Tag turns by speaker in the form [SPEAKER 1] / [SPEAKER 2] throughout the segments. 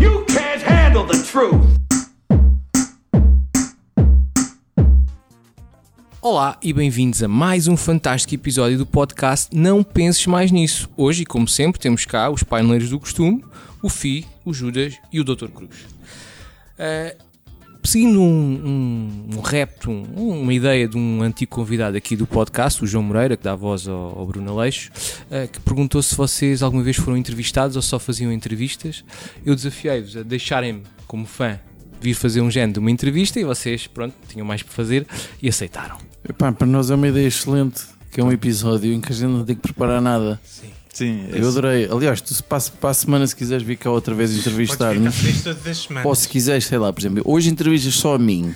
[SPEAKER 1] You can't handle the truth.
[SPEAKER 2] Olá e bem-vindos a mais um fantástico episódio do podcast Não Penses Mais Nisso. Hoje, como sempre, temos cá os paineleiros do costume, o Fi, o Judas e o Dr. Cruz. Ah, seguindo um, um, um repto, um- uma ideia de um antigo convidado aqui do podcast, o João Moreira, que dá voz ao, ao Bruno Aleixo, ah, que perguntou se vocês alguma vez foram entrevistados ou só faziam entrevistas. Eu desafiei-vos a deixarem-me, como fã, vir fazer um género de uma entrevista e vocês, pronto, tinham mais para fazer e aceitaram.
[SPEAKER 3] Epá, para nós é uma ideia excelente, que é um episódio em que a gente não tem que preparar nada.
[SPEAKER 4] Sim,
[SPEAKER 3] Eu adorei. Aliás, tu se passa para a semana se quiseres vir cá outra vez entrevistar-me.
[SPEAKER 5] Fez todas as semanas.
[SPEAKER 3] Ou se quiseres, sei lá, por exemplo, hoje entrevistas só a mim.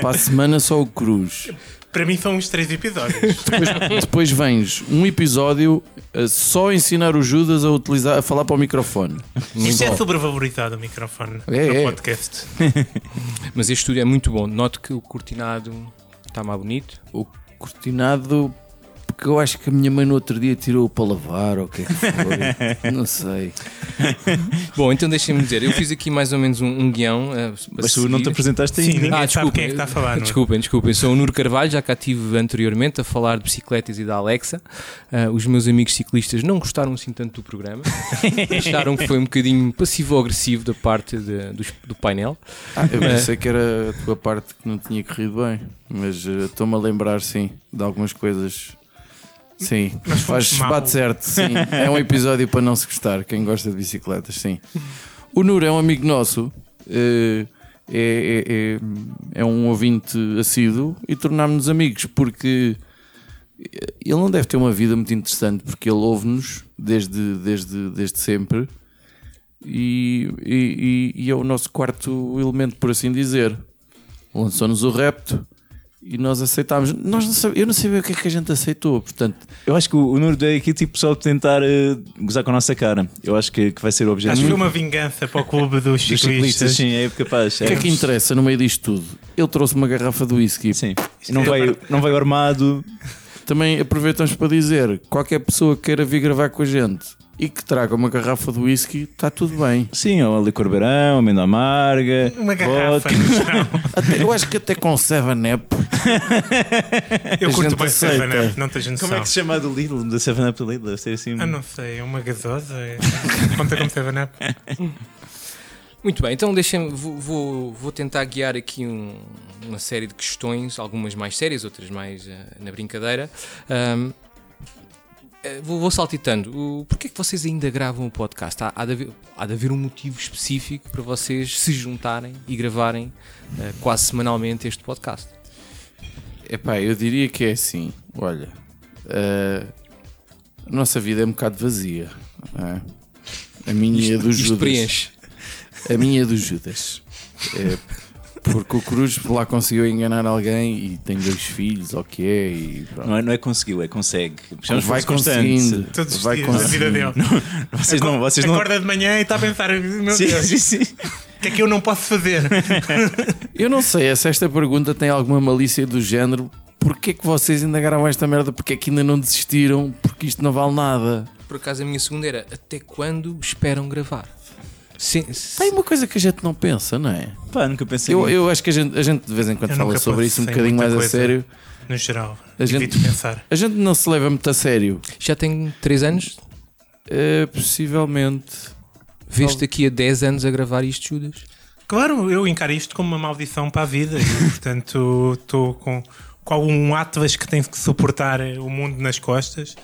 [SPEAKER 3] para a semana só o Cruz.
[SPEAKER 5] Para mim são uns três episódios.
[SPEAKER 3] Depois, depois vens um episódio a só ensinar o Judas a utilizar, a falar para o microfone.
[SPEAKER 5] Isto é sobrevalorizado o microfone
[SPEAKER 3] É,
[SPEAKER 5] no
[SPEAKER 3] é.
[SPEAKER 5] podcast.
[SPEAKER 2] Mas este estúdio é muito bom. Noto que o cortinado está mais bonito.
[SPEAKER 3] O cortinado. Porque eu acho que a minha mãe no outro dia tirou-o para lavar, ou o que é que foi? Não sei.
[SPEAKER 2] Bom, então deixem-me dizer, eu fiz aqui mais ou menos um, um guião. eh, para
[SPEAKER 4] Mas tu não te
[SPEAKER 2] seguir.
[SPEAKER 4] apresentaste
[SPEAKER 5] Sim,
[SPEAKER 4] ainda.
[SPEAKER 5] ninguém
[SPEAKER 2] Ah,
[SPEAKER 5] sabe
[SPEAKER 2] desculpem.
[SPEAKER 5] quem é que está a falar. não é?
[SPEAKER 2] Desculpem, desculpem. Sou o Nuno Carvalho, já cá estive anteriormente a falar de bicicletas e da Alexa. Ah, os meus amigos ciclistas não gostaram assim tanto do programa. Acharam que foi um bocadinho passivo-agressivo da parte de- dos- do painel.
[SPEAKER 3] Ah, eu
[SPEAKER 2] É.
[SPEAKER 3] pensei que era a tua parte que não tinha corrido bem, mas eh, estou-me a lembrar, sim, de algumas coisas. Sim,
[SPEAKER 5] Mas fomos
[SPEAKER 3] faz,
[SPEAKER 5] mal.
[SPEAKER 3] bate certo, sim. É um episódio para não se gostar, quem gosta de bicicletas, sim. O Nuno é um amigo nosso, eh, é, é, é, é um ouvinte assíduo e tornámos-nos amigos, porque ele não deve ter uma vida muito interessante, porque ele ouve-nos desde, desde, desde sempre e, e- e- e é o nosso quarto elemento, por assim dizer. Lançou-nos o repto e nós aceitámos. Nós não sabe- eu não sabia o que é que a gente aceitou, portanto,
[SPEAKER 4] Eu acho que o, o Nuno veio aqui tipo só tentar eh, gozar com a nossa cara. Eu acho que, que vai ser o objetivo.
[SPEAKER 5] Acho que foi
[SPEAKER 4] Muito-
[SPEAKER 5] uma vingança para o clube dos
[SPEAKER 4] dos
[SPEAKER 5] ciclistas.
[SPEAKER 4] sim, é capaz.
[SPEAKER 3] o que é que interessa no meio disto tudo? Ele trouxe uma garrafa do whisky.
[SPEAKER 4] Sim.
[SPEAKER 5] é
[SPEAKER 4] Não veio, não veio armado.
[SPEAKER 3] Também aproveitamos para dizer: qualquer pessoa que queira vir gravar com a gente e que traga uma garrafa do whisky, está tudo bem.
[SPEAKER 4] Sim, ou licor beirão, amêndoa amarga.
[SPEAKER 5] Uma garrafa.
[SPEAKER 4] vodka.
[SPEAKER 5] Não,
[SPEAKER 3] Até- eu acho que até com 7-Up.
[SPEAKER 5] eu
[SPEAKER 3] A
[SPEAKER 5] curto
[SPEAKER 3] gente
[SPEAKER 5] bem
[SPEAKER 3] aceita.
[SPEAKER 5] Seven Up, não tens noção.
[SPEAKER 4] Como é que se chama a do Lidl? Da 7 Up do Lidl? Deve ser assim.
[SPEAKER 5] Ah, não sei, é uma gasosa. é- Conta como é Seven Up.
[SPEAKER 2] Muito bem, então deixem vou, vou, vou tentar guiar aqui um- uma série de questões, algumas mais sérias, outras mais eh, na brincadeira. Ahm, eh, vou, vou saltitando. O, porquê é que vocês ainda gravam o podcast? Há, há, de haver, há de haver um motivo específico para vocês se juntarem e gravarem eh, quase semanalmente este podcast.
[SPEAKER 3] Epá, eu diria que é assim. Olha, eh, a nossa vida é um bocado vazia. não é? A minha e a do
[SPEAKER 2] Isto
[SPEAKER 3] Judas.
[SPEAKER 2] preenche.
[SPEAKER 3] A minha e a do Judas. É, porque o Cruz lá conseguiu enganar alguém e tem dois filhos, ou que é, e pronto.
[SPEAKER 4] Não é, não é conseguiu, é consegue. Precisamos
[SPEAKER 3] vai
[SPEAKER 4] de força constante.
[SPEAKER 3] conseguindo.
[SPEAKER 5] Todos os
[SPEAKER 3] Vai
[SPEAKER 5] dias da vida
[SPEAKER 3] conseguindo.
[SPEAKER 5] dele.
[SPEAKER 4] Vocês não. Vocês não...
[SPEAKER 5] Acorda de manhã e está a pensar: meu
[SPEAKER 4] Sim,
[SPEAKER 5] Deus,
[SPEAKER 4] sim, sim.
[SPEAKER 5] o que é que eu não posso fazer?
[SPEAKER 3] Eu não sei se esta pergunta tem alguma malícia do género. Porquê que vocês ainda gravam esta merda? Porquê que ainda não desistiram? Porque isto não vale nada.
[SPEAKER 2] Por acaso a minha segunda era até quando esperam gravar? Sim,
[SPEAKER 3] Tem uma coisa que a gente não pensa, não é?
[SPEAKER 4] Pá, nunca pensei.
[SPEAKER 3] Eu,
[SPEAKER 4] nisso.
[SPEAKER 3] eu acho que a gente, a gente de vez em quando
[SPEAKER 5] Eu
[SPEAKER 3] fala
[SPEAKER 5] nunca
[SPEAKER 3] sobre isso um
[SPEAKER 5] pensei
[SPEAKER 3] bocadinho mais
[SPEAKER 5] muita
[SPEAKER 3] a
[SPEAKER 5] coisa.
[SPEAKER 3] sério.
[SPEAKER 5] No geral,
[SPEAKER 3] A gente-
[SPEAKER 5] evito pensar.
[SPEAKER 3] A gente não se leva muito a sério.
[SPEAKER 2] já tenho 3 anos.
[SPEAKER 3] É, possivelmente.
[SPEAKER 2] Veste aqui a 10 anos a gravar isto, Judas?
[SPEAKER 5] Claro, eu encaro isto como uma maldição para a vida e, portanto, estou com, com algum Atlas que tem que suportar o mundo nas costas.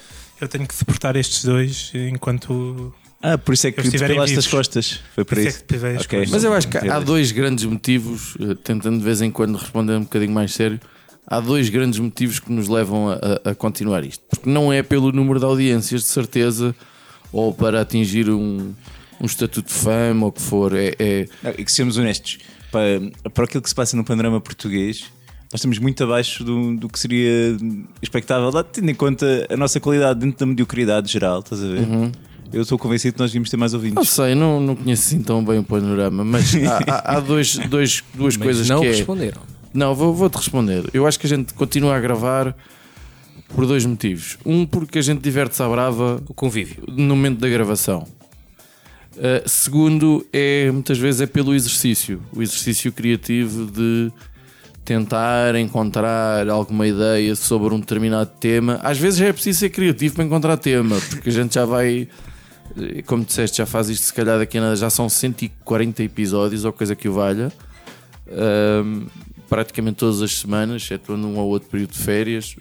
[SPEAKER 5] Eu tenho que suportar estes dois enquanto.
[SPEAKER 4] Ah, por isso é que
[SPEAKER 5] Eles estiverem
[SPEAKER 4] depilaste as
[SPEAKER 5] vivos.
[SPEAKER 4] costas. Foi por
[SPEAKER 5] Por isso é
[SPEAKER 4] isso.
[SPEAKER 5] que depilei as
[SPEAKER 4] Ok.
[SPEAKER 5] costas.
[SPEAKER 3] Mas eu acho que há
[SPEAKER 4] Entendo.
[SPEAKER 3] dois grandes motivos, eh, tentando de vez em quando responder um bocadinho mais sério, há dois grandes motivos que nos levam a, a- a continuar isto. Porque não é pelo número de audiências, de certeza, ou para atingir um, um estatuto de fama, ou o que for. É, é-
[SPEAKER 4] Não, e que sejamos honestos, para, para aquilo que se passa no panorama português, nós estamos muito abaixo do, do que seria expectável, lá tendo em conta a nossa qualidade dentro da mediocridade geral, estás a ver? Eu estou convencido que nós devíamos ter mais
[SPEAKER 3] Não
[SPEAKER 4] ouvintes.
[SPEAKER 3] sei, não, não conheço assim tão bem o panorama, mas há, há- há dois, dois, duas
[SPEAKER 2] Mas
[SPEAKER 3] coisas
[SPEAKER 2] não
[SPEAKER 3] que é-
[SPEAKER 2] responderam.
[SPEAKER 3] Não, vou- vou-te responder. Eu acho que a gente continua a gravar por dois motivos. Um, porque a gente diverte-se à brava
[SPEAKER 2] O convívio.
[SPEAKER 3] no momento da gravação. Uh, segundo, é muitas vezes é pelo exercício, o exercício criativo de tentar encontrar alguma ideia sobre um determinado tema. Às vezes é preciso ser criativo para encontrar tema, porque a gente já vai, eh, como disseste, já faz isto se calhar daqui a nada, já são 140 episódios ou coisa que o valha. Um, praticamente todas as semanas, exceto num ou outro período de férias,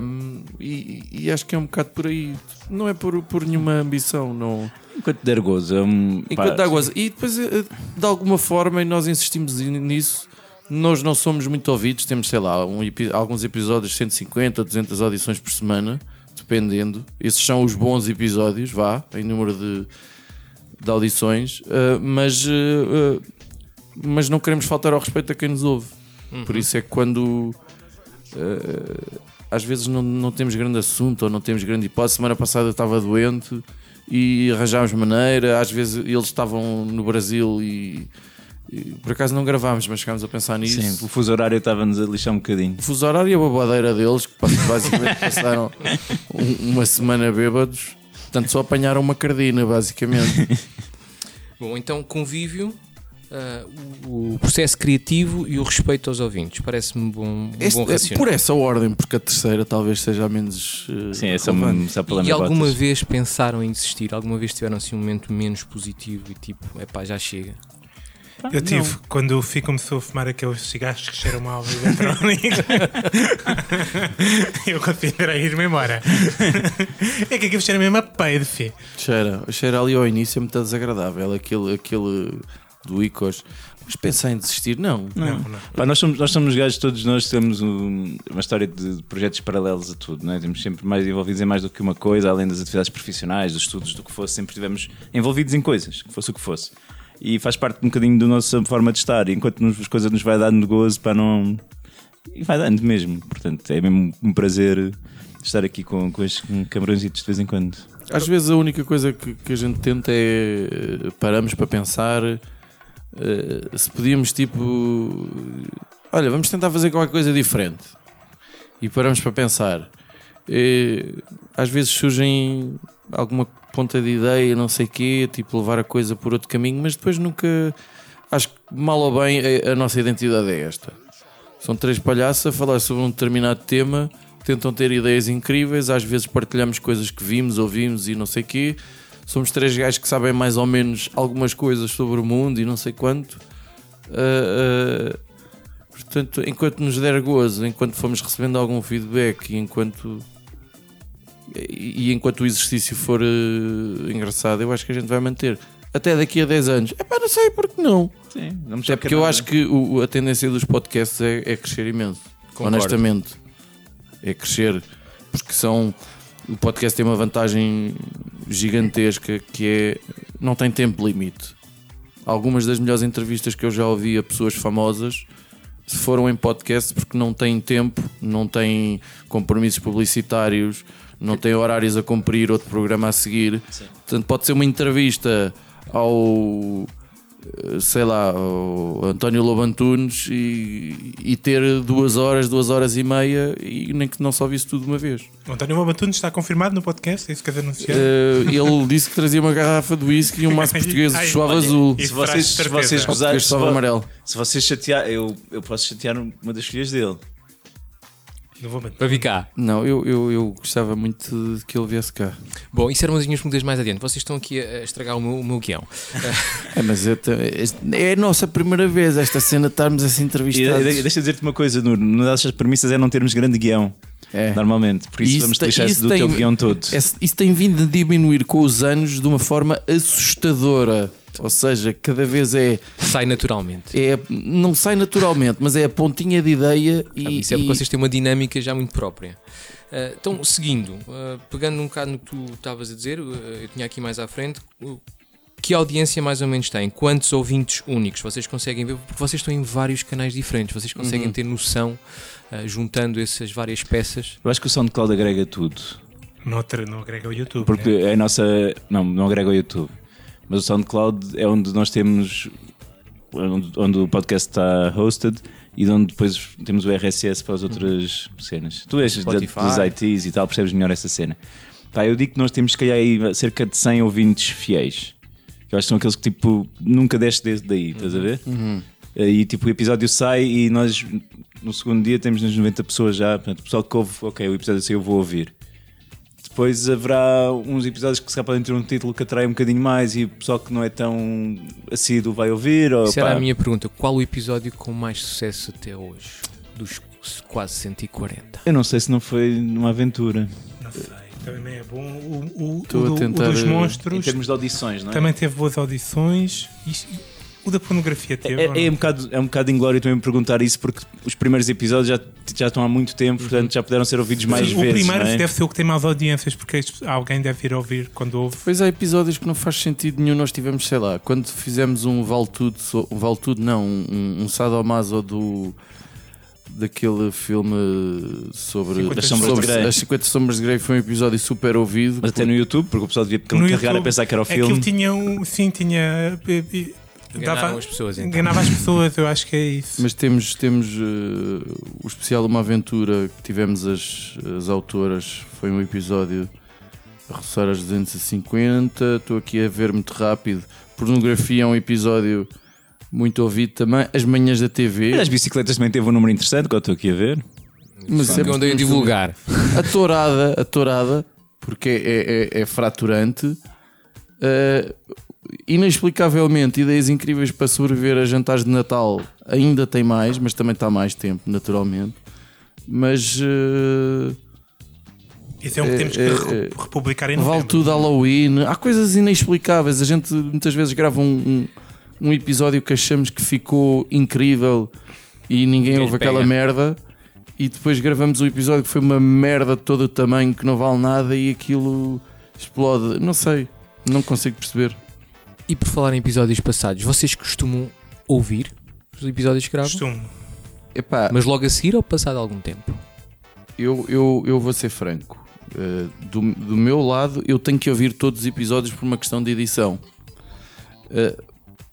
[SPEAKER 3] um, e, e acho que é um bocado por aí. Não é por, por nenhuma ambição, não.
[SPEAKER 4] Enquanto der gozo. hum, pá,
[SPEAKER 3] Enquanto dá gozo. E depois, eh, de alguma forma, e nós insistimos nisso, nós não somos muito ouvidos. Temos, sei lá, um epi- alguns episódios, 150, 200 audições por semana, dependendo. Esses são os bons episódios, vá, em número de, de audições. eh, mas, eh, eh, mas não queremos faltar ao respeito a quem nos ouve. Por isso é que quando eh, às vezes não, não temos grande assunto ou não temos grande hipótese. Semana passada eu estava doente e arranjámos maneira. Às vezes eles estavam no Brasil e, e por acaso não gravámos, mas chegámos a pensar nisso.
[SPEAKER 4] Sim, o fuso horário estava-nos a lixar um bocadinho.
[SPEAKER 3] O fuso horário é e a babadeira deles, que basicamente passaram um- uma semana bêbados, portanto só apanharam uma cardina, basicamente.
[SPEAKER 2] Bom, então convívio, ah, o, o processo criativo e o respeito aos ouvintes. Parece-me bom, um
[SPEAKER 3] Este- eh, é
[SPEAKER 2] bom raciocínio.
[SPEAKER 3] por essa ordem, porque a terceira talvez seja a menos. eh,
[SPEAKER 4] Sim, essa
[SPEAKER 3] relevante.
[SPEAKER 4] é só para
[SPEAKER 2] E
[SPEAKER 4] lembrar
[SPEAKER 2] alguma
[SPEAKER 4] botas.
[SPEAKER 2] vez pensaram em desistir? Alguma vez tiveram assim um momento menos positivo e tipo, epá, já chega?
[SPEAKER 5] Eu tive, quando o Fih começou a fumar aqueles cigarros que cheiram mal e eletrónicos, eu considerei ir-me embora. é que aquilo cheira mesmo a peido, Fih.
[SPEAKER 3] Cheira, cheira ali ao início é muito desagradável, aquele, aquele do Icos. Mas pensar em desistir, não.
[SPEAKER 5] Não, não.
[SPEAKER 4] Pá, nós, somos, nós somos gajos, todos nós temos um- uma história de de projetos paralelos a tudo, não é? Temos sempre mais envolvidos em mais do que uma coisa, além das atividades profissionais, dos estudos, do que fosse, sempre estivemos envolvidos em coisas, que fosse o que fosse. E faz parte um bocadinho da nossa forma de estar, e enquanto nos, as coisas nos vai dando gozo, para não. E vai dando mesmo, portanto, é mesmo um prazer estar aqui com, com estes camarõezitos de vez em quando.
[SPEAKER 3] Às vezes a única coisa que, que a gente tenta é eh, paramos para pensar eh, se podíamos tipo olha, vamos tentar fazer qualquer coisa diferente. E paramos para pensar. Eh, às vezes surgem alguma ponta de ideia, não sei quê, tipo levar a coisa por outro caminho, mas depois nunca acho que mal ou bem a, a nossa identidade é esta. São três palhaços a falar sobre um determinado tema, tentam ter ideias incríveis, às vezes partilhamos coisas que vimos, ouvimos e não sei quê. Somos três gajos que sabem mais ou menos algumas coisas sobre o mundo e não sei quanto. Ah, ah, portanto, enquanto nos der gozo, enquanto fomos recebendo algum feedback e enquanto. E e enquanto o exercício for ah, engraçado, eu acho que a gente vai manter. Até daqui a 10 anos. É não sei porque não.
[SPEAKER 4] Sim, não me
[SPEAKER 3] Até
[SPEAKER 4] choca
[SPEAKER 3] porque eu
[SPEAKER 4] nada.
[SPEAKER 3] acho que o- a tendência dos podcasts é, é crescer imenso.
[SPEAKER 2] Concordo.
[SPEAKER 3] Honestamente. É crescer. Porque são. O podcast tem uma vantagem gigantesca que é. Não tem tempo limite. Algumas das melhores entrevistas que eu já ouvi a pessoas famosas se foram em podcast porque não têm tempo, não têm compromissos publicitários, não têm horários a cumprir, outro programa a seguir. Portanto, pode ser uma entrevista ao eh, sei lá, ao António Lobo Antunes e, e ter duas horas, duas horas e meia e nem que não só visse tudo de uma vez.
[SPEAKER 5] O António Babatuno está confirmado no podcast, é isso que queres anunciar?
[SPEAKER 3] Eh, ele disse que trazia uma garrafa de whisky e um maço português de
[SPEAKER 5] Ai,
[SPEAKER 3] suave
[SPEAKER 5] olha,
[SPEAKER 3] azul.
[SPEAKER 5] isso
[SPEAKER 4] Se vocês,
[SPEAKER 5] traz
[SPEAKER 4] se
[SPEAKER 5] certeza.
[SPEAKER 4] vocês
[SPEAKER 3] português
[SPEAKER 5] Ou
[SPEAKER 4] gozarem, se,
[SPEAKER 3] só
[SPEAKER 4] vo-
[SPEAKER 3] amarelo.
[SPEAKER 4] se vocês chatear, eu, eu posso chatear uma das filhas dele.
[SPEAKER 5] Não vou mentir.
[SPEAKER 2] Para vir cá.
[SPEAKER 3] Não, eu, eu, eu gostava muito de que ele viesse cá.
[SPEAKER 2] Bom, isso eram as minhas perguntas mais adiante. Vocês estão aqui a a estragar o meu, o meu guião.
[SPEAKER 3] É, mas eu ta- este- é a nossa primeira vez esta cena de estarmos a ser
[SPEAKER 4] E,
[SPEAKER 3] entrevistados.
[SPEAKER 4] e, deixa eu dizer-te uma coisa, Nuno. Uma das nossas premissas é não termos grande guião,
[SPEAKER 3] É.
[SPEAKER 4] normalmente. Por isso,
[SPEAKER 3] Isso
[SPEAKER 4] vamos
[SPEAKER 3] tem-
[SPEAKER 4] deixar
[SPEAKER 3] isso
[SPEAKER 4] isso do teu
[SPEAKER 3] tem- é-
[SPEAKER 4] guião todo.
[SPEAKER 3] Esse- Isso tem vindo a diminuir com os anos de uma forma assustadora. Ou seja, cada vez é.
[SPEAKER 2] Sai naturalmente.
[SPEAKER 3] é não sai naturalmente, mas é a pontinha de ideia
[SPEAKER 2] Ah,
[SPEAKER 3] e.
[SPEAKER 2] Isso é porque
[SPEAKER 3] e-
[SPEAKER 2] vocês têm uma dinâmica já muito própria. Ah, então, seguindo, ah, pegando um bocado no que tu estavas a dizer, ah, eu tinha aqui mais à frente, o- que audiência mais ou menos tem? Quantos ouvintes únicos vocês conseguem ver? Porque vocês estão em vários canais diferentes, vocês conseguem
[SPEAKER 3] Uhum.
[SPEAKER 2] ter noção, ah, juntando essas várias peças.
[SPEAKER 4] Eu acho que o SoundCloud agrega tudo.
[SPEAKER 5] Noutra, não agrega o YouTube.
[SPEAKER 4] Porque
[SPEAKER 5] né?
[SPEAKER 4] é a nossa. Não, não agrega o YouTube. Mas o SoundCloud é onde nós temos. Onde, onde o podcast está hosted e de onde depois temos o RSS para as outras cenas. Tu és da-
[SPEAKER 2] Spotify.
[SPEAKER 4] dos ITs e tal, percebes melhor essa cena. Pá, eu digo que nós temos, se calhar, aí cerca de 100 ouvintes fiéis. Que eu acho que são aqueles que, tipo, nunca deste desde daí, estás a ver?
[SPEAKER 5] Uhum.
[SPEAKER 4] E, tipo, o episódio sai e nós, no segundo dia, temos nas 90 pessoas já. Portanto, o pessoal que ouve, ok, o episódio saiu, eu vou ouvir. Depois haverá uns episódios que se calhar podem ter um título que atrai um bocadinho mais e o pessoal que não é tão assíduo vai ouvir. Ou,
[SPEAKER 2] Será
[SPEAKER 4] pá,
[SPEAKER 2] a minha pergunta. Qual o episódio com mais sucesso até hoje? Dos quase 140.
[SPEAKER 4] Eu não sei se não foi uma aventura.
[SPEAKER 5] Não sei, também é bom. O, o, o,
[SPEAKER 3] Estou a
[SPEAKER 5] do- o
[SPEAKER 3] tentar,
[SPEAKER 5] dos
[SPEAKER 3] eh,
[SPEAKER 4] Em
[SPEAKER 5] monstros
[SPEAKER 4] termos de audições, não é?
[SPEAKER 5] também teve boas audições. Isto- o da pornografia teve. ou não?
[SPEAKER 4] É, é um bocado, é um bocado inglório também perguntar isso porque os primeiros episódios já, já estão há muito tempo, portanto já puderam ser ouvidos mais
[SPEAKER 5] Uhum. o
[SPEAKER 4] vezes.
[SPEAKER 5] primeiro
[SPEAKER 4] não é?
[SPEAKER 5] deve ser o que tem mais audiências, porque isto- alguém deve ir ouvir quando ouve.
[SPEAKER 3] Pois há episódios que não faz sentido nenhum. Nós tivemos, sei lá, quando fizemos um Valtudo, so- um Valtudo não, um, um Sadomaso do. daquele filme sobre.
[SPEAKER 5] 50
[SPEAKER 4] Sombras de
[SPEAKER 3] sobre
[SPEAKER 4] Grey.
[SPEAKER 3] As 50 Sombras de Grey foi um episódio super ouvido.
[SPEAKER 4] Mas até no YouTube, porque o pessoal devia
[SPEAKER 5] No
[SPEAKER 4] carregar a
[SPEAKER 5] YouTube,
[SPEAKER 4] pensar que era o
[SPEAKER 5] Aquilo
[SPEAKER 4] filme.
[SPEAKER 5] tinha um. Sim, tinha. eh, eh,
[SPEAKER 2] Enganaram
[SPEAKER 5] dava-
[SPEAKER 2] as pessoas, então.
[SPEAKER 5] Enganava as pessoas, eu acho que é isso.
[SPEAKER 3] Mas temos, temos eh, o especial Uma Aventura que tivemos as, as autoras, foi um episódio a roçar as 250. Estou aqui a ver muito rápido. Pornografia é um episódio muito ouvido também. As manhãs da TV.
[SPEAKER 4] As bicicletas também teve um número interessante que eu estou aqui a ver.
[SPEAKER 3] Mas
[SPEAKER 2] que eu andei a divulgar.
[SPEAKER 3] A tourada, a tourada, porque é, é- é fraturante. Uh, inexplicavelmente, ideias incríveis para sobreviver a jantares de Natal ainda tem mais, mas também está mais tempo, naturalmente. Mas uh,
[SPEAKER 5] Isso é um
[SPEAKER 3] eh,
[SPEAKER 5] que temos que
[SPEAKER 3] eh,
[SPEAKER 5] re- republicar em
[SPEAKER 3] vale
[SPEAKER 5] novembro.
[SPEAKER 3] tudo Halloween. Há coisas inexplicáveis. A gente muitas vezes grava um, um, um episódio que achamos que ficou incrível e ninguém
[SPEAKER 2] Ninguém
[SPEAKER 3] ouve
[SPEAKER 2] pega.
[SPEAKER 3] aquela merda. E depois gravamos o episódio que foi uma merda de todo o tamanho que não vale nada e aquilo explode. Não sei, não consigo perceber.
[SPEAKER 2] E por falar em episódios passados, vocês costumam ouvir os episódios que gravam?
[SPEAKER 5] Costumo.
[SPEAKER 3] Epá,
[SPEAKER 2] Mas logo a seguir ou passado algum tempo?
[SPEAKER 3] eu, eu, eu vou ser franco. Uh, do, do meu lado, eu tenho que ouvir todos os episódios por uma questão de edição. Uh,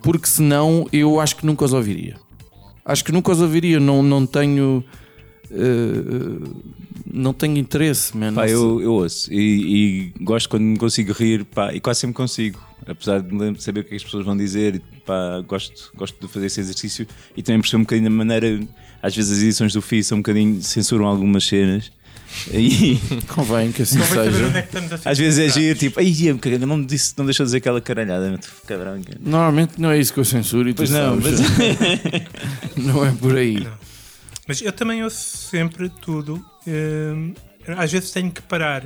[SPEAKER 3] porque senão eu acho que nunca os ouviria. Acho que nunca os ouviria. Não, não tenho. uh, não tenho interesse, man.
[SPEAKER 4] Pá, eu, eu ouço e, e gosto quando me consigo rir, pá, e quase sempre consigo, apesar de me lem- saber o que, é que as pessoas vão dizer, e, pá, gosto, gosto de fazer esse exercício e também percebo um bocadinho a maneira. Às vezes as edições do FI são um bocadinho censuram algumas cenas. E
[SPEAKER 3] Convém que assim
[SPEAKER 5] Não vai saber onde
[SPEAKER 3] seja.
[SPEAKER 5] é que estamos a
[SPEAKER 4] às vezes é giro, tipo, ai, eu me caguei, não, me disse, não deixou de dizer aquela caralhada, mas tu, cabrão. cara."
[SPEAKER 3] Normalmente não é isso que eu censuro e tu
[SPEAKER 4] Pois não,
[SPEAKER 3] sabes.
[SPEAKER 4] mas
[SPEAKER 3] não é por aí.
[SPEAKER 5] Mas eu também ouço sempre tudo. Hum, às vezes tenho que parar,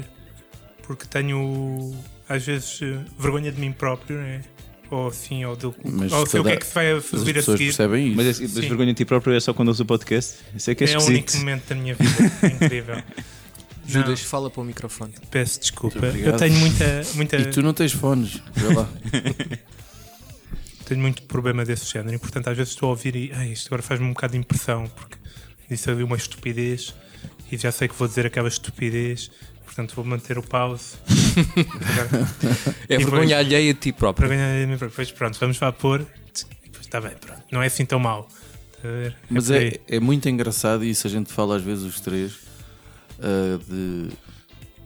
[SPEAKER 5] porque tenho, às vezes, eh, vergonha de mim próprio, né? ou assim, ou, do,
[SPEAKER 3] Mas
[SPEAKER 5] ou sei o que
[SPEAKER 3] toda-
[SPEAKER 5] é que se vai
[SPEAKER 3] As
[SPEAKER 5] subir a
[SPEAKER 3] pessoas
[SPEAKER 5] seguir.
[SPEAKER 3] percebem isso.
[SPEAKER 4] mas, esse- mas
[SPEAKER 5] Sim.
[SPEAKER 4] vergonha de ti próprio é só quando ouço o podcast. Isso é que é,
[SPEAKER 5] É o único
[SPEAKER 4] esquisito.
[SPEAKER 5] momento da minha vida é incrível.
[SPEAKER 2] Judas, fala para o microfone.
[SPEAKER 5] Não, peço desculpa.
[SPEAKER 3] Muito obrigado.
[SPEAKER 5] Eu tenho muita, muita
[SPEAKER 3] E tu não tens fones. Vê lá.
[SPEAKER 5] tenho muito problema desse género e portanto às vezes estou a ouvir e "Ai, isto agora faz-me um bocado de impressão porque disse ali uma estupidez e já sei que vou dizer aquela estupidez portanto vou manter o pause
[SPEAKER 2] É
[SPEAKER 5] E
[SPEAKER 2] vergonha
[SPEAKER 5] foi-
[SPEAKER 2] alheia a ti
[SPEAKER 5] para
[SPEAKER 2] próprio.
[SPEAKER 5] ganhar depois pronto vamos vá pôr E depois está bem pronto não é assim tão mal Está a ver?
[SPEAKER 3] Mas
[SPEAKER 5] por
[SPEAKER 3] é,
[SPEAKER 5] aí.
[SPEAKER 3] é muito engraçado, e isso a gente fala às vezes os três, ah, de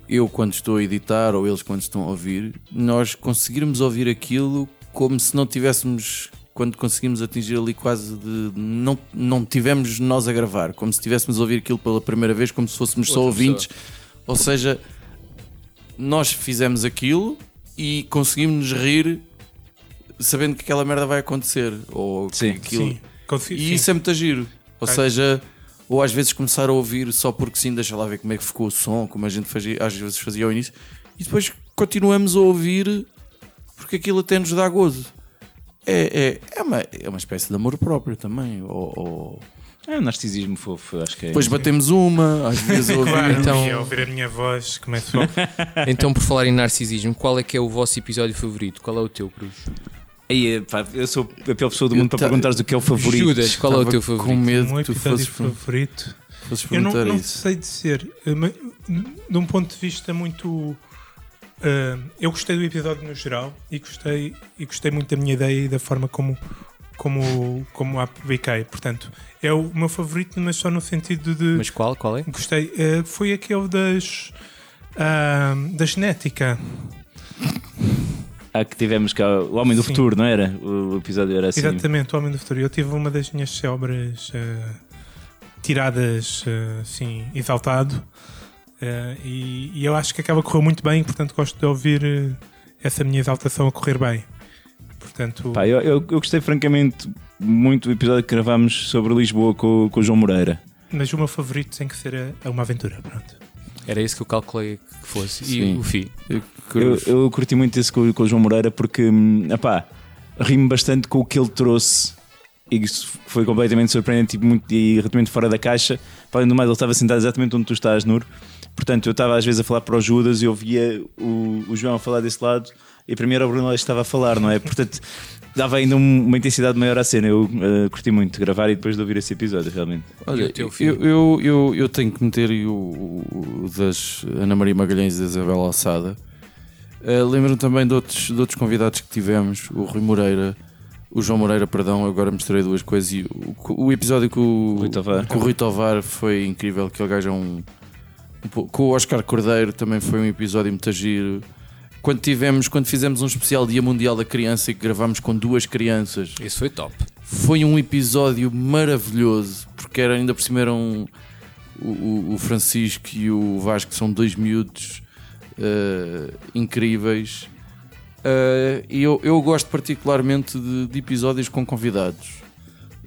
[SPEAKER 3] eu quando estou a editar ou eles quando estão a ouvir, nós conseguirmos ouvir aquilo como se não tivéssemos, quando conseguimos atingir ali quase de não, não tivemos nós a gravar, como se tivéssemos a ouvir aquilo pela primeira vez, como se fôssemos só
[SPEAKER 2] Outra pessoa.
[SPEAKER 3] ouvintes, ou seja, nós fizemos aquilo e conseguimos nos rir sabendo que aquela merda vai acontecer, ou que
[SPEAKER 4] Sim.
[SPEAKER 3] aquilo.
[SPEAKER 5] Sim, consigo-
[SPEAKER 3] E
[SPEAKER 5] sim.
[SPEAKER 3] isso é muito giro. Ou
[SPEAKER 5] Ok.
[SPEAKER 3] seja, ou às vezes começar a ouvir só porque sim, deixa lá ver como é que ficou o som, como a gente fazia, às vezes fazia ao início, e depois continuamos a ouvir porque aquilo até nos dá gozo. É, é, é, uma, é uma espécie de amor próprio também. Ou, ou-
[SPEAKER 4] É um narcisismo fofo, acho que é.
[SPEAKER 3] Depois batemos uma, às vezes
[SPEAKER 5] Claro, é
[SPEAKER 3] ouvimos.
[SPEAKER 2] Então-
[SPEAKER 5] e ao ouvir a minha voz é começo a...
[SPEAKER 2] Então, por falar em narcisismo, qual é que é o vosso episódio favorito? Qual é o teu, Cruz?
[SPEAKER 4] Aí, pá, eu sou a pior pessoa do mundo para
[SPEAKER 3] ta-
[SPEAKER 4] perguntares o que é o favorito.
[SPEAKER 2] Judas, qual é o
[SPEAKER 3] Estava
[SPEAKER 2] teu
[SPEAKER 3] Com
[SPEAKER 2] favorito?
[SPEAKER 3] medo
[SPEAKER 5] um
[SPEAKER 3] que tu
[SPEAKER 5] episódio
[SPEAKER 3] fosses,
[SPEAKER 5] favorito
[SPEAKER 3] fosses
[SPEAKER 5] eu não,
[SPEAKER 3] perguntar
[SPEAKER 5] não
[SPEAKER 3] isso.
[SPEAKER 5] sei dizer eh, mas de um ponto de vista muito. ah, eu gostei do episódio no geral e gostei, e gostei muito da minha ideia e da forma como, como, como a publiquei. Portanto, é o meu favorito, mas só no sentido de.
[SPEAKER 2] Mas qual? Qual é?
[SPEAKER 5] Gostei. Eh, foi aquele das. ah, da genética.
[SPEAKER 4] Há que tivemos cá o Homem do
[SPEAKER 5] Sim.
[SPEAKER 4] Futuro, não era? O episódio era assim.
[SPEAKER 5] Exatamente, o Homem do Futuro. Eu tive uma das minhas célebres ah, tiradas, ah, assim, exaltado. Ah, e, e eu acho que acaba correu muito bem, portanto gosto de ouvir eh, essa minha exaltação a correr bem. Portanto,
[SPEAKER 4] Pá, eu, eu- eu gostei francamente muito do episódio que gravámos sobre Lisboa com, com o João Moreira.
[SPEAKER 5] mas o meu favorito tem que ser a, a uma aventura. Pronto.
[SPEAKER 2] Era isso que eu calculei que fosse. E
[SPEAKER 3] Sim.
[SPEAKER 2] o Fi.
[SPEAKER 4] Eu,
[SPEAKER 3] Cruz.
[SPEAKER 4] eu curti muito esse com, com o João Moreira porque, hum, epá, ri-me bastante com o que ele trouxe e isso foi completamente surpreendente e, muito, e relativamente fora da caixa. Para além do mais, ele estava sentado exatamente onde tu estás, Nur. Portanto, eu estava às vezes a falar para o Judas e ouvia o, o João a falar desse lado e para mim era o Bruno Lage que estava a falar, não é? Portanto, dava ainda um- uma intensidade maior à cena. Eu eh, curti muito gravar e depois de ouvir esse episódio, realmente.
[SPEAKER 2] E
[SPEAKER 3] Olha,
[SPEAKER 2] o teu filho?
[SPEAKER 3] eu, eu, eu, eu tenho que meter aí o, o- o das Ana Maria Magalhães e da Isabel Alçada. Uh, Lembro-me também de outros, de outros convidados que tivemos, o Rui Moreira, o João Moreira, perdão, agora misturei duas coisas. E o, o episódio que o
[SPEAKER 4] Rui Tovar.
[SPEAKER 3] com o Rui Tovar foi incrível, aquele gajo é um. um pou- com o Oscar Cordeiro também foi um episódio muito giro. Quando tivemos, quando fizemos um especial Dia Mundial da Criança e que gravámos com duas crianças,
[SPEAKER 2] Esse foi top.
[SPEAKER 3] foi um episódio maravilhoso, porque era, um ainda por cima eram o, o- o Francisco e o Vasco, que são dois miúdos eh, incríveis. Eh, e eu, eu gosto particularmente de, de episódios com convidados.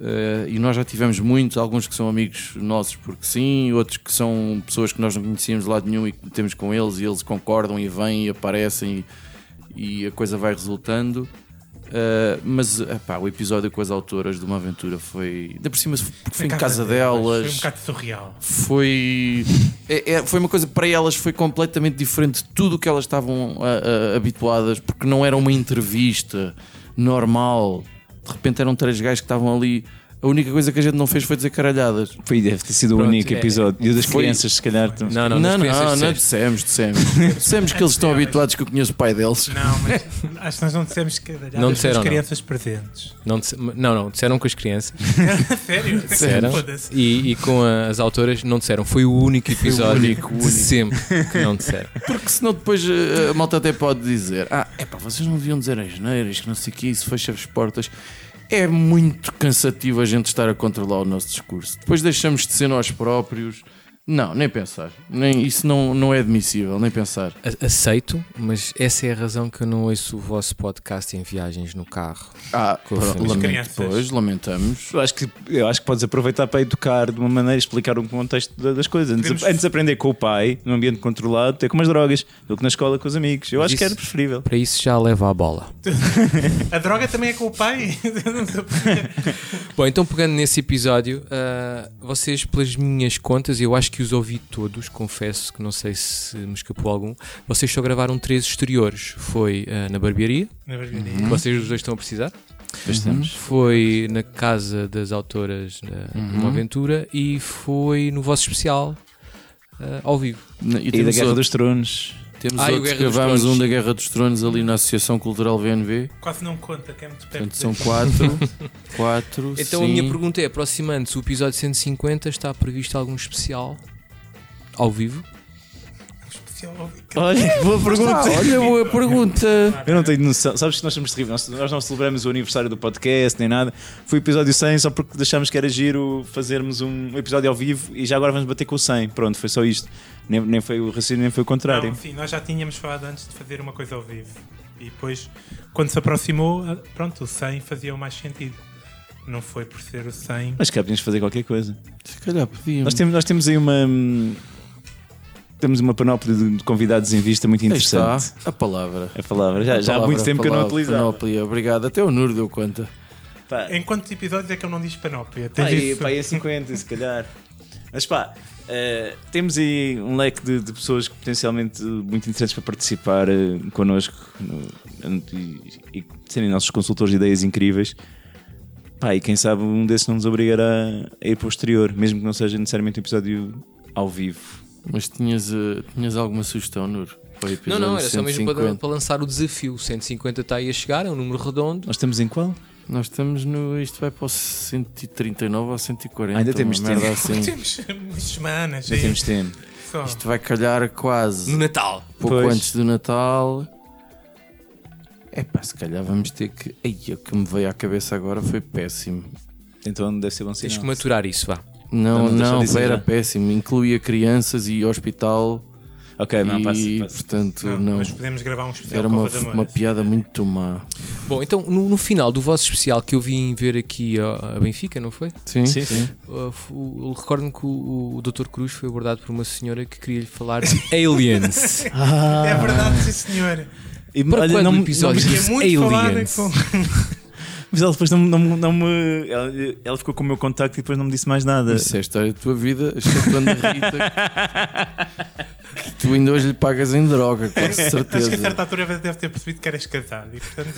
[SPEAKER 3] Eh, e nós já tivemos muitos, alguns que são amigos nossos porque sim, outros que são pessoas que nós não conhecíamos de lado nenhum e que temos com eles e eles concordam e vêm e aparecem e, e a coisa vai resultando. Uh, mas epá, o episódio com as autoras de uma aventura foi. Ainda por cima, porque foi em casa
[SPEAKER 5] Foi um
[SPEAKER 3] delas.
[SPEAKER 5] bocado surreal.
[SPEAKER 3] Foi. é- é- foi uma coisa que para elas foi completamente diferente de tudo o que elas estavam a- a- habituadas, porque não era uma entrevista normal. De repente eram três gajos que estavam ali. A única coisa que a gente não fez foi dizer caralhalhadas.
[SPEAKER 4] Foi, deve ter sido
[SPEAKER 2] Pronto,
[SPEAKER 4] o único
[SPEAKER 2] é-
[SPEAKER 4] episódio. E o das
[SPEAKER 3] foi-
[SPEAKER 4] crianças, se calhar. tam-
[SPEAKER 2] Ah, Não, não,
[SPEAKER 3] Não, não,
[SPEAKER 2] das crianças
[SPEAKER 3] não,
[SPEAKER 2] disseste.
[SPEAKER 3] dissemos, dissemos. Dissemos que eles estão habituados, que eu conheço o pai deles.
[SPEAKER 5] Não, mas acho que nós não dissemos que era
[SPEAKER 2] Não disseram,
[SPEAKER 5] as
[SPEAKER 2] não.
[SPEAKER 5] crianças presentes.
[SPEAKER 2] Não, disse- não, não, disseram com as crianças.
[SPEAKER 5] Sério?
[SPEAKER 2] Disseram.
[SPEAKER 5] Foda-se.
[SPEAKER 2] E, e com a- as autoras não disseram. Foi o único episódio
[SPEAKER 3] único, o
[SPEAKER 2] de
[SPEAKER 3] único.
[SPEAKER 2] sempre que não disseram.
[SPEAKER 3] Porque senão depois eh, a malta até pode dizer: Ah, é pá, vocês não deviam dizer as neiras, que não sei o que, isso fecha as portas. É muito cansativo a gente estar a controlar o nosso discurso. Depois deixamos de ser nós próprios. Não, nem pensar. Nem, isso não, não é admissível, nem pensar.
[SPEAKER 2] A- Aceito, mas essa é a razão que eu não ouço o vosso podcast em viagens no carro.
[SPEAKER 3] Ah,
[SPEAKER 2] Com as
[SPEAKER 3] pronto, lamento,
[SPEAKER 5] crianças.
[SPEAKER 3] pois, lamentamos.
[SPEAKER 4] Eu acho, que, eu acho que podes aproveitar para educar de uma maneira, explicar um contexto da- das coisas. Antes,
[SPEAKER 5] Podemos-
[SPEAKER 4] antes aprender com o pai, num ambiente controlado, ter com umas drogas, do que na escola com os amigos. Eu
[SPEAKER 2] Mas
[SPEAKER 4] acho que
[SPEAKER 2] isso-
[SPEAKER 4] era preferível.
[SPEAKER 2] Para isso já leva a bola.
[SPEAKER 5] A droga também é com o pai.
[SPEAKER 2] Bom, então pegando nesse episódio, ah, vocês, pelas minhas contas, eu acho que os ouvi todos, confesso que não sei se me escapou algum, vocês só gravaram três exteriores. Foi ah, na barbearia,
[SPEAKER 5] Na é verdade,
[SPEAKER 3] Uhum.
[SPEAKER 2] que vocês os dois estão a precisar.
[SPEAKER 4] Bastante.
[SPEAKER 2] Foi na casa das autoras na, numa aventura e foi no vosso especial ah, ao vivo.
[SPEAKER 3] Uhum. E
[SPEAKER 4] E da
[SPEAKER 3] temos
[SPEAKER 4] Guerra
[SPEAKER 3] outro,
[SPEAKER 4] dos Tronos.
[SPEAKER 3] temos
[SPEAKER 2] Ah, e o
[SPEAKER 3] outro
[SPEAKER 2] Guerra dos
[SPEAKER 3] gravámos
[SPEAKER 2] Tronos.
[SPEAKER 3] um da Guerra dos Tronos ali na Associação Cultural VNV.
[SPEAKER 5] Quase não conta, que é muito perto.
[SPEAKER 3] Portanto, são
[SPEAKER 5] daqui.
[SPEAKER 3] quatro. quatro
[SPEAKER 2] Então a
[SPEAKER 3] sim.
[SPEAKER 2] minha pergunta é, aproximando-se o episódio 150, está previsto algum especial ao vivo?
[SPEAKER 5] Especial.
[SPEAKER 4] Olha, boa
[SPEAKER 3] Ah,
[SPEAKER 4] pergunta.
[SPEAKER 3] olha, boa
[SPEAKER 2] é-
[SPEAKER 3] pergunta.
[SPEAKER 4] Eu não tenho noção. Sabes que nós somos terríveis. Nós, nós não celebramos o aniversário do podcast nem nada. Foi o episódio 100 só porque deixámos que era giro fazermos um episódio ao vivo e já agora vamos bater com o 100. Pronto, foi só isto. Nem, nem foi o raciocínio, nem foi o contrário.
[SPEAKER 5] Não, sim, nós já tínhamos falado antes de fazer uma coisa ao vivo. E depois, quando se aproximou, ah, pronto, o 100 fazia o mais sentido. Não foi por ser o 100.
[SPEAKER 4] Mas cá podíamos fazer qualquer coisa.
[SPEAKER 3] Se calhar podíamos.
[SPEAKER 4] Nós temos, nós temos aí uma. hum, Temos uma panóplia de de convidados em vista muito
[SPEAKER 3] Aí está
[SPEAKER 4] interessante.
[SPEAKER 3] a palavra.
[SPEAKER 4] A É palavra. Já,
[SPEAKER 3] A
[SPEAKER 4] já há
[SPEAKER 3] palavra,
[SPEAKER 4] muito tempo que eu não
[SPEAKER 3] palavra,
[SPEAKER 4] utilizava.
[SPEAKER 3] panóplia. Obrigado. Até o Nur deu conta.
[SPEAKER 4] Pá,
[SPEAKER 5] Em quantos episódios é que eu não disse panóplia? Tens
[SPEAKER 4] pá, aí,
[SPEAKER 5] isso?
[SPEAKER 4] pá, aí é 50, se calhar. Mas pá, eh, temos aí um leque de, de pessoas que potencialmente eh, muito interessantes para participar eh, connosco no- e, e serem nossos consultores de ideias incríveis. Pá, e quem sabe um desses não nos obrigará a ir para o exterior, mesmo que não seja necessariamente um episódio ao vivo.
[SPEAKER 3] Mas tinhas, eh, tinhas alguma sugestão, Nur? Para o
[SPEAKER 2] Não, não,
[SPEAKER 3] episódio
[SPEAKER 2] era só mesmo para,
[SPEAKER 3] 150?
[SPEAKER 2] para lançar o desafio. 150 está aí a chegar, é um número redondo.
[SPEAKER 4] Nós estamos em qual?
[SPEAKER 3] Nós estamos no. Isto vai para o 139 ou 140.
[SPEAKER 4] Ainda temos
[SPEAKER 3] uma merda
[SPEAKER 4] tempo.
[SPEAKER 3] Assim.
[SPEAKER 5] Temos umas semanas.
[SPEAKER 4] Já
[SPEAKER 5] aí,
[SPEAKER 4] temos tempo.
[SPEAKER 5] só.
[SPEAKER 3] Isto vai calhar quase
[SPEAKER 2] No Natal.
[SPEAKER 3] pouco
[SPEAKER 4] Pois.
[SPEAKER 3] antes do Natal. É pá, se calhar vamos ter que. Ai, o que me veio à cabeça agora foi péssimo.
[SPEAKER 4] Então deve ser bom
[SPEAKER 2] Tens
[SPEAKER 4] sinal.
[SPEAKER 2] que maturar isso, vá.
[SPEAKER 3] Não,
[SPEAKER 4] Então, deixa
[SPEAKER 3] não,
[SPEAKER 4] eu dizer
[SPEAKER 3] era
[SPEAKER 4] já.
[SPEAKER 3] péssimo. Incluía crianças e hospital.
[SPEAKER 4] Ok, É, não,
[SPEAKER 3] e,
[SPEAKER 4] passa, passa.
[SPEAKER 3] portanto,
[SPEAKER 5] Não,
[SPEAKER 3] não.
[SPEAKER 5] Mas podemos gravar um especial
[SPEAKER 3] Era uma,
[SPEAKER 5] Cova da
[SPEAKER 3] uma
[SPEAKER 5] Moura.
[SPEAKER 3] piada muito má.
[SPEAKER 2] Bom, então no, no final do vosso especial que eu vim ver aqui a, a Benfica, não foi?
[SPEAKER 3] Sim,
[SPEAKER 4] Sim, sim.
[SPEAKER 2] Uh, f- o- eu Recordo-me que o, o Dr. Cruz foi abordado por uma senhora que queria lhe falar de aliens.
[SPEAKER 5] É
[SPEAKER 3] Ah.
[SPEAKER 5] verdade, sim, senhor.
[SPEAKER 4] E,
[SPEAKER 2] Para
[SPEAKER 4] olha,
[SPEAKER 2] quando
[SPEAKER 4] não,
[SPEAKER 2] o
[SPEAKER 4] me-
[SPEAKER 2] episódio
[SPEAKER 4] não me-
[SPEAKER 5] Porque é
[SPEAKER 2] disse
[SPEAKER 5] muito
[SPEAKER 2] aliens.
[SPEAKER 5] falada
[SPEAKER 4] mas ela depois não, me- não, me- não me. Ela, ela ficou com o meu contacto e depois não me disse mais nada.
[SPEAKER 3] Isso é a história da tua vida, exceptuando a Rita. que tu ainda hoje lhe pagas em droga, com
[SPEAKER 5] com... Acho que a certa
[SPEAKER 3] certeza.
[SPEAKER 5] altura deve ter percebido que eras casado. E, portanto,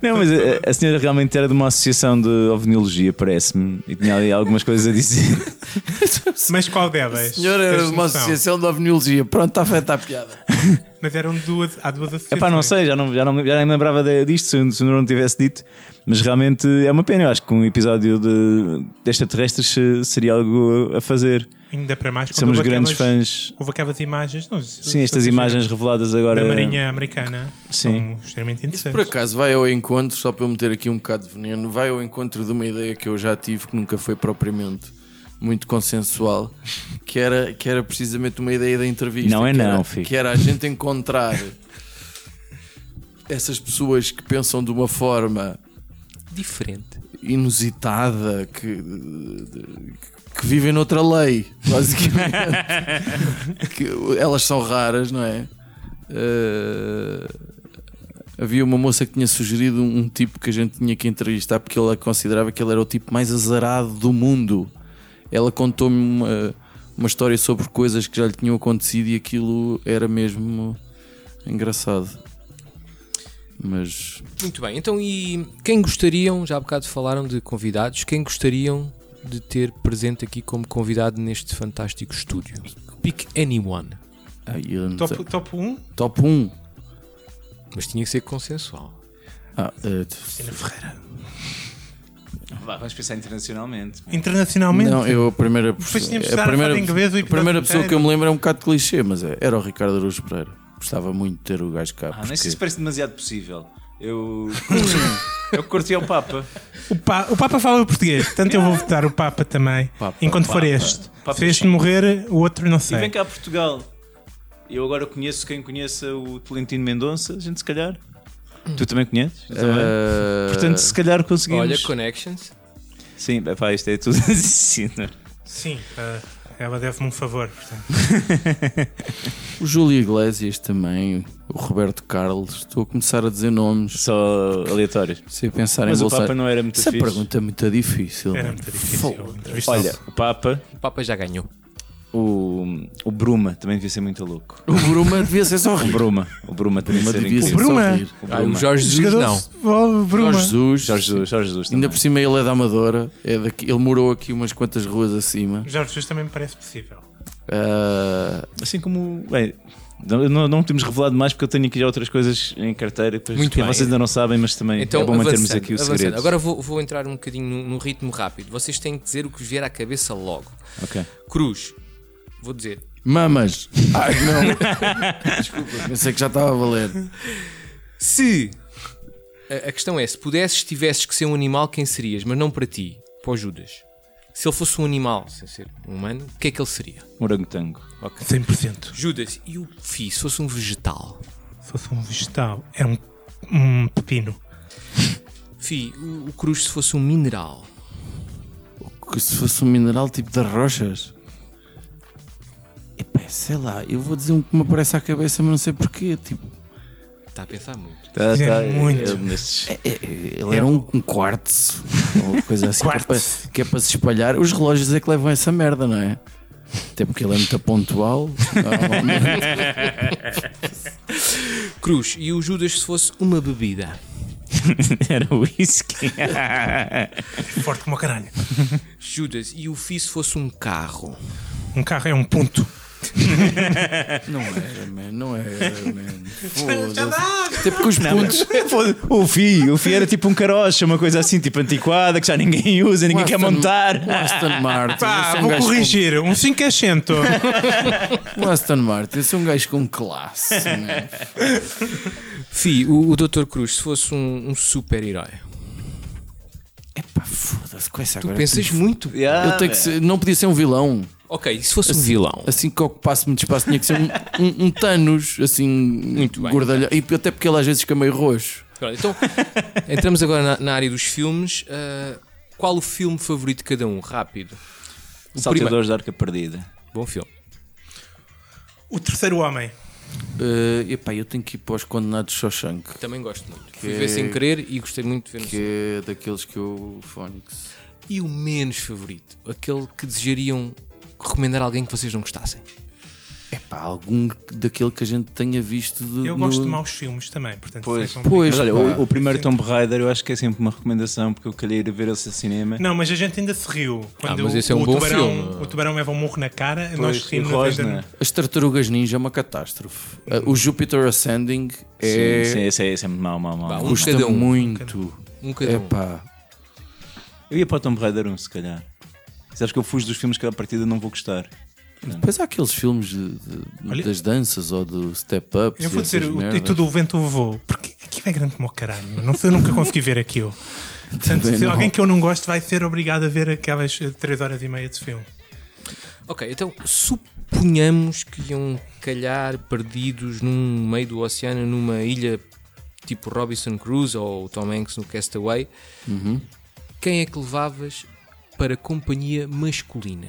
[SPEAKER 4] Não, mas eh, a, a senhora realmente era de uma associação de ovniologia, parece-me, e tinha ali algumas coisas a dizer.
[SPEAKER 5] mas qual delas?
[SPEAKER 3] Senhor, era
[SPEAKER 5] Tens
[SPEAKER 3] uma
[SPEAKER 5] noção?
[SPEAKER 3] associação de ovniologia. Pronto, tá está feita a piada.
[SPEAKER 5] Mas eram duas, há duas
[SPEAKER 4] É
[SPEAKER 5] associações.
[SPEAKER 4] pá, não sei, já, não, já, não, já nem me lembrava de- disto se, se o Nuno não tivesse dito, mas realmente é uma pena. Eu acho que um episódio de, de extraterrestres se- seria algo a fazer.
[SPEAKER 5] Ainda para mais quando
[SPEAKER 4] Somos
[SPEAKER 5] houve
[SPEAKER 4] grandes
[SPEAKER 5] aquelas-
[SPEAKER 4] fãs.
[SPEAKER 5] Houve aquelas imagens. Não,
[SPEAKER 4] Sim, estas imagens reveladas agora.
[SPEAKER 5] da Marinha Americana
[SPEAKER 4] Sim.
[SPEAKER 5] são extremamente interessantes.
[SPEAKER 3] Por acaso, vai ao encontro, só para eu meter aqui um bocado de veneno, vai ao encontro de uma ideia que eu já tive, que nunca foi propriamente muito consensual, que era, que era precisamente uma ideia da entrevista.
[SPEAKER 4] Não é
[SPEAKER 3] que
[SPEAKER 4] não,
[SPEAKER 3] era,
[SPEAKER 4] filho.
[SPEAKER 3] Que era a gente encontrar essas pessoas que pensam de uma forma
[SPEAKER 2] Diferente.
[SPEAKER 3] inusitada que, que vivem noutra lei, basicamente. que elas são raras, não é? Eh, havia uma moça que tinha sugerido um, um tipo que a gente tinha que entrevistar porque ela considerava que ele era o tipo mais azarado do mundo. Ela contou-me uma, uma história sobre coisas que já lhe tinham acontecido e aquilo era mesmo engraçado. Mas
[SPEAKER 2] Muito bem, então e quem gostariam, já há bocado falaram de convidados, quem gostariam de ter presente aqui como convidado neste fantástico estúdio? Pick anyone,
[SPEAKER 3] ai, eu não sei.
[SPEAKER 5] Top, top 1,
[SPEAKER 3] top 1
[SPEAKER 2] mas tinha que ser consensual.
[SPEAKER 3] Ah, eh,
[SPEAKER 5] Cristina Ferreira.
[SPEAKER 4] Vamos pensar internacionalmente.
[SPEAKER 5] Internacionalmente.
[SPEAKER 3] Não, eu a primeira,
[SPEAKER 5] Depois tínhamos
[SPEAKER 3] a
[SPEAKER 5] de
[SPEAKER 3] primeira,
[SPEAKER 5] falar em inglês o
[SPEAKER 3] a primeira
[SPEAKER 5] episódio
[SPEAKER 3] pessoa
[SPEAKER 5] inteiro.
[SPEAKER 3] que eu me lembro é um bocado clichê, mas é- era o Ricardo Araújo Pereira. Gostava muito de ter o gajo cá.
[SPEAKER 4] Ah, não sei se
[SPEAKER 3] porque-
[SPEAKER 4] isso parece demasiado possível. Eu. eu curti ao Papa.
[SPEAKER 5] O, pa, o Papa fala português, portanto eu vou votar o Papa também.
[SPEAKER 3] Papa,
[SPEAKER 5] enquanto for
[SPEAKER 4] Papa.
[SPEAKER 5] este.
[SPEAKER 4] Papa
[SPEAKER 5] Se este
[SPEAKER 4] Chico.
[SPEAKER 5] morrer, o outro não
[SPEAKER 4] E vem
[SPEAKER 5] sei.
[SPEAKER 4] cá a Portugal. Eu agora conheço quem conheça o Tolentino Mendonça, a gente se calhar. Tu também conheces? Eu também.
[SPEAKER 3] Ah,
[SPEAKER 4] Portanto, se calhar conseguimos.
[SPEAKER 2] Olha, connections.
[SPEAKER 4] Sim, pá, isto é tudo assim, não é?
[SPEAKER 5] Sim, ah, ela deve-me um favor. Portanto.
[SPEAKER 3] o Júlio Iglesias também, o Roberto Carlos. Estou a começar a dizer nomes
[SPEAKER 4] Só aleatórios.
[SPEAKER 3] sem pensar
[SPEAKER 4] Mas
[SPEAKER 3] em
[SPEAKER 4] o
[SPEAKER 3] bolsar.
[SPEAKER 4] Papa não era muito
[SPEAKER 3] Essa
[SPEAKER 4] fixe.
[SPEAKER 3] pergunta é muito difícil.
[SPEAKER 5] Era
[SPEAKER 3] mano.
[SPEAKER 5] muito difícil.
[SPEAKER 3] Fogo.
[SPEAKER 5] entrevistar.
[SPEAKER 4] Olha, o Papa,
[SPEAKER 2] O Papa já ganhou.
[SPEAKER 4] o, o Bruma também devia ser muito louco.
[SPEAKER 3] O Bruma devia ser só um
[SPEAKER 4] O
[SPEAKER 3] rir.
[SPEAKER 4] Bruma, o Bruma também
[SPEAKER 3] Bruma
[SPEAKER 4] devia ser
[SPEAKER 3] devia ser
[SPEAKER 4] incrível.
[SPEAKER 5] Bruma.
[SPEAKER 3] só rir.
[SPEAKER 4] O
[SPEAKER 2] Ah, o
[SPEAKER 4] Bruma.
[SPEAKER 2] Jorge Jesus
[SPEAKER 5] Jogador de
[SPEAKER 2] não.
[SPEAKER 5] futebol, Bruma.
[SPEAKER 3] Jorge Jesus.
[SPEAKER 4] Jorge Jesus, Jorge Jesus também.
[SPEAKER 3] Ainda por cima ele é da Amadora. É daqui, ele morou aqui umas quantas ruas acima.
[SPEAKER 5] Jorge Jesus também me parece possível.
[SPEAKER 3] Ah,
[SPEAKER 4] Assim como. Bem, não, não, não temos revelado mais porque eu tenho aqui já outras coisas em carteira depois
[SPEAKER 2] Muito
[SPEAKER 4] que
[SPEAKER 2] bem.
[SPEAKER 4] vocês ainda não sabem, mas também
[SPEAKER 2] Então
[SPEAKER 4] é bom mantermos
[SPEAKER 2] avançando,
[SPEAKER 4] aqui o
[SPEAKER 2] avançando.
[SPEAKER 4] segredo.
[SPEAKER 2] Agora vou, vou entrar um bocadinho num, num ritmo rápido. Vocês têm que dizer o que vos vier à cabeça logo.
[SPEAKER 4] Ok.
[SPEAKER 2] Cruz, vou dizer.
[SPEAKER 3] Mamas. Ai, não. Desculpa, pensei que já estava a valer.
[SPEAKER 2] Se a, a questão é, se pudesses, tivesses que ser um animal, quem serias? Mas não para ti, para o Judas. Se ele fosse um animal, sem ser um humano, o que é que ele seria?
[SPEAKER 4] Morangotango.
[SPEAKER 5] 100%.
[SPEAKER 2] Judas, e o Fi, se fosse um vegetal?
[SPEAKER 5] Se fosse um vegetal, era um, um pepino.
[SPEAKER 2] Fi, o, o Cruz, se fosse um mineral?
[SPEAKER 3] Que se fosse um mineral tipo das rochas. Epá, sei lá, eu vou dizer um que me aparece à cabeça, mas não sei porquê. Tipo,
[SPEAKER 2] Está a pensar muito.
[SPEAKER 4] Tá,
[SPEAKER 5] Quiser
[SPEAKER 4] tá,
[SPEAKER 5] muito.
[SPEAKER 4] é, é nesses-
[SPEAKER 3] é- é- ele era um, um quartzo, uma coisa assim, que é, para,
[SPEAKER 5] Quartzo.
[SPEAKER 3] que é para se espalhar. Os relógios é que levam essa merda, não é? Até porque ele é muito pontual.
[SPEAKER 5] é.
[SPEAKER 3] normalmente.
[SPEAKER 2] Cruz, e o Judas, se fosse uma bebida?
[SPEAKER 4] Era o whisky.
[SPEAKER 5] Forte como o caralho.
[SPEAKER 2] Judas, e o Fi, se fosse um carro?
[SPEAKER 5] Um carro é um ponto.
[SPEAKER 3] Não era, man, não era, man.
[SPEAKER 5] Já
[SPEAKER 3] Foda-se.
[SPEAKER 5] dá!
[SPEAKER 3] Até porque os pontos.
[SPEAKER 4] o Fi, o Fi era tipo um carocha, uma coisa assim, tipo antiquada, que já ninguém usa, ninguém quer
[SPEAKER 3] Aston-
[SPEAKER 4] montar.
[SPEAKER 3] Um Aston Martin.
[SPEAKER 5] Pá,
[SPEAKER 3] esse é um
[SPEAKER 5] vou
[SPEAKER 3] gajo com-
[SPEAKER 5] corrigir. Um 500.
[SPEAKER 3] Um Aston Martin, esse é um gajo com classe, né?
[SPEAKER 2] Fi, o, o Dr. Cruz, se fosse um, um super-herói,
[SPEAKER 3] Epá, foda-se, com essa
[SPEAKER 2] tu
[SPEAKER 3] agora.
[SPEAKER 2] pensas muito.
[SPEAKER 4] Yeah,
[SPEAKER 3] Eu tenho que ser- não podia ser um vilão.
[SPEAKER 2] Ok, e se fosse um vilão?
[SPEAKER 3] Assim que ocupasse muito espaço, tinha que ser um, um- um Thanos, assim,
[SPEAKER 2] Muito bem.
[SPEAKER 3] gordalhão. E até porque ele às vezes fica meio roxo.
[SPEAKER 2] Pronto, Então, entramos agora na, na área dos filmes. Ah, qual o filme favorito de cada um? Rápido. O primeiro.
[SPEAKER 4] Saltadores da Ah, Arca Perdida.
[SPEAKER 2] Bom filme.
[SPEAKER 5] O terceiro homem.
[SPEAKER 3] Eh, epá, eu tenho que ir para os condenados Shawshank,
[SPEAKER 2] Também gosto muito. Fui ver sem querer e gostei muito de ver no cinema.
[SPEAKER 3] que é daqueles que eu. Fónix.
[SPEAKER 2] E o menos favorito? Aquele que desejariam recomendar a alguém que vocês não gostassem.
[SPEAKER 3] Epá, algum daquele que a gente tenha visto. de-
[SPEAKER 5] Eu
[SPEAKER 3] no-
[SPEAKER 5] gosto de maus filmes também, portanto.
[SPEAKER 4] Pois.
[SPEAKER 5] sei como-
[SPEAKER 3] Hum. Pois,
[SPEAKER 4] Mas olha,
[SPEAKER 3] pá.
[SPEAKER 4] o, o primeiro Tomb Raider eu acho que é sempre uma recomendação, porque eu queria ir ver esse ao cinema.
[SPEAKER 5] Não, mas a gente ainda se riu. Quando
[SPEAKER 2] mas esse é um
[SPEAKER 5] o,
[SPEAKER 2] bom
[SPEAKER 5] tubarão,
[SPEAKER 2] filme.
[SPEAKER 5] o tubarão leva um murro na cara, nós
[SPEAKER 4] Pois, e
[SPEAKER 5] rimos
[SPEAKER 4] Rosna.
[SPEAKER 3] As Tartarugas Ninja é uma catástrofe. Ah, O Júpiter Ascending é.
[SPEAKER 4] Sim, sim, esse é, esse é muito mau, mau, mau.
[SPEAKER 2] Pá, um-
[SPEAKER 3] Custa
[SPEAKER 2] Cada um.
[SPEAKER 3] muito.
[SPEAKER 2] Um cada um.
[SPEAKER 3] Epá.
[SPEAKER 4] Eu ia para o Tomb Raider 1, se calhar. Sabes que eu fujo dos filmes que à partida não vou gostar.
[SPEAKER 3] Depois há aqueles filmes de- de-
[SPEAKER 5] Olha-
[SPEAKER 3] das danças ou do Step Up.
[SPEAKER 5] Eu vou dizer, o- e tudo o vento voou. Porque aquilo é grande como o caralho. Não sei, eu nunca consegui ver aquilo. Portanto,
[SPEAKER 3] Também
[SPEAKER 5] se
[SPEAKER 3] não.
[SPEAKER 5] alguém que eu não gosto vai ser obrigado a ver aquelas 3 horas e meia de filme.
[SPEAKER 2] Ok, então suponhamos que iam calhar perdidos num meio do oceano, numa ilha tipo Robinson Crusoe ou o Tom Hanks no Castaway. Quem é que levavas para companhia masculina?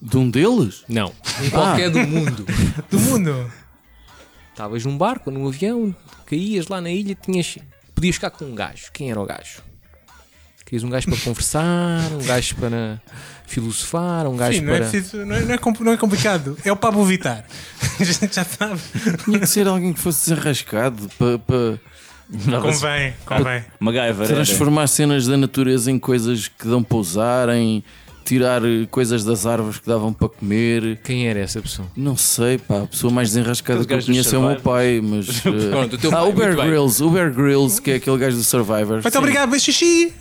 [SPEAKER 3] De um deles?
[SPEAKER 2] Não, em qualquer do mundo.
[SPEAKER 5] Do mundo!
[SPEAKER 2] Estavas num barco, num avião, caías lá na ilha, tinhas, podias ficar com um gajo. Quem era o gajo? Querias um gajo para conversar, um gajo para filosofar, um gajo
[SPEAKER 5] Sim, não é,
[SPEAKER 2] para.
[SPEAKER 5] preciso, não, é, não é com- não é complicado. É o Pablo Vittar. A gente já sabe.
[SPEAKER 3] Tinha que ser alguém que fosse desenrascado para. para
[SPEAKER 5] Convém, convém.
[SPEAKER 4] MacGyver. era.
[SPEAKER 3] transformar cenas da natureza em coisas que dão para usar, em tirar eh, coisas das árvores que davam para comer.
[SPEAKER 2] Quem era essa pessoa?
[SPEAKER 3] Não sei, pá, a pessoa mais desenrascada
[SPEAKER 4] Aqueles
[SPEAKER 3] que eu
[SPEAKER 4] gajos dos
[SPEAKER 3] conheço é o meu
[SPEAKER 4] Survivors.
[SPEAKER 3] pai, mas. eh,
[SPEAKER 2] Pronto, o teu
[SPEAKER 3] ah,
[SPEAKER 2] pai,
[SPEAKER 3] o Bear
[SPEAKER 2] muito bem.
[SPEAKER 3] Grylls, o Bear Grylls, que é aquele gajo do Survivor.
[SPEAKER 5] Muito
[SPEAKER 3] Sim,
[SPEAKER 5] obrigado, beijo xixi!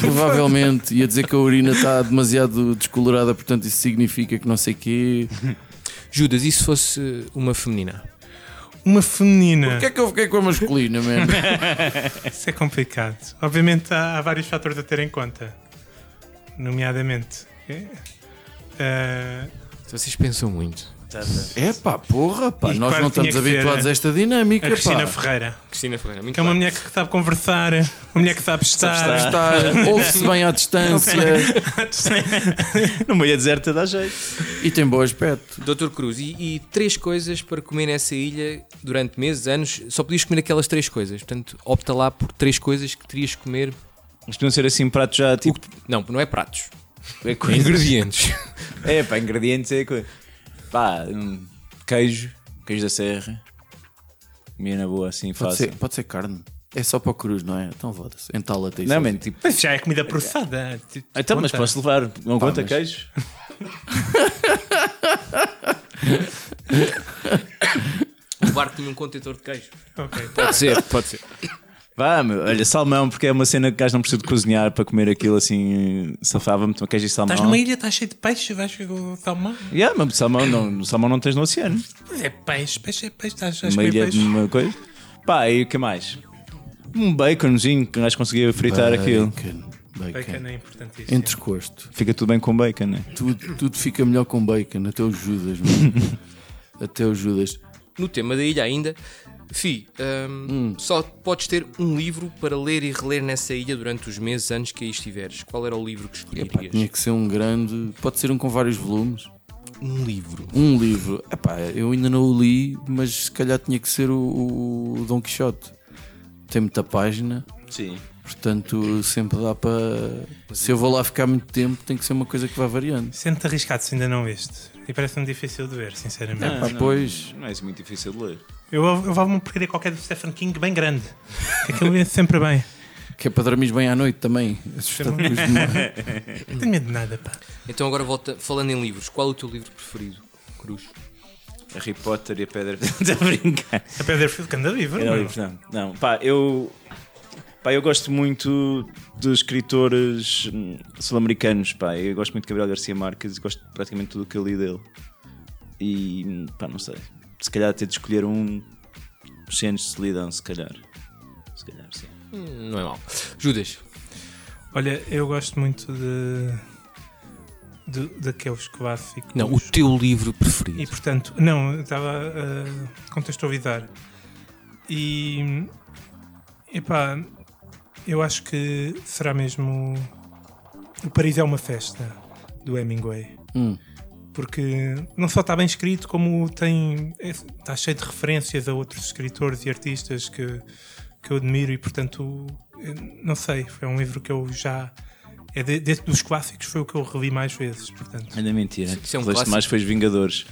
[SPEAKER 3] Provavelmente ia dizer que a urina está demasiado descolorada, portanto isso significa que não sei quê.
[SPEAKER 2] Judas, e se fosse uma feminina?
[SPEAKER 5] Uma feminina.
[SPEAKER 3] O que é que eu fiquei com a masculina, mano?
[SPEAKER 5] Isso é complicado. Obviamente há, há vários fatores a ter em conta. Nomeadamente. eh, ah,
[SPEAKER 2] Vocês pensam muito.
[SPEAKER 3] É pá, porra, pá,
[SPEAKER 5] E
[SPEAKER 3] nós
[SPEAKER 5] claro
[SPEAKER 3] não
[SPEAKER 5] que tinha
[SPEAKER 3] estamos
[SPEAKER 5] que ser,
[SPEAKER 3] habituados
[SPEAKER 5] né?
[SPEAKER 3] a esta dinâmica,
[SPEAKER 5] a
[SPEAKER 3] pá.
[SPEAKER 5] Cristina Ferreira.
[SPEAKER 2] Cristina Ferreira, muito
[SPEAKER 5] Que é uma mulher que sabe conversar, uma mulher que sabe estar.
[SPEAKER 3] Está, ouve-se bem à distância
[SPEAKER 4] Não me ia dizer, te dá jeito.
[SPEAKER 3] e tem bom aspecto.
[SPEAKER 2] Doutor Cruz, e, e três coisas para comer nessa ilha durante meses, anos, só podias comer aquelas três coisas. Portanto, opta lá por três coisas que terias que comer.
[SPEAKER 4] Mas podiam ser assim pratos já,
[SPEAKER 2] O
[SPEAKER 4] tipo.
[SPEAKER 2] que- Não, não é pratos.
[SPEAKER 4] É,
[SPEAKER 2] É
[SPEAKER 4] coisa.
[SPEAKER 2] ingredientes.
[SPEAKER 4] é pá, ingredientes é coisa. Pá, hum, queijo, queijo da serra. Minha na boa, assim,
[SPEAKER 3] Pode
[SPEAKER 4] fácil.
[SPEAKER 3] ser, pode ser carne. É só para o cruz, não é? Então foda-se. Entala-te aí
[SPEAKER 4] Não,
[SPEAKER 3] sozinho.
[SPEAKER 4] man, tipo.
[SPEAKER 5] Mas já é comida processada. tipo,
[SPEAKER 4] Então, mas
[SPEAKER 5] conta.
[SPEAKER 4] posso levar. Não conta
[SPEAKER 3] mas-
[SPEAKER 4] queijo?
[SPEAKER 2] o barco tinha um contentor de queijo.
[SPEAKER 5] Ok.
[SPEAKER 2] Pode ser, pode ser.
[SPEAKER 4] Vá, meu, olha, salmão, porque é uma cena que o gajo não precisa de cozinhar para comer aquilo assim. Safava-me, toma queijo e salmão.
[SPEAKER 5] Estás numa ilha, estás cheio de peixe, vais ver o salmão.
[SPEAKER 4] Yeah, mas salmão não, salmão não tens no oceano.
[SPEAKER 5] Mas é peixe, peixe é peixe, estás a
[SPEAKER 4] Uma
[SPEAKER 5] comer
[SPEAKER 4] ilha de
[SPEAKER 5] peixe.
[SPEAKER 4] uma coisa. Pá, e o que mais? Um baconzinho que nós conseguia fritar aquilo.
[SPEAKER 3] Bacon,
[SPEAKER 5] Bacon
[SPEAKER 3] bacon.
[SPEAKER 5] é
[SPEAKER 3] Então,
[SPEAKER 5] importantíssimo.
[SPEAKER 3] Entrecosto.
[SPEAKER 4] Fica tudo bem com bacon, né?
[SPEAKER 3] Tudo, tudo fica melhor com bacon, até o Judas, mano. até o Judas.
[SPEAKER 2] No tema da ilha ainda, Fi, hum, só podes ter um livro para ler e reler nessa ilha durante os meses, anos que aí estiveres. Qual era o livro que
[SPEAKER 3] Epá,
[SPEAKER 2] escolherias?
[SPEAKER 3] tinha que ser um grande. Pode ser um com vários volumes.
[SPEAKER 2] um livro.
[SPEAKER 3] Um livro. Epá, eu ainda não o li, mas se calhar tinha que ser o, o- o Dom Quixote. Tem muita página,
[SPEAKER 4] Sim.
[SPEAKER 3] portanto sempre dá para. Se eu vou lá ficar muito tempo, tem que ser uma coisa que vá variando.
[SPEAKER 5] Sente-te arriscado se ainda não viste. E parece-me difícil de ver, sinceramente.
[SPEAKER 3] Epá, pois.
[SPEAKER 4] Não é isso muito difícil de ler.
[SPEAKER 5] Eu, eu vou-me perder qualquer do Stephen King bem grande. Que aquilo vê sempre bem.
[SPEAKER 3] Que é para dormir bem à noite também.
[SPEAKER 5] é
[SPEAKER 3] Assustado com os demais.
[SPEAKER 5] Não tenho medo de nada, pá.
[SPEAKER 2] Então agora volta, falando em livros, qual é o teu livro preferido, Cruz?
[SPEAKER 4] Harry Potter e a Pedra. Estou a brincar.
[SPEAKER 5] A Pedra Fio É que anda viva,
[SPEAKER 4] Era
[SPEAKER 5] não é?
[SPEAKER 4] livre, não. Não, pá, eu. Pá, eu gosto muito de escritores hum, sul-americanos, pá. Eu gosto muito de Gabriel Garcia Marques e gosto de praticamente tudo o que eu li dele. E, hum, pá, não sei. Se calhar ter de escolher um. Oceanos de Solidão, se calhar. Se calhar, sim.
[SPEAKER 2] Hum, Não é mal. Judas,
[SPEAKER 5] Olha, eu gosto muito de. de daqueles clássicos.
[SPEAKER 2] não, o teu livro
[SPEAKER 5] E
[SPEAKER 2] preferido.
[SPEAKER 5] portanto, não, eu estava a contextualizar. E. Epá, eu acho que será mesmo. O Paris é uma festa do Hemingway.
[SPEAKER 3] Hum.
[SPEAKER 5] Porque não só está bem escrito, como tem. é- está cheio de referências a outros escritores e artistas que, que eu admiro e portanto. eh, Não sei, foi um livro que eu já. É de, de- dos clássicos foi o que eu reli mais vezes, portanto.
[SPEAKER 4] Ainda mentira.
[SPEAKER 2] Isso é um
[SPEAKER 4] Leste
[SPEAKER 2] clássico.
[SPEAKER 4] mais foi os Vingadores.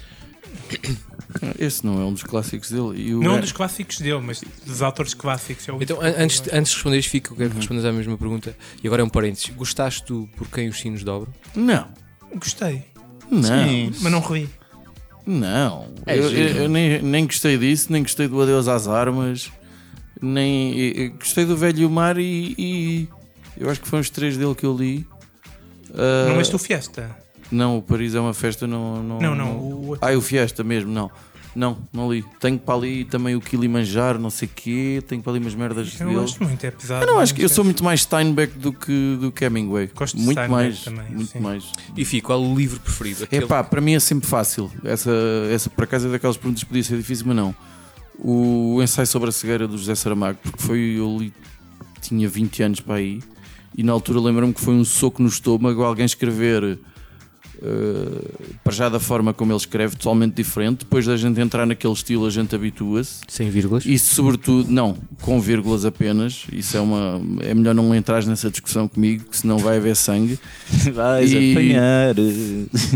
[SPEAKER 3] Esse não é um dos clássicos dele. E o
[SPEAKER 5] Não é um dos clássicos dele, mas dos autores clássicos. é o-
[SPEAKER 2] Então, an- antes, de- antes de responderes, fico, eu quero que respondas à mesma pergunta. E agora é um parênteses. Gostaste do Por Quem os Sinos Dobram?
[SPEAKER 3] Não.
[SPEAKER 5] Gostei,
[SPEAKER 3] Não.
[SPEAKER 5] mas não revi.
[SPEAKER 3] Não,
[SPEAKER 2] É
[SPEAKER 3] eu,
[SPEAKER 2] giro.
[SPEAKER 3] eu- eu nem, nem gostei disso, nem gostei do Adeus às Armas, nem eu- eu gostei do Velho e o Mar e, e- eu acho que foram os três dele que eu li. Ah,
[SPEAKER 5] Não és tu Fiesta?
[SPEAKER 3] não, o Paris é uma festa, não. Não,
[SPEAKER 5] Não, não, o outro.
[SPEAKER 3] Ah, e o Fiesta mesmo, não. Não, não li. Tenho para ali também o Kilimanjaro, não sei o quê, tenho para ali umas merdas
[SPEAKER 5] Eu
[SPEAKER 3] dele.
[SPEAKER 5] gosto muito, é pesado.
[SPEAKER 3] Eu não acho que eu
[SPEAKER 5] mas
[SPEAKER 3] sou muito mais Steinbeck do que, do que Hemingway.
[SPEAKER 5] Gosto de
[SPEAKER 3] muito
[SPEAKER 5] Steinbeck
[SPEAKER 3] mais,
[SPEAKER 5] também,
[SPEAKER 3] muito
[SPEAKER 5] sim.
[SPEAKER 3] mais.
[SPEAKER 2] E fico, qual o livro preferido?
[SPEAKER 3] É
[SPEAKER 2] Aquele-
[SPEAKER 3] pá, para mim é sempre fácil. Essa, essa por acaso é daquelas perguntas que podia ser difícil, mas não. O ensaio sobre a cegueira do José Saramago, porque foi eu li, tinha 20 anos para aí, e na altura lembro-me que foi um soco no estômago alguém escrever. eh, para já da forma como ele escreve, totalmente diferente. Depois da gente entrar naquele estilo, a gente habitua-se.
[SPEAKER 2] Sem vírgulas.
[SPEAKER 3] Isso sobretudo, não, com vírgulas apenas. Isso é uma. É melhor não entrar nessa discussão comigo, que senão vai haver sangue.
[SPEAKER 4] Vais
[SPEAKER 3] E-
[SPEAKER 4] apanhar.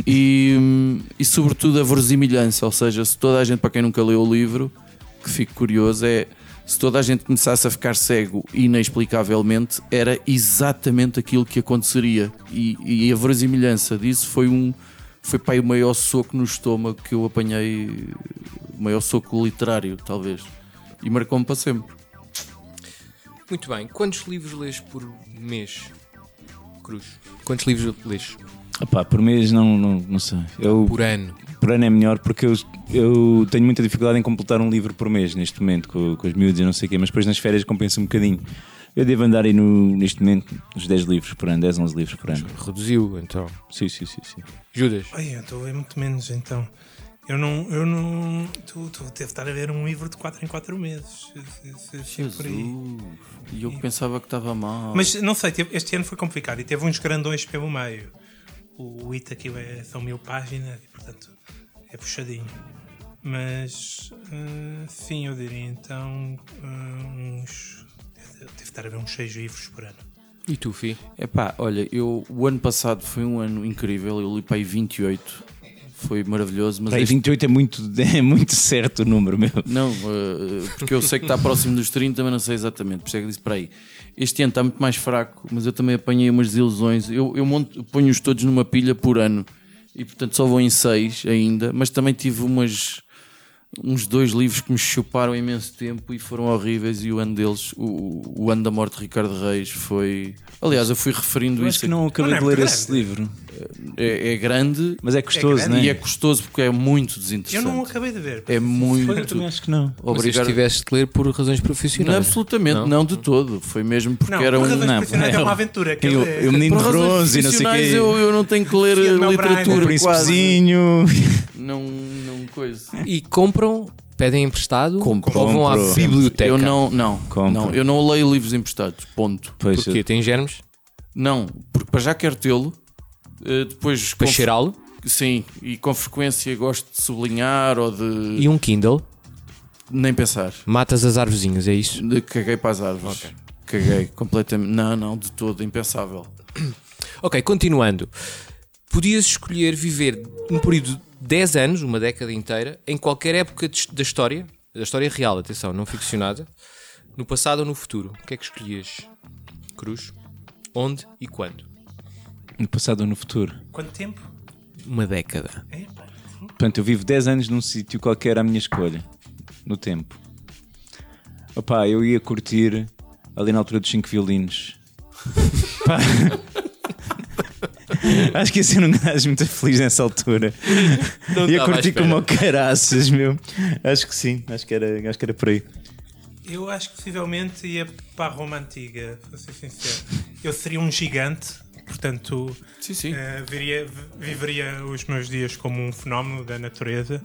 [SPEAKER 3] E, hum, e sobretudo a verosimilhança, ou seja, se toda a gente, para quem nunca leu o livro, que fico curioso, é se toda a gente começasse a ficar cego inexplicavelmente, era exatamente aquilo que aconteceria. E, e a verosimilhança disso foi um. Foi para aí o maior soco no estômago que eu apanhei, o maior soco literário, talvez. E marcou-me para sempre.
[SPEAKER 2] Muito bem. Quantos livros lês por mês, Cruz? Quantos livros lês
[SPEAKER 4] Opá, por mês não, não, não sei. Eu,
[SPEAKER 2] por ano?
[SPEAKER 4] por ano é melhor porque eu, eu tenho muita dificuldade em completar um livro por mês neste momento com, com os miúdos e não sei o quê, mas depois nas férias compensa um bocadinho. Eu devo andar aí no, neste momento uns 10 livros por ano, 10, 11 livros por ano.
[SPEAKER 2] Reduziu, então.
[SPEAKER 4] Sim, sim, sim. sim.
[SPEAKER 2] Judas,
[SPEAKER 5] Ai, eu estou a ler muito menos, então. Eu não. Eu não tu, tu deves estar a ler um livro de 4 em 4 meses. se- se- se é por aí.
[SPEAKER 3] E eu que pensava que estava mal.
[SPEAKER 5] Mas não sei, teve- este ano foi complicado e teve uns grandões pelo meio. O It aqui é, são mil páginas e, portanto, é puxadinho. Mas, hum, sim, eu diria então hum, uns. Deve estar a ver uns 6 livros por ano.
[SPEAKER 2] e tu, Fi?
[SPEAKER 3] Epá, olha, eu, o ano passado foi um ano incrível, eu li para aí 28, foi maravilhoso, mas
[SPEAKER 4] Pá, e
[SPEAKER 3] este-
[SPEAKER 4] 28 é muito, é muito certo o número, meu.
[SPEAKER 3] não, eh, porque eu sei que está próximo dos 30, mas não sei exatamente, por isso é que disse para aí. Este ano está muito mais fraco, mas eu também apanhei umas desilusões, eu, eu monto- ponho-os todos numa pilha por ano, e portanto só vou em 6 ainda, mas também tive umas... Uns dois livros que me chuparam imenso tempo e foram horríveis, e o ano deles, o, o ano da morte de Ricardo Reis, foi. Aliás, eu fui referindo
[SPEAKER 4] Eu acho
[SPEAKER 3] isso.
[SPEAKER 4] que não
[SPEAKER 5] Não,
[SPEAKER 4] acabei
[SPEAKER 5] não é
[SPEAKER 4] de ler
[SPEAKER 5] grande.
[SPEAKER 4] esse livro,
[SPEAKER 3] É- é grande,
[SPEAKER 4] mas é custoso,
[SPEAKER 5] grande.
[SPEAKER 4] não é?
[SPEAKER 3] E é custoso porque é muito
[SPEAKER 5] Eu
[SPEAKER 3] desinteressante.
[SPEAKER 5] não acabei de ver.
[SPEAKER 3] É
[SPEAKER 4] Eu também
[SPEAKER 3] muito.
[SPEAKER 4] acho que não.
[SPEAKER 2] Mas
[SPEAKER 3] Obrigado.
[SPEAKER 2] estiveste de ler por razões
[SPEAKER 3] Não,
[SPEAKER 2] profissionais.
[SPEAKER 3] absolutamente, não.
[SPEAKER 2] Não?
[SPEAKER 3] de todo. Foi mesmo porque
[SPEAKER 5] Não,
[SPEAKER 3] era
[SPEAKER 5] por
[SPEAKER 3] um.
[SPEAKER 5] razões
[SPEAKER 4] não,
[SPEAKER 5] profissionais é
[SPEAKER 4] não.
[SPEAKER 5] uma aventura. Que
[SPEAKER 4] Eu,
[SPEAKER 5] ele- é
[SPEAKER 4] eu menino
[SPEAKER 3] Por
[SPEAKER 4] de
[SPEAKER 3] razões
[SPEAKER 4] bronze e não sei o
[SPEAKER 3] profissionais,
[SPEAKER 4] quê.
[SPEAKER 3] eu, eu não tenho que ler
[SPEAKER 5] Sim, não,
[SPEAKER 4] O
[SPEAKER 5] Brian.
[SPEAKER 3] literatura quase.
[SPEAKER 4] príncipezinho.
[SPEAKER 3] Não, não coisa.
[SPEAKER 2] E compram, pedem emprestado
[SPEAKER 3] Compro.
[SPEAKER 2] ou vão à
[SPEAKER 4] Compro.
[SPEAKER 2] biblioteca?
[SPEAKER 3] Eu não, não,
[SPEAKER 4] Compra.
[SPEAKER 3] não, eu não leio livros emprestados. Ponto.
[SPEAKER 4] Pois,
[SPEAKER 2] Porquê? Tem germes?
[SPEAKER 3] Não, porque para já quero tê-lo. eh, Depois
[SPEAKER 2] Para
[SPEAKER 3] com-
[SPEAKER 2] cheirá-lo?
[SPEAKER 3] Sim, e com frequência gosto de sublinhar ou de
[SPEAKER 2] E um Kindle?
[SPEAKER 3] nem pensar.
[SPEAKER 2] Matas as arvozinhas, é isso?
[SPEAKER 3] De- Caguei para as árvores. Caguei completamente. Não, não, de todo, impensável.
[SPEAKER 2] Ok, continuando. Podias escolher viver um período de 10 anos, uma década inteira, em qualquer época de- da história, da história real, atenção, não ficcionada, no passado ou no futuro. O que é que escolhias? Cruz? Onde e quando?
[SPEAKER 4] No passado ou no futuro.
[SPEAKER 5] Quanto tempo?
[SPEAKER 2] Uma década.
[SPEAKER 5] Epá.
[SPEAKER 4] Portanto, eu vivo 10 anos num sítio qualquer à minha escolha, no tempo. Opá, eu ia curtir ali na altura dos 5 violinos. Pá. Acho que ia ser um gajo muito feliz nessa altura. ia
[SPEAKER 2] estava à
[SPEAKER 4] curtir
[SPEAKER 2] espera.
[SPEAKER 4] como o caraças, meu. Acho que sim, acho que era, acho que era por aí.
[SPEAKER 5] Eu acho que possivelmente ia para a Roma Antiga, para ser sincero. Eu seria um gigante, portanto,
[SPEAKER 3] Sim, sim.
[SPEAKER 5] eh, viria- vi- viveria os meus dias como um fenómeno da natureza.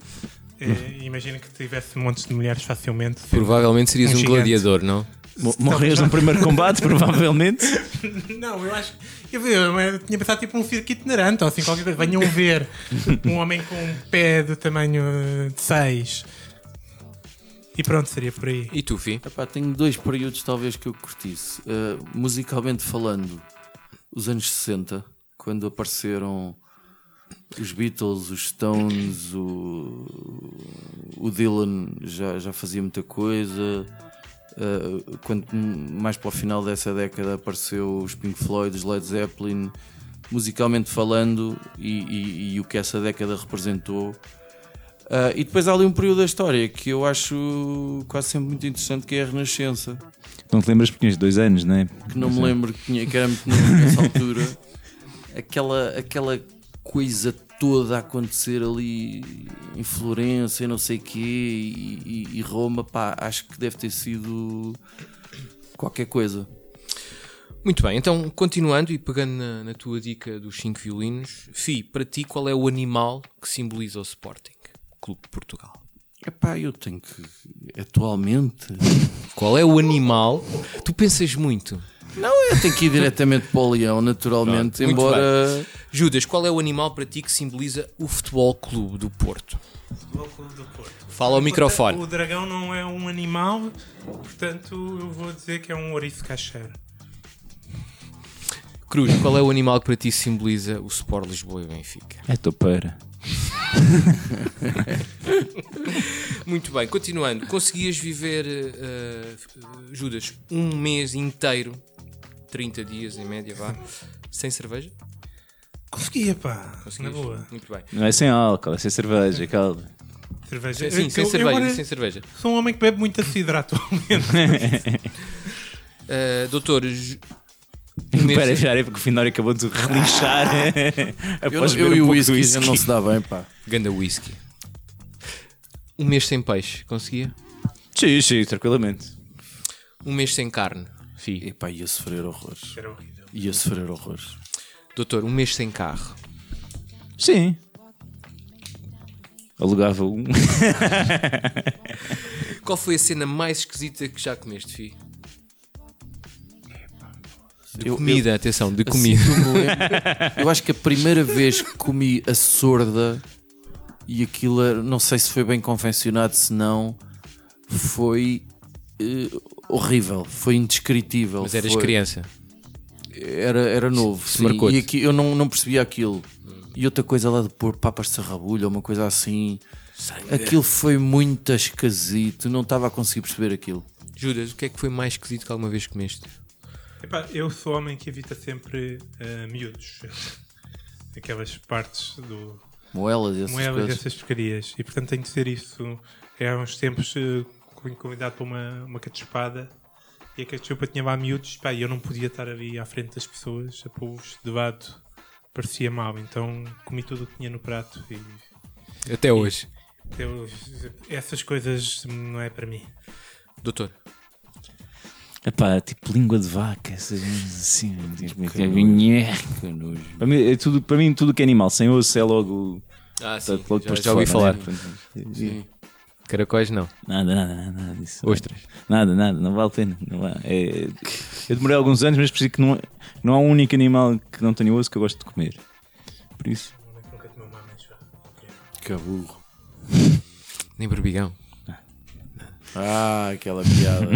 [SPEAKER 5] Eh,
[SPEAKER 3] Hum.
[SPEAKER 5] imagino que tivesse montes de mulheres facilmente.
[SPEAKER 2] Provavelmente serias
[SPEAKER 5] Um
[SPEAKER 2] um,
[SPEAKER 5] gigante.
[SPEAKER 2] gladiador, não?
[SPEAKER 4] Mo- Morrias no primeiro combate, provavelmente.
[SPEAKER 5] Não, eu acho. Eu, eu- eu tinha pensado tipo um circo itinerante ou assim, qualquer coisa. Venham ver um homem com um pé do tamanho eh, de 6. E pronto, seria por aí.
[SPEAKER 2] E tu, Fi?
[SPEAKER 3] Epá, tenho dois períodos talvez que eu curtisse. Uh, musicalmente falando, os anos 60, quando apareceram os Beatles, os Stones, o, o Dylan já, já fazia muita coisa. Uh, quando mais para o final dessa década apareceu os Pink Floyd, os Led Zeppelin, musicalmente falando, e, e- e o que essa década representou. Ah, e depois há ali um período da história que eu acho quase sempre muito interessante, que é a Renascença.
[SPEAKER 4] Não te lembras porque tinhas dois anos, não é?
[SPEAKER 3] Que não me lembro que, tinha, que era muito novo nessa altura. Aquela, aquela coisa toda a acontecer ali em Florença e não sei quê, e, e- e Roma, pá, acho que deve ter sido qualquer coisa.
[SPEAKER 2] Muito bem, então continuando e pegando na, na tua dica dos cinco violinos, Fi, para ti qual é o animal que simboliza o Sporting Clube de Portugal?
[SPEAKER 3] Epá, eu tenho que. Atualmente.
[SPEAKER 2] Qual é o animal? Tu pensas muito.
[SPEAKER 3] Não, eu tenho que ir diretamente para o Leão,
[SPEAKER 2] Pronto,
[SPEAKER 3] naturalmente,
[SPEAKER 2] muito
[SPEAKER 3] embora.
[SPEAKER 2] Judas, qual é o animal para ti que simboliza o Futebol Clube do Porto?
[SPEAKER 5] Louco do Porto.
[SPEAKER 2] Fala ao microfone.
[SPEAKER 5] O dragão não é um animal, portanto eu vou dizer que é um ouriço cacheiro.
[SPEAKER 2] Cruz, qual é o animal que para ti simboliza o Sport Lisboa e o Benfica?
[SPEAKER 4] É topeira.
[SPEAKER 2] Muito bem, continuando. Conseguias viver, eh, eh, Judas, um mês inteiro, 30 dias em média, vá, sem cerveja?
[SPEAKER 5] Conseguia, pá.
[SPEAKER 2] Conseguias?
[SPEAKER 5] Na boa.
[SPEAKER 2] Muito bem.
[SPEAKER 4] Não é sem álcool, é sem cerveja, calma.
[SPEAKER 2] Sim,
[SPEAKER 5] Cerveja.
[SPEAKER 2] sim,
[SPEAKER 5] Eu-
[SPEAKER 2] sem
[SPEAKER 5] eu
[SPEAKER 2] cerveja,
[SPEAKER 5] agora
[SPEAKER 2] sem cerveja.
[SPEAKER 5] Sou um homem que bebe muita cidra atualmente.
[SPEAKER 2] Eh, doutor, ju-
[SPEAKER 4] Espera, espera, é porque o Finório acabou de relinchar.
[SPEAKER 3] Eu,
[SPEAKER 4] Após beber
[SPEAKER 3] eu
[SPEAKER 4] um
[SPEAKER 3] e o
[SPEAKER 4] pouco de
[SPEAKER 3] whisky, já não se dá bem, pá.
[SPEAKER 2] ganda whisky. Um mês sem peixe, conseguia?
[SPEAKER 4] Sim, sim, tranquilamente.
[SPEAKER 2] Um mês sem carne, fi.
[SPEAKER 3] Epá, ia sofrer horrores.
[SPEAKER 5] Era horrível.
[SPEAKER 3] Ia sofrer horrores.
[SPEAKER 2] Doutor, um mês sem carro.
[SPEAKER 4] Sim. Alugava um.
[SPEAKER 2] Qual foi a cena mais esquisita que já comeste, fi? De
[SPEAKER 3] Eu-
[SPEAKER 2] comida, atenção, de
[SPEAKER 3] eu-
[SPEAKER 2] comida.
[SPEAKER 3] assim que eu me lembro, eu acho que a primeira vez que comi a sorda e aquilo, era- não sei se foi bem confeccionado, se não, foi eh, horrível, foi indescritível.
[SPEAKER 2] Mas eras
[SPEAKER 3] foi-
[SPEAKER 2] criança.
[SPEAKER 3] Era, era novo, sim,
[SPEAKER 2] marcou-te. Hum.
[SPEAKER 3] e aqui, eu não, não percebia aquilo. E outra coisa lá de pôr papas de sarrabulho, ou uma coisa assim. Aquilo foi muito esquisito, não estava a conseguir perceber aquilo.
[SPEAKER 2] Judas, o que é que foi mais esquisito que alguma vez comeste?
[SPEAKER 5] Epá, eu sou homem que evita sempre eh, miúdos. Aquelas partes do
[SPEAKER 3] Moelas e essas
[SPEAKER 5] moedas
[SPEAKER 3] coisas.
[SPEAKER 5] dessas porcarias. E portanto tenho de ser isso. Eu, há uns tempos eh, fui convidado para uma, uma cachupada e a cachupa tinha lá miúdos pá, e eu não podia estar ali à frente das pessoas a pô-los de lado. Parecia mal, então comi tudo o que tinha no prato e
[SPEAKER 2] Até hoje.
[SPEAKER 5] eu- essas coisas não é para mim.
[SPEAKER 2] Doutor,
[SPEAKER 4] Epá, tipo língua de vaca, essas coisas assim. tipo, tipo, Para mim, é tudo, para mim, tudo que é animal, sem osso, é logo.
[SPEAKER 2] Ah, sim.
[SPEAKER 4] tá logo
[SPEAKER 2] já,
[SPEAKER 4] posto
[SPEAKER 2] já ouvi
[SPEAKER 4] fora,
[SPEAKER 2] falar.
[SPEAKER 4] não é? Portanto,
[SPEAKER 2] Caracóis não.
[SPEAKER 4] Nada, nada, nada, nada disso.
[SPEAKER 2] Ostras.
[SPEAKER 4] Nada, nada, não vale a pena. Não vale. É- eu demorei alguns anos, mas percebi que não, não há um único animal que não tenha osso que eu gosto de comer. Por isso.
[SPEAKER 5] Nunca tomei uma amêijoa.
[SPEAKER 3] Que burro.
[SPEAKER 2] Nem berbigão.
[SPEAKER 3] Ah, aquela piada.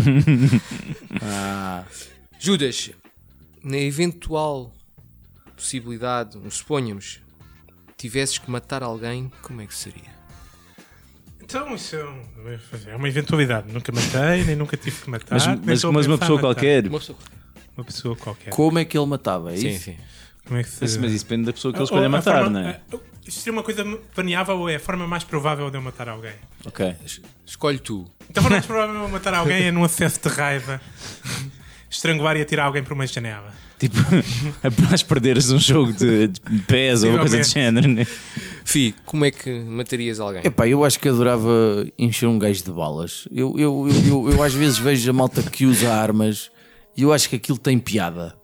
[SPEAKER 3] ah.
[SPEAKER 2] Judas, na eventual possibilidade, um, suponhamos, tivesses que matar alguém, como é que seria?
[SPEAKER 5] Então, isso é um- é uma eventualidade. Nunca matei, nem nunca tive que matar.
[SPEAKER 4] Mas,
[SPEAKER 5] nem
[SPEAKER 4] mas,
[SPEAKER 5] estou a
[SPEAKER 4] mas uma
[SPEAKER 5] pensar
[SPEAKER 4] pessoa
[SPEAKER 5] em matar.
[SPEAKER 4] qualquer,
[SPEAKER 2] Uma pessoa-
[SPEAKER 5] tá. uma pessoa qualquer.
[SPEAKER 3] Como é que ele matava? É
[SPEAKER 2] Sim,
[SPEAKER 3] isso?
[SPEAKER 2] sim.
[SPEAKER 5] Como é que se...
[SPEAKER 4] Mas isso depende da pessoa que ele
[SPEAKER 5] Ou
[SPEAKER 4] escolha
[SPEAKER 5] Ah, a
[SPEAKER 4] matar,
[SPEAKER 5] forma-
[SPEAKER 4] não é?
[SPEAKER 5] a- Isto seria uma coisa planeável ou é a forma mais provável de eu matar alguém?
[SPEAKER 4] Ok.
[SPEAKER 2] Escolhe tu.
[SPEAKER 5] Então, a forma mais provável de eu matar alguém é num acesso de raiva, estrangular e atirar alguém por uma janela.
[SPEAKER 4] Tipo, após perderes um jogo de, de pés
[SPEAKER 5] Tipo,
[SPEAKER 4] ou uma coisa do
[SPEAKER 5] Possivelmente.
[SPEAKER 4] género, né?
[SPEAKER 2] Fi, como é que matarias alguém?
[SPEAKER 3] Epá, eu acho que adorava encher um gajo de balas. Eu, eu, eu, eu, eu às vezes vejo a malta que usa armas e eu acho que aquilo tem piada.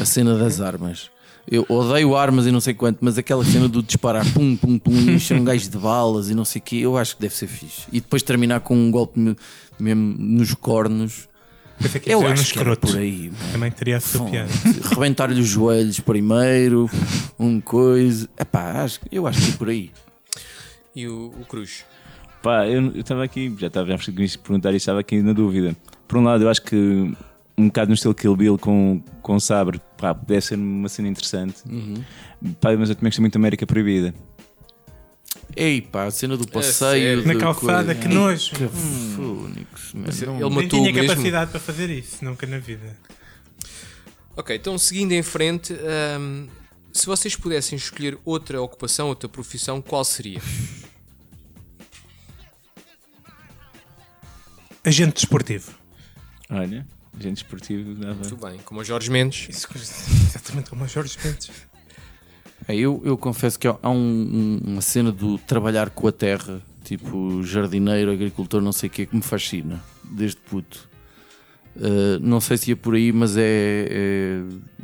[SPEAKER 3] A cena das armas. Eu odeio armas e não sei quanto, mas aquela cena do disparar pum, pum, pum, e encher um gajo de balas e não sei o quê, eu acho que deve ser fixe. E depois terminar com um golpe me- mesmo nos cornos.
[SPEAKER 5] Pensei que
[SPEAKER 3] Eu
[SPEAKER 5] ia dizer no
[SPEAKER 3] acho que era
[SPEAKER 5] escroto.
[SPEAKER 3] por aí. mano.
[SPEAKER 5] Também teria a sua piada.
[SPEAKER 3] Rebentar-lhe os joelhos primeiro, um coisa. Epá, acho, eu acho que é por aí.
[SPEAKER 2] E o, o Cruz?
[SPEAKER 4] Pá, eu eu estava aqui, já estava a perguntar e estava aqui na dúvida. Por um lado, eu acho que um bocado no estilo Kill Bill com, com sabre, pá, deve ser uma cena interessante. Pá, mas eu também gostei muito da América Proibida.
[SPEAKER 3] Ei, pá, a cena do
[SPEAKER 2] sério?
[SPEAKER 3] passeio.
[SPEAKER 5] Na
[SPEAKER 3] da
[SPEAKER 5] calçada, é
[SPEAKER 3] coisa.
[SPEAKER 5] que nojo.
[SPEAKER 3] Que fúnicos, man. Não-
[SPEAKER 2] Ele
[SPEAKER 5] Nem
[SPEAKER 2] matou
[SPEAKER 5] tinha
[SPEAKER 2] o mesmo?
[SPEAKER 5] capacidade para fazer isso, nunca na vida.
[SPEAKER 2] Ok, então seguindo em frente, hum, se vocês pudessem escolher outra ocupação, outra profissão, qual seria?
[SPEAKER 5] Agente desportivo.
[SPEAKER 4] Olha, gente esportivo dava.
[SPEAKER 2] Muito bem, como o Jorge Mendes.
[SPEAKER 5] Isso que- exatamente como os Jorge Mendes.
[SPEAKER 3] É, eu, eu confesso que há há um- um- uma cena do trabalhar com a terra, tipo jardineiro, agricultor, não sei o que, que me fascina, desde puto. Uh, não sei se ia por aí, mas é, é-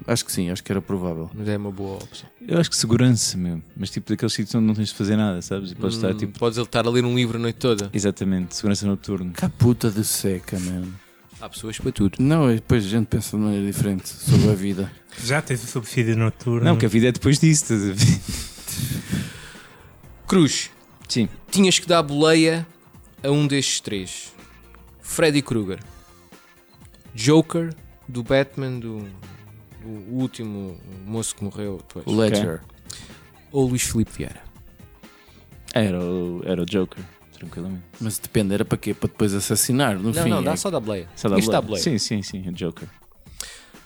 [SPEAKER 3] Acho que sim, acho que era provável.
[SPEAKER 2] Mas é uma boa opção.
[SPEAKER 4] Eu acho que segurança, meu. Mas tipo daqueles sítios onde não tens de fazer nada, sabes? E podes estar tipo.
[SPEAKER 2] Podes ele estar a ler um livro a noite toda.
[SPEAKER 4] Exatamente, segurança noturna.
[SPEAKER 3] Cá Tá puta de seca, mano.
[SPEAKER 2] Há pessoas para tudo.
[SPEAKER 3] Não, é- depois a gente pensa de maneira diferente sobre a vida.
[SPEAKER 5] Já tens o subsídio noturno.
[SPEAKER 4] Não, que a vida é depois disso, estás a ver?
[SPEAKER 2] Cruz,
[SPEAKER 4] Sim.
[SPEAKER 2] tinhas que dar boleia a um destes três: Freddy Krueger, Joker, do Batman, do, do último moço que morreu depois,
[SPEAKER 3] O Ledger.
[SPEAKER 2] ou Luís Filipe Vieira.
[SPEAKER 4] Era o, era o Joker, tranquilamente.
[SPEAKER 3] Mas depende, era para quê? Para depois assassinar, no
[SPEAKER 2] Não,
[SPEAKER 3] fim.
[SPEAKER 2] não, dá
[SPEAKER 3] é-
[SPEAKER 2] só da boleia.
[SPEAKER 4] Só dá
[SPEAKER 2] Isto dá
[SPEAKER 4] boleia.
[SPEAKER 2] boleia.
[SPEAKER 4] Sim, sim, sim, o Joker.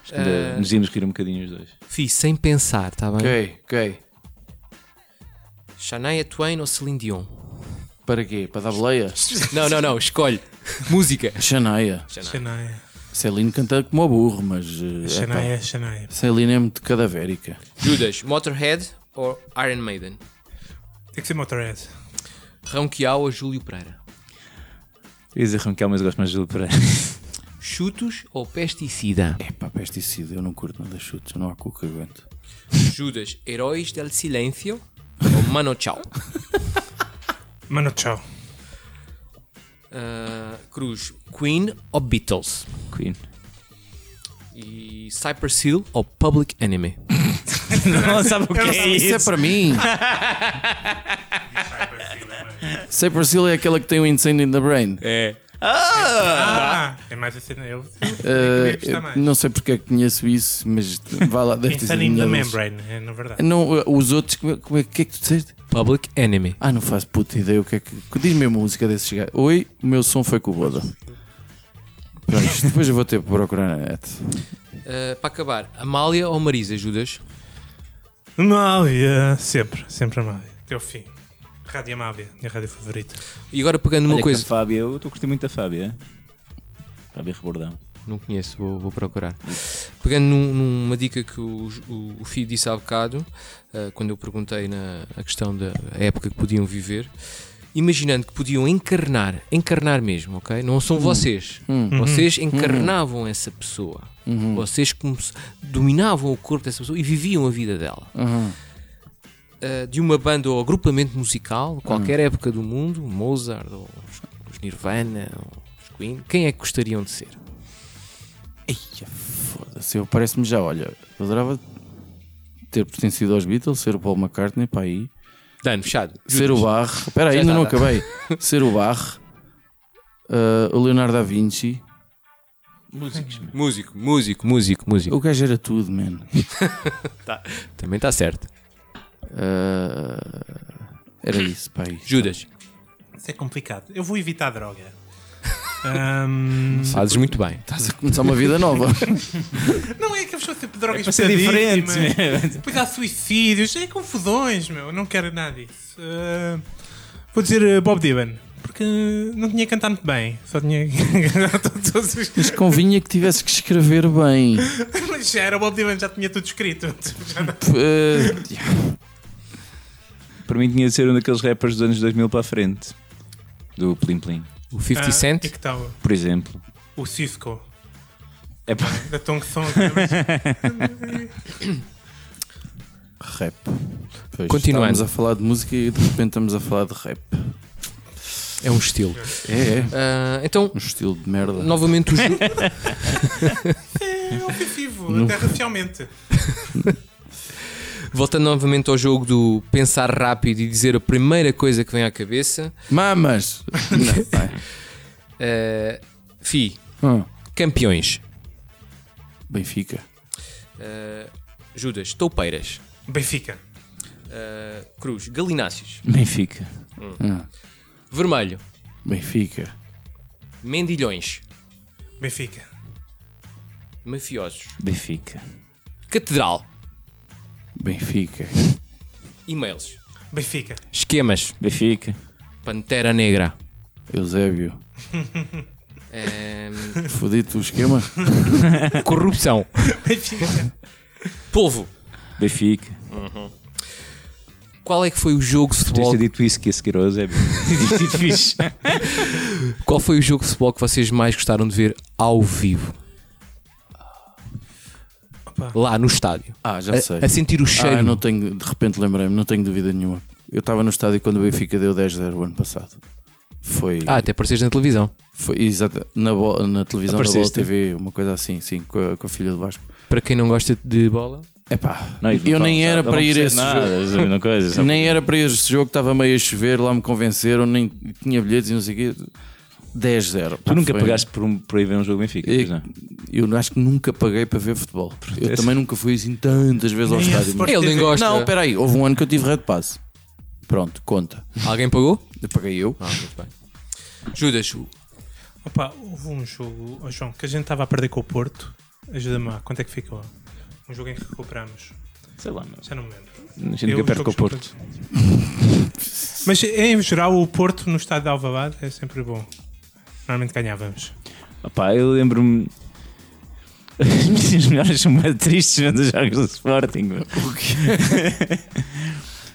[SPEAKER 4] Acho que ainda
[SPEAKER 2] Ah.
[SPEAKER 4] nos íamos rir um bocadinho os dois.
[SPEAKER 2] Fi, sem pensar, está bem?
[SPEAKER 3] Ok, ok.
[SPEAKER 2] Shania Twain ou Celine Dion?
[SPEAKER 3] Para quê? Para dar boleia?
[SPEAKER 2] Não, não, não, escolhe. Música.
[SPEAKER 3] Xanaia.
[SPEAKER 5] Xanaia.
[SPEAKER 3] Celine canta como o burro, mas. eh, epá,
[SPEAKER 5] Xanaia, Xanaia.
[SPEAKER 3] Celine é muito cadavérica.
[SPEAKER 2] Judas, Motorhead ou Iron Maiden?
[SPEAKER 5] Tem que ser Motorhead.
[SPEAKER 2] Ronquial ou Júlio Pereira?
[SPEAKER 4] Eu ia dizer Roncal, mas eu gosto mais de Júlio Pereira.
[SPEAKER 2] Chutos ou pesticida?
[SPEAKER 3] Epá, pesticida, eu não curto nada de chutes, não há cu que aguento.
[SPEAKER 2] Judas, Heróis del Silencio ou Mano Chao?
[SPEAKER 5] Mano, tchau.
[SPEAKER 2] Ah, Cruz, Queen ou Beatles?
[SPEAKER 4] Queen.
[SPEAKER 2] E Cypress Hill ou Public Enemy?
[SPEAKER 4] Não sabe o que é
[SPEAKER 3] Isso é para mim! Cypress Hill é aquela que tem o Insane in the Brain.
[SPEAKER 2] É.
[SPEAKER 5] Ah, é mais a cena. Eu,
[SPEAKER 3] Eh,
[SPEAKER 5] eu, eu
[SPEAKER 3] eu não sei porque é que conheço isso, mas vá lá, deve ter sido
[SPEAKER 5] Insane in
[SPEAKER 3] minha
[SPEAKER 5] the
[SPEAKER 3] doença.
[SPEAKER 5] Membrane, é, na verdade.
[SPEAKER 3] Não, eh, os outros, como é, como é- que é que tu disseste?
[SPEAKER 2] Public Enemy.
[SPEAKER 3] Ah, não faço puta ideia o que é que. Diz-me a música desse gajo. Oi, o meu som foi com o Boda. Pronto, depois eu vou ter que procurar na net.
[SPEAKER 2] Ah, para acabar, Amália ou Marisa, Judas?
[SPEAKER 5] Amália, sempre, sempre Amália. Até o fim. Rádio Amália, minha rádio favorita.
[SPEAKER 2] E agora pegando uma
[SPEAKER 4] Olha que
[SPEAKER 2] coisa.
[SPEAKER 4] A Fábia, eu estou a curtir muito a Fábia. Fábia Rebordão.
[SPEAKER 2] Não conheço, vou, vou procurar. Pegando num- numa dica que o, o, o Fio disse há bocado, ah, quando eu perguntei na a questão da época que podiam viver, imaginando que podiam encarnar, encarnar mesmo, ok? Não são vocês. Vocês encarnavam essa pessoa. Vocês como se- dominavam o corpo dessa pessoa e viviam a vida dela. Ah, de uma banda ou agrupamento musical, qualquer época do mundo, Mozart, ou os, os Nirvana, ou os Queen, quem é que gostariam de ser?
[SPEAKER 3] Eia, foda-se, eu Assim, parece-me já, olha, eu adorava ter pertencido aos Beatles, ser o Paul McCartney, para aí,
[SPEAKER 2] Dano, fechado.
[SPEAKER 3] ser o Barre, espera aí,
[SPEAKER 2] Já
[SPEAKER 3] ainda não
[SPEAKER 2] está,
[SPEAKER 3] acabei, ser o Barre, ah, o Leonardo da Vinci,
[SPEAKER 2] Músico, músico, músico, músico.
[SPEAKER 3] o gajo era tudo, mano.
[SPEAKER 2] Também está certo.
[SPEAKER 3] era isso, pai.
[SPEAKER 2] Judas,
[SPEAKER 5] Isso é complicado. Eu vou evitar droga. Ahm,
[SPEAKER 2] Fazes muito bem.
[SPEAKER 3] Estás a começar uma vida nova.
[SPEAKER 5] não é que as pessoas sempre drogas
[SPEAKER 4] para ser diferente,
[SPEAKER 5] pesadíssimas. Depois há suicídios, é confusões, meu. Não quero nada disso. Ah, vou dizer eh, Bob Dylan, porque não tinha cantado muito bem. Só tinha cantado todos os.
[SPEAKER 3] Mas convinha que tivesse que escrever bem.
[SPEAKER 5] Mas já era Bob Dylan, já tinha tudo escrito. Já não-
[SPEAKER 3] Eh,
[SPEAKER 4] Para mim tinha de ser um daqueles rappers dos anos 2000 para a frente. Do Plim Plim,
[SPEAKER 2] O 50
[SPEAKER 5] Ah,
[SPEAKER 2] Cent,
[SPEAKER 5] E que tal?
[SPEAKER 4] por exemplo.
[SPEAKER 5] O Cisco,
[SPEAKER 4] É pá,
[SPEAKER 5] da Tong Song.
[SPEAKER 3] rap. Pois,
[SPEAKER 2] Continuando.
[SPEAKER 3] Estávamos a falar de música e de repente estamos a falar de rap.
[SPEAKER 2] é um estilo.
[SPEAKER 3] É, é.
[SPEAKER 2] Ah, então,
[SPEAKER 3] Um estilo de merda.
[SPEAKER 2] novamente o Ju-
[SPEAKER 5] É ofensivo, até racialmente.
[SPEAKER 2] voltando novamente ao jogo do pensar rápido e dizer a primeira coisa que vem à cabeça.
[SPEAKER 3] Mamas!
[SPEAKER 2] Ah, Fi,
[SPEAKER 3] Hum,
[SPEAKER 2] campeões.
[SPEAKER 3] Benfica.
[SPEAKER 2] Ah, Judas, toupeiras.
[SPEAKER 5] Benfica.
[SPEAKER 2] Ah, Cruz, galináceos.
[SPEAKER 4] nem fica.
[SPEAKER 3] Hum,
[SPEAKER 2] Vermelho,
[SPEAKER 3] Benfica.
[SPEAKER 2] mendilhões.
[SPEAKER 5] Benfica.
[SPEAKER 2] Mafiosos.
[SPEAKER 4] Benfica.
[SPEAKER 2] Catedral,
[SPEAKER 3] Benfica.
[SPEAKER 2] e-mails.
[SPEAKER 5] Benfica.
[SPEAKER 2] Esquemas,
[SPEAKER 4] Benfica.
[SPEAKER 2] Pantera Negra.
[SPEAKER 3] Eusébio.
[SPEAKER 2] Ah,
[SPEAKER 3] Fodido o esquema.
[SPEAKER 2] corrupção.
[SPEAKER 5] Benfica.
[SPEAKER 2] Polvo,
[SPEAKER 4] Benfica.
[SPEAKER 2] qual é que foi o jogo de
[SPEAKER 4] Tens
[SPEAKER 2] futebol?
[SPEAKER 4] ter dito isso que ia seguir hoje, é difícil.
[SPEAKER 2] Qual foi o jogo de futebol que vocês mais gostaram de ver ao vivo?
[SPEAKER 5] Opa.
[SPEAKER 2] Lá no estádio.
[SPEAKER 3] Ah, já sei.
[SPEAKER 2] A, assim a sentir o cheiro.
[SPEAKER 3] Ah, não tenho, de repente lembrei-me, não tenho dúvida nenhuma. Eu estava no estádio quando o Benfica deu 10-0 o ano passado. Foi,
[SPEAKER 2] Ah, até apareces na televisão.
[SPEAKER 3] foi exato, na, bo- na televisão da Bola
[SPEAKER 4] Apareceste.
[SPEAKER 3] TV, uma coisa assim, sim, com a, com a filha do Vasco.
[SPEAKER 2] Para quem não gosta de bola,
[SPEAKER 3] Epá, eu nem era para ir a esse jogo.
[SPEAKER 4] é
[SPEAKER 3] Nem era para ir a esse jogo, estava meio a chover, lá me convenceram, nem tinha bilhetes e não sei o quê. 10-0.
[SPEAKER 4] Tu nunca
[SPEAKER 3] Foi-
[SPEAKER 4] pagaste por, um, por ir ver um jogo Benfica, pois não?
[SPEAKER 3] Eu, eu acho que nunca paguei para ver futebol. Eu também nunca fui assim tantas vezes ao
[SPEAKER 5] Nem é a
[SPEAKER 3] estádio. mas-
[SPEAKER 5] Sport
[SPEAKER 2] ele nem
[SPEAKER 5] TV.
[SPEAKER 2] gosta.
[SPEAKER 3] Não, peraí, houve um ano que eu tive Red Pass. Pronto, conta.
[SPEAKER 2] Alguém pagou?
[SPEAKER 3] Eu paguei eu.
[SPEAKER 2] Ah, muito bem. Judas, o-
[SPEAKER 5] Opa, houve um jogo, ó João, que a gente estava a perder com o Porto. Ajuda-me lá, quanto é que ficou? Um jogo em que recuperamos.
[SPEAKER 4] Sei lá, mas
[SPEAKER 5] Já não me lembro.
[SPEAKER 4] a gente
[SPEAKER 5] Eu
[SPEAKER 4] nunca perde
[SPEAKER 5] jogo
[SPEAKER 4] com o
[SPEAKER 5] de
[SPEAKER 4] Porto.
[SPEAKER 5] Porto. Mas em geral, o Porto no estádio de Alvalade é sempre bom. Normalmente ganhávamos.
[SPEAKER 4] Opá, eu lembro-me. As minhas melhores são mais tristes vendo os jogos do Sporting. meu.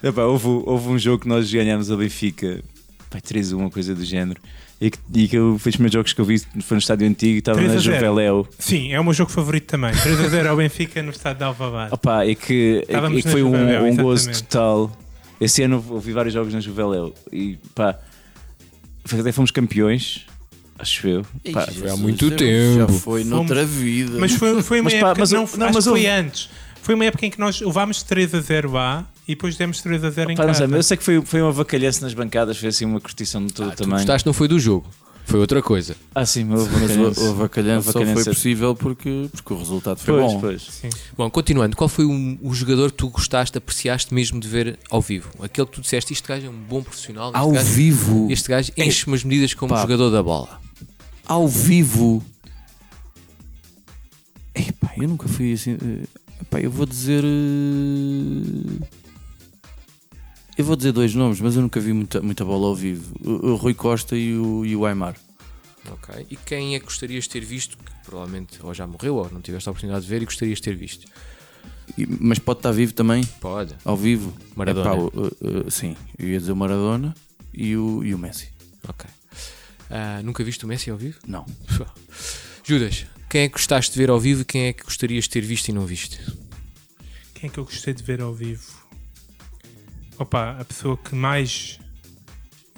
[SPEAKER 4] Epá, houve, houve um jogo que nós ganhámos ao Benfica, pá, 3-1, uma coisa do género. E que, e que eu, foi os meus jogos que eu vi, foi no estádio antigo e estava
[SPEAKER 5] 3 a
[SPEAKER 4] na
[SPEAKER 5] 0.
[SPEAKER 4] Juveléu.
[SPEAKER 5] Sim, é o meu jogo favorito também. 3 a 0 ao Benfica no estádio de Alvalade.
[SPEAKER 4] Opá, e que, é que-
[SPEAKER 5] Estávamos
[SPEAKER 4] é que foi
[SPEAKER 5] na
[SPEAKER 4] um,
[SPEAKER 5] Juveléu,
[SPEAKER 4] um gozo
[SPEAKER 5] exatamente.
[SPEAKER 4] total. Esse ano ouvi vários jogos na Juveléu e pá, até fomos campeões, acho eu. Pá,
[SPEAKER 2] foi há muito tempo.
[SPEAKER 3] Já foi noutra vida.
[SPEAKER 5] Mas foi, foi uma
[SPEAKER 4] Mas pá,
[SPEAKER 5] época.
[SPEAKER 4] mas o-
[SPEAKER 5] não,
[SPEAKER 4] não,
[SPEAKER 5] acho
[SPEAKER 4] mas
[SPEAKER 5] que
[SPEAKER 4] houve-
[SPEAKER 5] foi antes. Foi uma época em que nós levámos 3 a 0 lá e depois demos 3 a 0 em
[SPEAKER 4] Pá, não sei,
[SPEAKER 5] casa.
[SPEAKER 4] mas um é eu sei que foi, foi uma vacalhaça nas bancadas, foi assim uma curtição de
[SPEAKER 3] Ah,
[SPEAKER 4] tudo
[SPEAKER 2] tu
[SPEAKER 4] também.
[SPEAKER 2] gostaste não foi do jogo. Foi outra coisa.
[SPEAKER 4] Ah, sim, mas
[SPEAKER 3] Mas o, o avacalhanço só foi
[SPEAKER 4] Avacalhança.
[SPEAKER 3] possível porque, porque o resultado foi
[SPEAKER 4] é assim. Pois,
[SPEAKER 3] bom.
[SPEAKER 4] pois.
[SPEAKER 2] Bom, continuando, qual foi o, o jogador que tu gostaste, apreciaste mesmo de ver ao vivo? Aquele que tu disseste, este gajo é um bom profissional. Este
[SPEAKER 3] Ao
[SPEAKER 2] gajo,
[SPEAKER 3] vivo.
[SPEAKER 2] Este gajo enche-me as medidas como
[SPEAKER 3] Pá.
[SPEAKER 2] jogador da bola.
[SPEAKER 3] Ao vivo. Epá, eu nunca fui assim. eh, Epá, eu vou dizer. eh, Eu vou dizer dois nomes, mas eu nunca vi muita, muita bola ao vivo. O, o Rui Costa e o, e o Aymar.
[SPEAKER 2] Ok. E quem é que gostarias de ter visto? Que provavelmente ou já morreu ou não tiveste a oportunidade de ver e gostarias de ter visto.
[SPEAKER 3] E- mas pode estar vivo também,
[SPEAKER 2] Pode.
[SPEAKER 3] ao vivo.
[SPEAKER 2] Maradona.
[SPEAKER 3] Epá, o- o- o- sim, eu ia dizer o Maradona e o, e o Messi.
[SPEAKER 2] Ok. Ah, nunca viste o Messi ao vivo?
[SPEAKER 3] Não.
[SPEAKER 2] Judas, quem é que gostaste de ver ao vivo e quem é que gostarias de ter visto e não viste?
[SPEAKER 5] Quem é que eu gostei de ver ao vivo? Opa, a pessoa que mais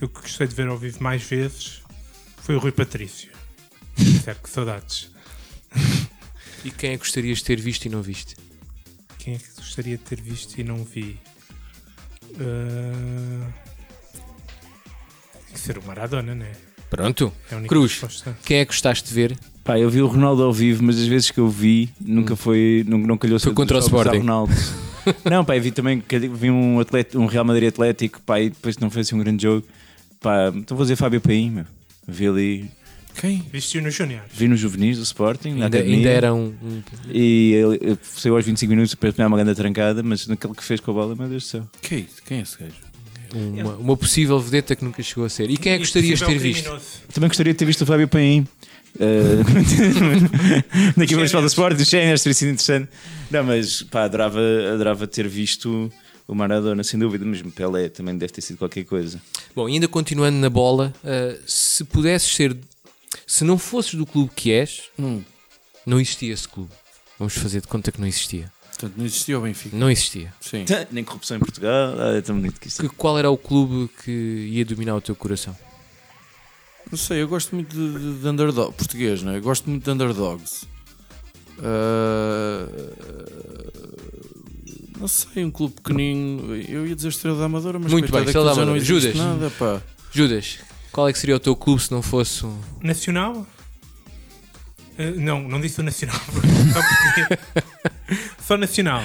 [SPEAKER 5] eu que gostei de ver ao vivo mais vezes foi o Rui Patrício. Sério, que saudades.
[SPEAKER 2] E quem é que gostarias de ter visto e não viste?
[SPEAKER 5] Quem é que gostaria de ter visto e não vi? Ah, Tem que ser o Maradona, né?
[SPEAKER 2] Pronto.
[SPEAKER 5] É a única
[SPEAKER 2] Cruz.
[SPEAKER 5] resposta.
[SPEAKER 2] Quem é que gostaste de ver?
[SPEAKER 4] Pá, eu vi o Ronaldo ao vivo, mas as vezes que eu vi
[SPEAKER 3] Hum.
[SPEAKER 4] nunca foi. Não, não calhou
[SPEAKER 2] Foi
[SPEAKER 4] ser
[SPEAKER 2] contra
[SPEAKER 4] dos
[SPEAKER 2] o
[SPEAKER 4] jogos
[SPEAKER 2] Sporting.
[SPEAKER 4] ao Ronaldo. não, pá, eu vi também. calhou- Vi um, atleta, um Real Madrid Atlético, pá, e depois não foi assim um grande jogo. Pá, então vou dizer Fábio Paim, meu. Vi ali.
[SPEAKER 3] Quem?
[SPEAKER 5] Vestiu no Júnior.
[SPEAKER 4] Vi no juvenis do Sporting, na
[SPEAKER 2] Ainda,
[SPEAKER 4] academia,
[SPEAKER 2] ainda era um, um-
[SPEAKER 4] e ele ele saiu aos 25 minutos para apanhar uma grande trancada, mas naquele que fez com a bola, meu Deus do céu.
[SPEAKER 3] Que é isso? Quem é esse gajo?
[SPEAKER 2] um, uma, uma possível vedeta que nunca chegou a ser. E quem é que
[SPEAKER 5] E
[SPEAKER 2] gostarias de ter
[SPEAKER 5] possível
[SPEAKER 2] visto?
[SPEAKER 5] criminoso.
[SPEAKER 4] Também gostaria de ter visto o Fábio Paim. eh, na equipa principal do Sport, dos Géneros, teria sido interessante. Não, mas pá, adorava, adorava ter visto o Maradona, sem dúvida, mesmo Pelé também deve ter sido qualquer coisa.
[SPEAKER 2] Bom, e ainda continuando na bola, ah, se pudesses ser. Se não fosses do clube que és, não existia esse clube. Vamos fazer de conta que não existia.
[SPEAKER 3] Portanto, não existia o Benfica.
[SPEAKER 2] Não existia.
[SPEAKER 3] Sim.
[SPEAKER 4] Nem corrupção em Portugal, ah, é tão bonito que isto.
[SPEAKER 2] Que- qual era o clube que ia dominar o teu coração?
[SPEAKER 3] Não sei, eu gosto muito de, de, de underdog. Português, não é? Eu gosto muito de underdogs. Ah, não sei, um clube pequenino. Eu ia dizer Estrela da Amadora, mas
[SPEAKER 2] Muito
[SPEAKER 3] coitado,
[SPEAKER 2] bem, Estrela da
[SPEAKER 3] aquilo já não
[SPEAKER 2] Amadora.
[SPEAKER 3] existe
[SPEAKER 2] Judas.
[SPEAKER 3] nada, pá.
[SPEAKER 2] Judas, qual é que seria o teu clube se não fosse um.
[SPEAKER 5] Nacional? Eh, não, não disse o Nacional. Só, porque- Só Nacional.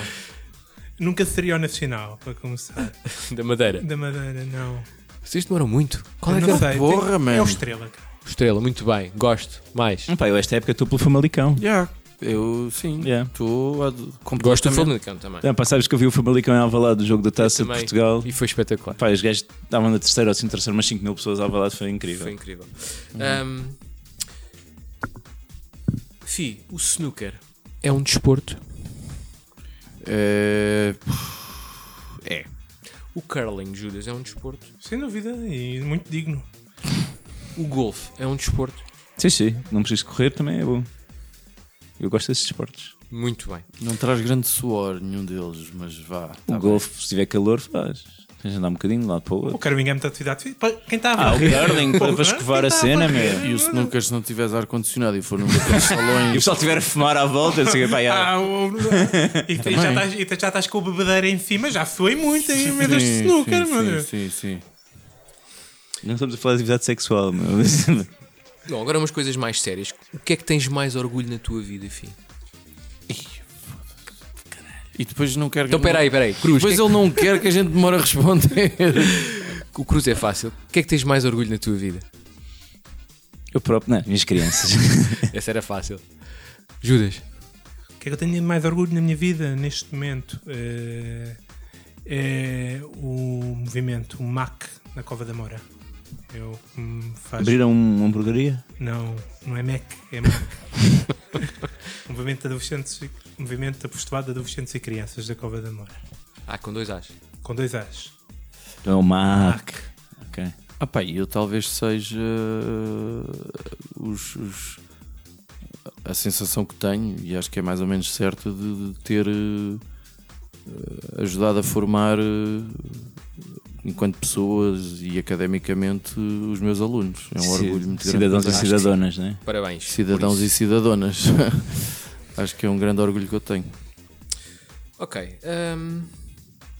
[SPEAKER 5] Nunca seria o Nacional, para começar.
[SPEAKER 2] da Madeira?
[SPEAKER 5] Da Madeira, não.
[SPEAKER 2] Vocês demoram muito. Qual é
[SPEAKER 5] Eu
[SPEAKER 2] que
[SPEAKER 5] não
[SPEAKER 2] era?
[SPEAKER 5] sei.
[SPEAKER 3] porra,
[SPEAKER 5] tem- É
[SPEAKER 3] mano.
[SPEAKER 5] o Estrela, cara.
[SPEAKER 2] Estrela, muito bem, gosto. Mais.
[SPEAKER 4] Hum, pá, eu esta época estou pelo Famalicão.
[SPEAKER 3] Yeah, eu sim.
[SPEAKER 4] Yeah.
[SPEAKER 3] Estou a completamente-
[SPEAKER 2] Gosto do Famalicão também.
[SPEAKER 4] Não, pá, sabes que eu vi o Famalicão em Alvalade do jogo da Taça de
[SPEAKER 2] Também.
[SPEAKER 4] Portugal.
[SPEAKER 2] E foi espetacular.
[SPEAKER 4] Pá, os gajos estavam na terceira ou assim, terceira, umas 5 mil pessoas ao Alvalade, foi incrível.
[SPEAKER 2] Foi incrível. Uhum. Ahm, Fi, o snooker é um desporto.
[SPEAKER 3] É,
[SPEAKER 2] O curling, Judas, é um desporto.
[SPEAKER 5] Sem dúvida, e muito digno.
[SPEAKER 2] O golfe é um desporto.
[SPEAKER 4] Sim, sim, não preciso correr também, é bom. Eu gosto desses esportes.
[SPEAKER 2] Muito bem.
[SPEAKER 3] não traz grande suor nenhum deles, mas vá. tá
[SPEAKER 4] o
[SPEAKER 3] bem.
[SPEAKER 4] golfe, se tiver calor, faz. Tens de andar um bocadinho de um lado para o
[SPEAKER 5] O
[SPEAKER 4] outro.
[SPEAKER 5] Carmingham está atividade física. Para Quem está a ver?
[SPEAKER 4] Ah, o curling, para
[SPEAKER 5] Porra,
[SPEAKER 4] escovar a cena, meu.
[SPEAKER 3] E o snooker, se não tiveres ar-condicionado e for num daqueles
[SPEAKER 4] E o
[SPEAKER 3] salões.
[SPEAKER 4] pessoal estiver a fumar à volta, eu sei, pá, já.
[SPEAKER 5] Ah, o- o- e, tu- e já estás, e tu já estás com o bebedeiro em cima, já foi muito, hein? Meu Deus, de snooker,
[SPEAKER 3] sim,
[SPEAKER 5] mano.
[SPEAKER 3] Sim, sim.
[SPEAKER 4] não estamos a falar de atividade sexual, meu.
[SPEAKER 2] Bom, agora umas coisas mais sérias. O que é que tens mais orgulho na tua vida, Fi?
[SPEAKER 3] E depois não quer
[SPEAKER 2] Então,
[SPEAKER 3] que.
[SPEAKER 2] peraí, peraí. Cruz,
[SPEAKER 3] Depois
[SPEAKER 2] que é
[SPEAKER 3] ele não quer que a gente demore a responder.
[SPEAKER 2] que- o Cruz é fácil. O que é que tens mais orgulho na tua vida?
[SPEAKER 4] Eu próprio, não, minhas crianças.
[SPEAKER 2] Essa era fácil. Judas,
[SPEAKER 5] O que é que eu tenho de mais orgulho na minha vida neste momento? Eh, É, o movimento, o MAC na Cova da Moura. Eu hum, faz.
[SPEAKER 4] Abriram um, uma hamburgueria?
[SPEAKER 5] Não, não é MEC, é MAC. movimento de adolescentes, e- movimento de apostolado de adolescentes e crianças da Cova da Moura.
[SPEAKER 2] ah, com dois A's.
[SPEAKER 5] Com dois A's.
[SPEAKER 4] É o MAC. Ok. É
[SPEAKER 3] Ah pá, eu talvez seja uh, os, os- a sensação que tenho, e acho que é mais ou menos certa, de, de ter uh, uh, ajudado a formar, uh, enquanto pessoas e academicamente, uh, os meus alunos. É um orgulho muito
[SPEAKER 4] Cidadãos e
[SPEAKER 3] grande.
[SPEAKER 4] cidadonas, né?
[SPEAKER 2] Parabéns.
[SPEAKER 3] Cidadãos
[SPEAKER 2] por
[SPEAKER 3] e
[SPEAKER 2] isso.
[SPEAKER 3] cidadonas. acho que é um grande orgulho que eu tenho.
[SPEAKER 2] Ok. hum,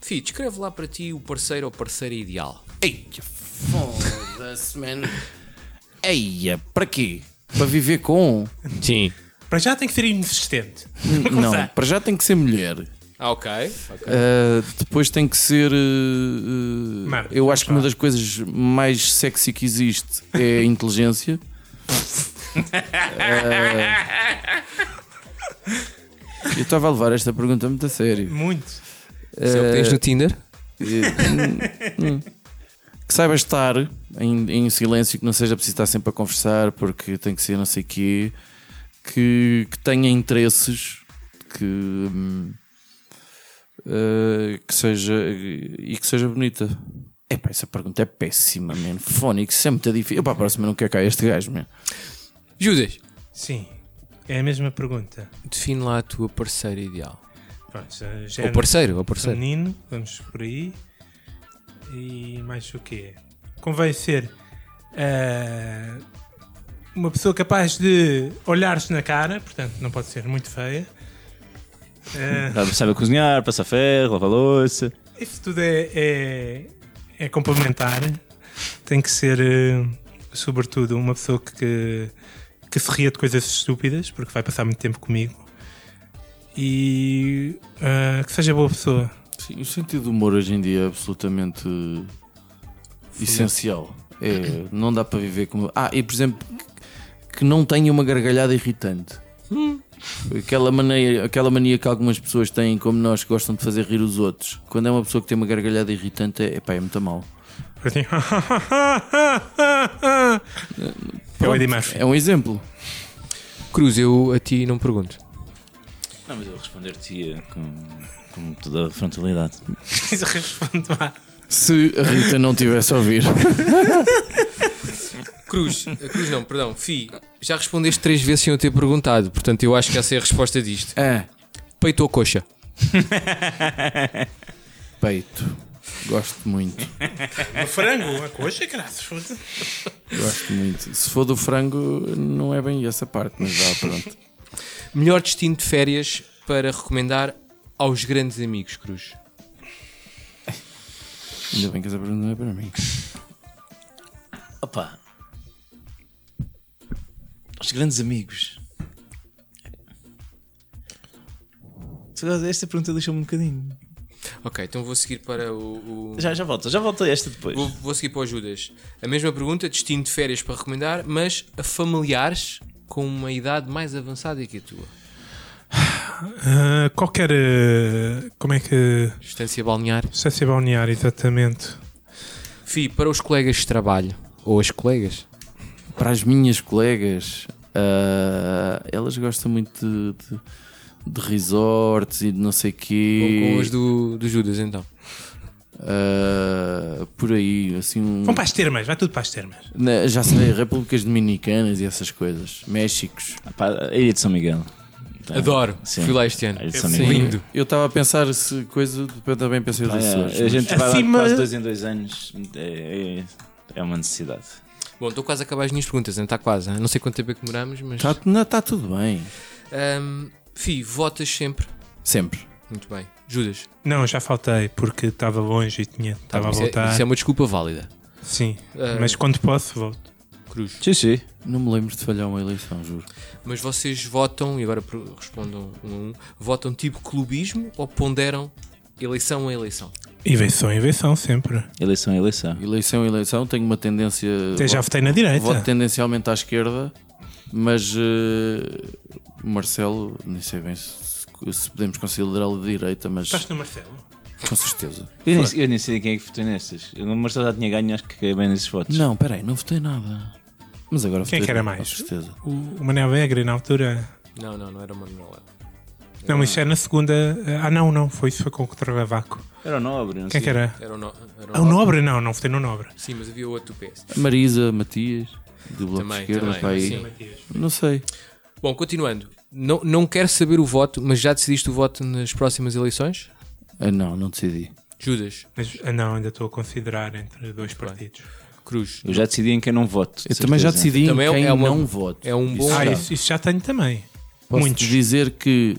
[SPEAKER 2] Fi, descreve lá para ti o parceiro ou parceira ideal.
[SPEAKER 3] Ei, foda-se, mano. Eia, para quê? Para viver com?
[SPEAKER 2] Sim.
[SPEAKER 5] Para já tem que ser inexistente.
[SPEAKER 2] é
[SPEAKER 3] Não, para já tem que ser mulher.
[SPEAKER 2] Ah, ok. ok.
[SPEAKER 3] Uh, depois tem que ser. uh, uh,
[SPEAKER 5] Merda,
[SPEAKER 3] eu acho que uma
[SPEAKER 5] vá.
[SPEAKER 3] das coisas mais sexy que existe é a inteligência. Uh, Ah, eu estava a levar esta pergunta muito a sério.
[SPEAKER 5] Muito.
[SPEAKER 2] Isso é o que tens no Tinder?
[SPEAKER 3] Uh, hum, hum. que saiba estar em, em silêncio, que não seja preciso estar sempre a conversar, porque tem que ser não sei quê. Que, que tenha interesses que. hum, Uh, que seja e que seja bonita. Epá, essa pergunta é péssima, mano. Fónico, isso é muito difícil. Epá, a próxima não quer cá este gajo, mano.
[SPEAKER 2] Judas,
[SPEAKER 5] Sim. É a mesma pergunta.
[SPEAKER 2] define lá a tua parceira ideal.
[SPEAKER 5] Pronto, já- já é
[SPEAKER 2] Ou parceiro, ou parceiro.
[SPEAKER 5] feminino, vamos por aí. E mais o quê? Convém ser ah, uma pessoa capaz de olhar-se na cara, portanto não pode ser muito feia. Ah,
[SPEAKER 4] Sabe- Sabe cozinhar, passa ferro, lava louça.
[SPEAKER 5] isso tudo é, é, é complementar. Tem que ser, ah, sobretudo, uma pessoa que, que, que se ria de coisas estúpidas, porque vai passar muito tempo comigo. E ah, que seja boa pessoa.
[SPEAKER 3] Sim, o sentido do humor hoje em dia é absolutamente essencial. É, não dá para viver como. Ah, e por exemplo, que não tenha uma gargalhada irritante. Hum. Aquela, maneira, aquela mania que algumas pessoas têm, como nós, que gostam de fazer rir os outros. Quando é uma pessoa que tem uma gargalhada irritante, é, epá, é muito mal.
[SPEAKER 5] Assim, é o Eddie Murphy.
[SPEAKER 3] É um exemplo.
[SPEAKER 2] Cruz, eu a ti não pergunto.
[SPEAKER 4] Não, mas eu responder-te com, com toda a frontalidade.
[SPEAKER 5] Isso responde lá.
[SPEAKER 3] Se a Rita não tivesse a ouvir.
[SPEAKER 2] Cruz, eh, Cruz não, perdão, Fi, já respondeste três vezes sem eu ter perguntado, portanto eu acho que essa é a resposta disto.
[SPEAKER 3] Ah,
[SPEAKER 2] Peito ou coxa?
[SPEAKER 3] peito. Gosto muito.
[SPEAKER 5] O frango, é a coxa, graças.
[SPEAKER 3] Gosto muito. Se for do frango, não é bem essa parte, mas vá, pronto.
[SPEAKER 2] Melhor destino de férias para recomendar aos grandes amigos, Cruz.
[SPEAKER 3] Ainda bem que essa pergunta não é para mim.
[SPEAKER 4] Opa! Os grandes amigos. Esta pergunta deixou-me um bocadinho.
[SPEAKER 2] Ok, então vou seguir para o. o-
[SPEAKER 4] Já, já volto, já volto a esta depois.
[SPEAKER 2] Vou, vou seguir para o Judas. A mesma pergunta, destino de férias para recomendar, mas a familiares com uma idade mais avançada que a tua.
[SPEAKER 5] Ah, qualquer. ah, como é que.
[SPEAKER 2] Distância balnear.
[SPEAKER 5] Estância balnear, exatamente.
[SPEAKER 2] Fi, para os colegas de trabalho, ou as colegas,
[SPEAKER 3] Para as minhas colegas, ah, elas gostam muito de, de- de resorts e de não sei
[SPEAKER 2] ou com
[SPEAKER 3] quê.
[SPEAKER 2] as do, do Judas, então.
[SPEAKER 3] Ah, por aí, assim. um-
[SPEAKER 5] Vão para as termas, vai tudo para as termas.
[SPEAKER 3] Na- já sei, Repúblicas Dominicanas e essas coisas. Méxicos.
[SPEAKER 4] Opa, Ah, a Ilha de São Miguel. Tá.
[SPEAKER 2] Adoro,
[SPEAKER 4] Sim.
[SPEAKER 2] fui lá este ano.
[SPEAKER 4] A Ilha de São
[SPEAKER 2] Sim.
[SPEAKER 4] Miguel.
[SPEAKER 2] Lindo.
[SPEAKER 3] Eu estava a pensar se coisa, eu também pensei dos
[SPEAKER 4] Ah, é,
[SPEAKER 3] Açores.
[SPEAKER 4] a
[SPEAKER 3] mas-
[SPEAKER 4] gente vai lá de
[SPEAKER 5] Acima-
[SPEAKER 4] quase dois em dois anos. É, é- é uma necessidade.
[SPEAKER 2] Bom, estou quase a acabar as minhas perguntas, não está quase. hein? Não sei quanto tempo é que demoramos, mas.
[SPEAKER 3] Tá, não, tá tudo bem.
[SPEAKER 2] Ahm, Fi, votas sempre.
[SPEAKER 3] Sempre.
[SPEAKER 2] Muito bem. Judas,
[SPEAKER 5] Não, já faltei porque estava longe e tinha, estava a
[SPEAKER 2] isso,
[SPEAKER 5] voltar.
[SPEAKER 2] É, isso é uma desculpa válida.
[SPEAKER 5] Sim,
[SPEAKER 2] Ah.
[SPEAKER 5] mas quando posso, volto.
[SPEAKER 2] Cruz.
[SPEAKER 4] Sim, sim.
[SPEAKER 3] Não me lembro de falhar uma eleição, juro.
[SPEAKER 2] Mas vocês votam, e agora pro- respondam um a um, votam tipo clubismo ou ponderam eleição a eleição?
[SPEAKER 5] Invenção, invenção, sempre.
[SPEAKER 4] Eleição é eleição.
[SPEAKER 3] Eleição, eleição, tenho uma tendência.
[SPEAKER 5] Até já votei na direita.
[SPEAKER 3] Voto tendencialmente à esquerda, mas eh, Marcelo, nem sei bem se, se podemos considerá-lo de direita, mas
[SPEAKER 5] Estás no Marcelo?
[SPEAKER 3] com certeza.
[SPEAKER 4] Eu nem, eu nem sei quem é que votou nestas. Eu não mostro já tinha ganho, acho que caí bem nesses votos.
[SPEAKER 3] Não, peraí, não votei nada. Mas agora votei,
[SPEAKER 5] Quem é que era
[SPEAKER 3] com
[SPEAKER 5] mais?
[SPEAKER 3] certeza.
[SPEAKER 5] O, o Manel Vegre, na altura.
[SPEAKER 2] Não, não, não era uma novela.
[SPEAKER 5] Não, isso é na segunda. Ah, não, não, foi isso, foi com o Travavaco.
[SPEAKER 4] Era o nobre, não
[SPEAKER 5] Quem
[SPEAKER 4] sei.
[SPEAKER 5] é que era?
[SPEAKER 2] Era o, no, era
[SPEAKER 5] Ah, o Nobre? Não, não votei no Nobre.
[SPEAKER 2] Sim, mas havia outro do PS.
[SPEAKER 3] Marisa, Matias, do Bloco
[SPEAKER 2] Também,
[SPEAKER 3] de Esquerda,
[SPEAKER 2] também,
[SPEAKER 3] vai aí.
[SPEAKER 2] sim.
[SPEAKER 3] Não sei.
[SPEAKER 2] Bom, continuando. Não, não quero saber o voto, mas já decidiste o voto nas próximas eleições?
[SPEAKER 3] Ah, não, não decidi.
[SPEAKER 2] Judas,
[SPEAKER 5] Mas, ah, não, ainda estou a considerar entre dois partidos.
[SPEAKER 2] Cruz.
[SPEAKER 4] Eu já decidi em quem não voto. de
[SPEAKER 3] Eu também já
[SPEAKER 4] certeza.
[SPEAKER 3] decidi em
[SPEAKER 2] Também é-
[SPEAKER 3] quem
[SPEAKER 2] é uma-
[SPEAKER 3] não voto.
[SPEAKER 2] é um bom-
[SPEAKER 5] Ah,
[SPEAKER 3] já.
[SPEAKER 5] isso, isso já tenho também.
[SPEAKER 3] Posso
[SPEAKER 5] Muitos.
[SPEAKER 3] dizer que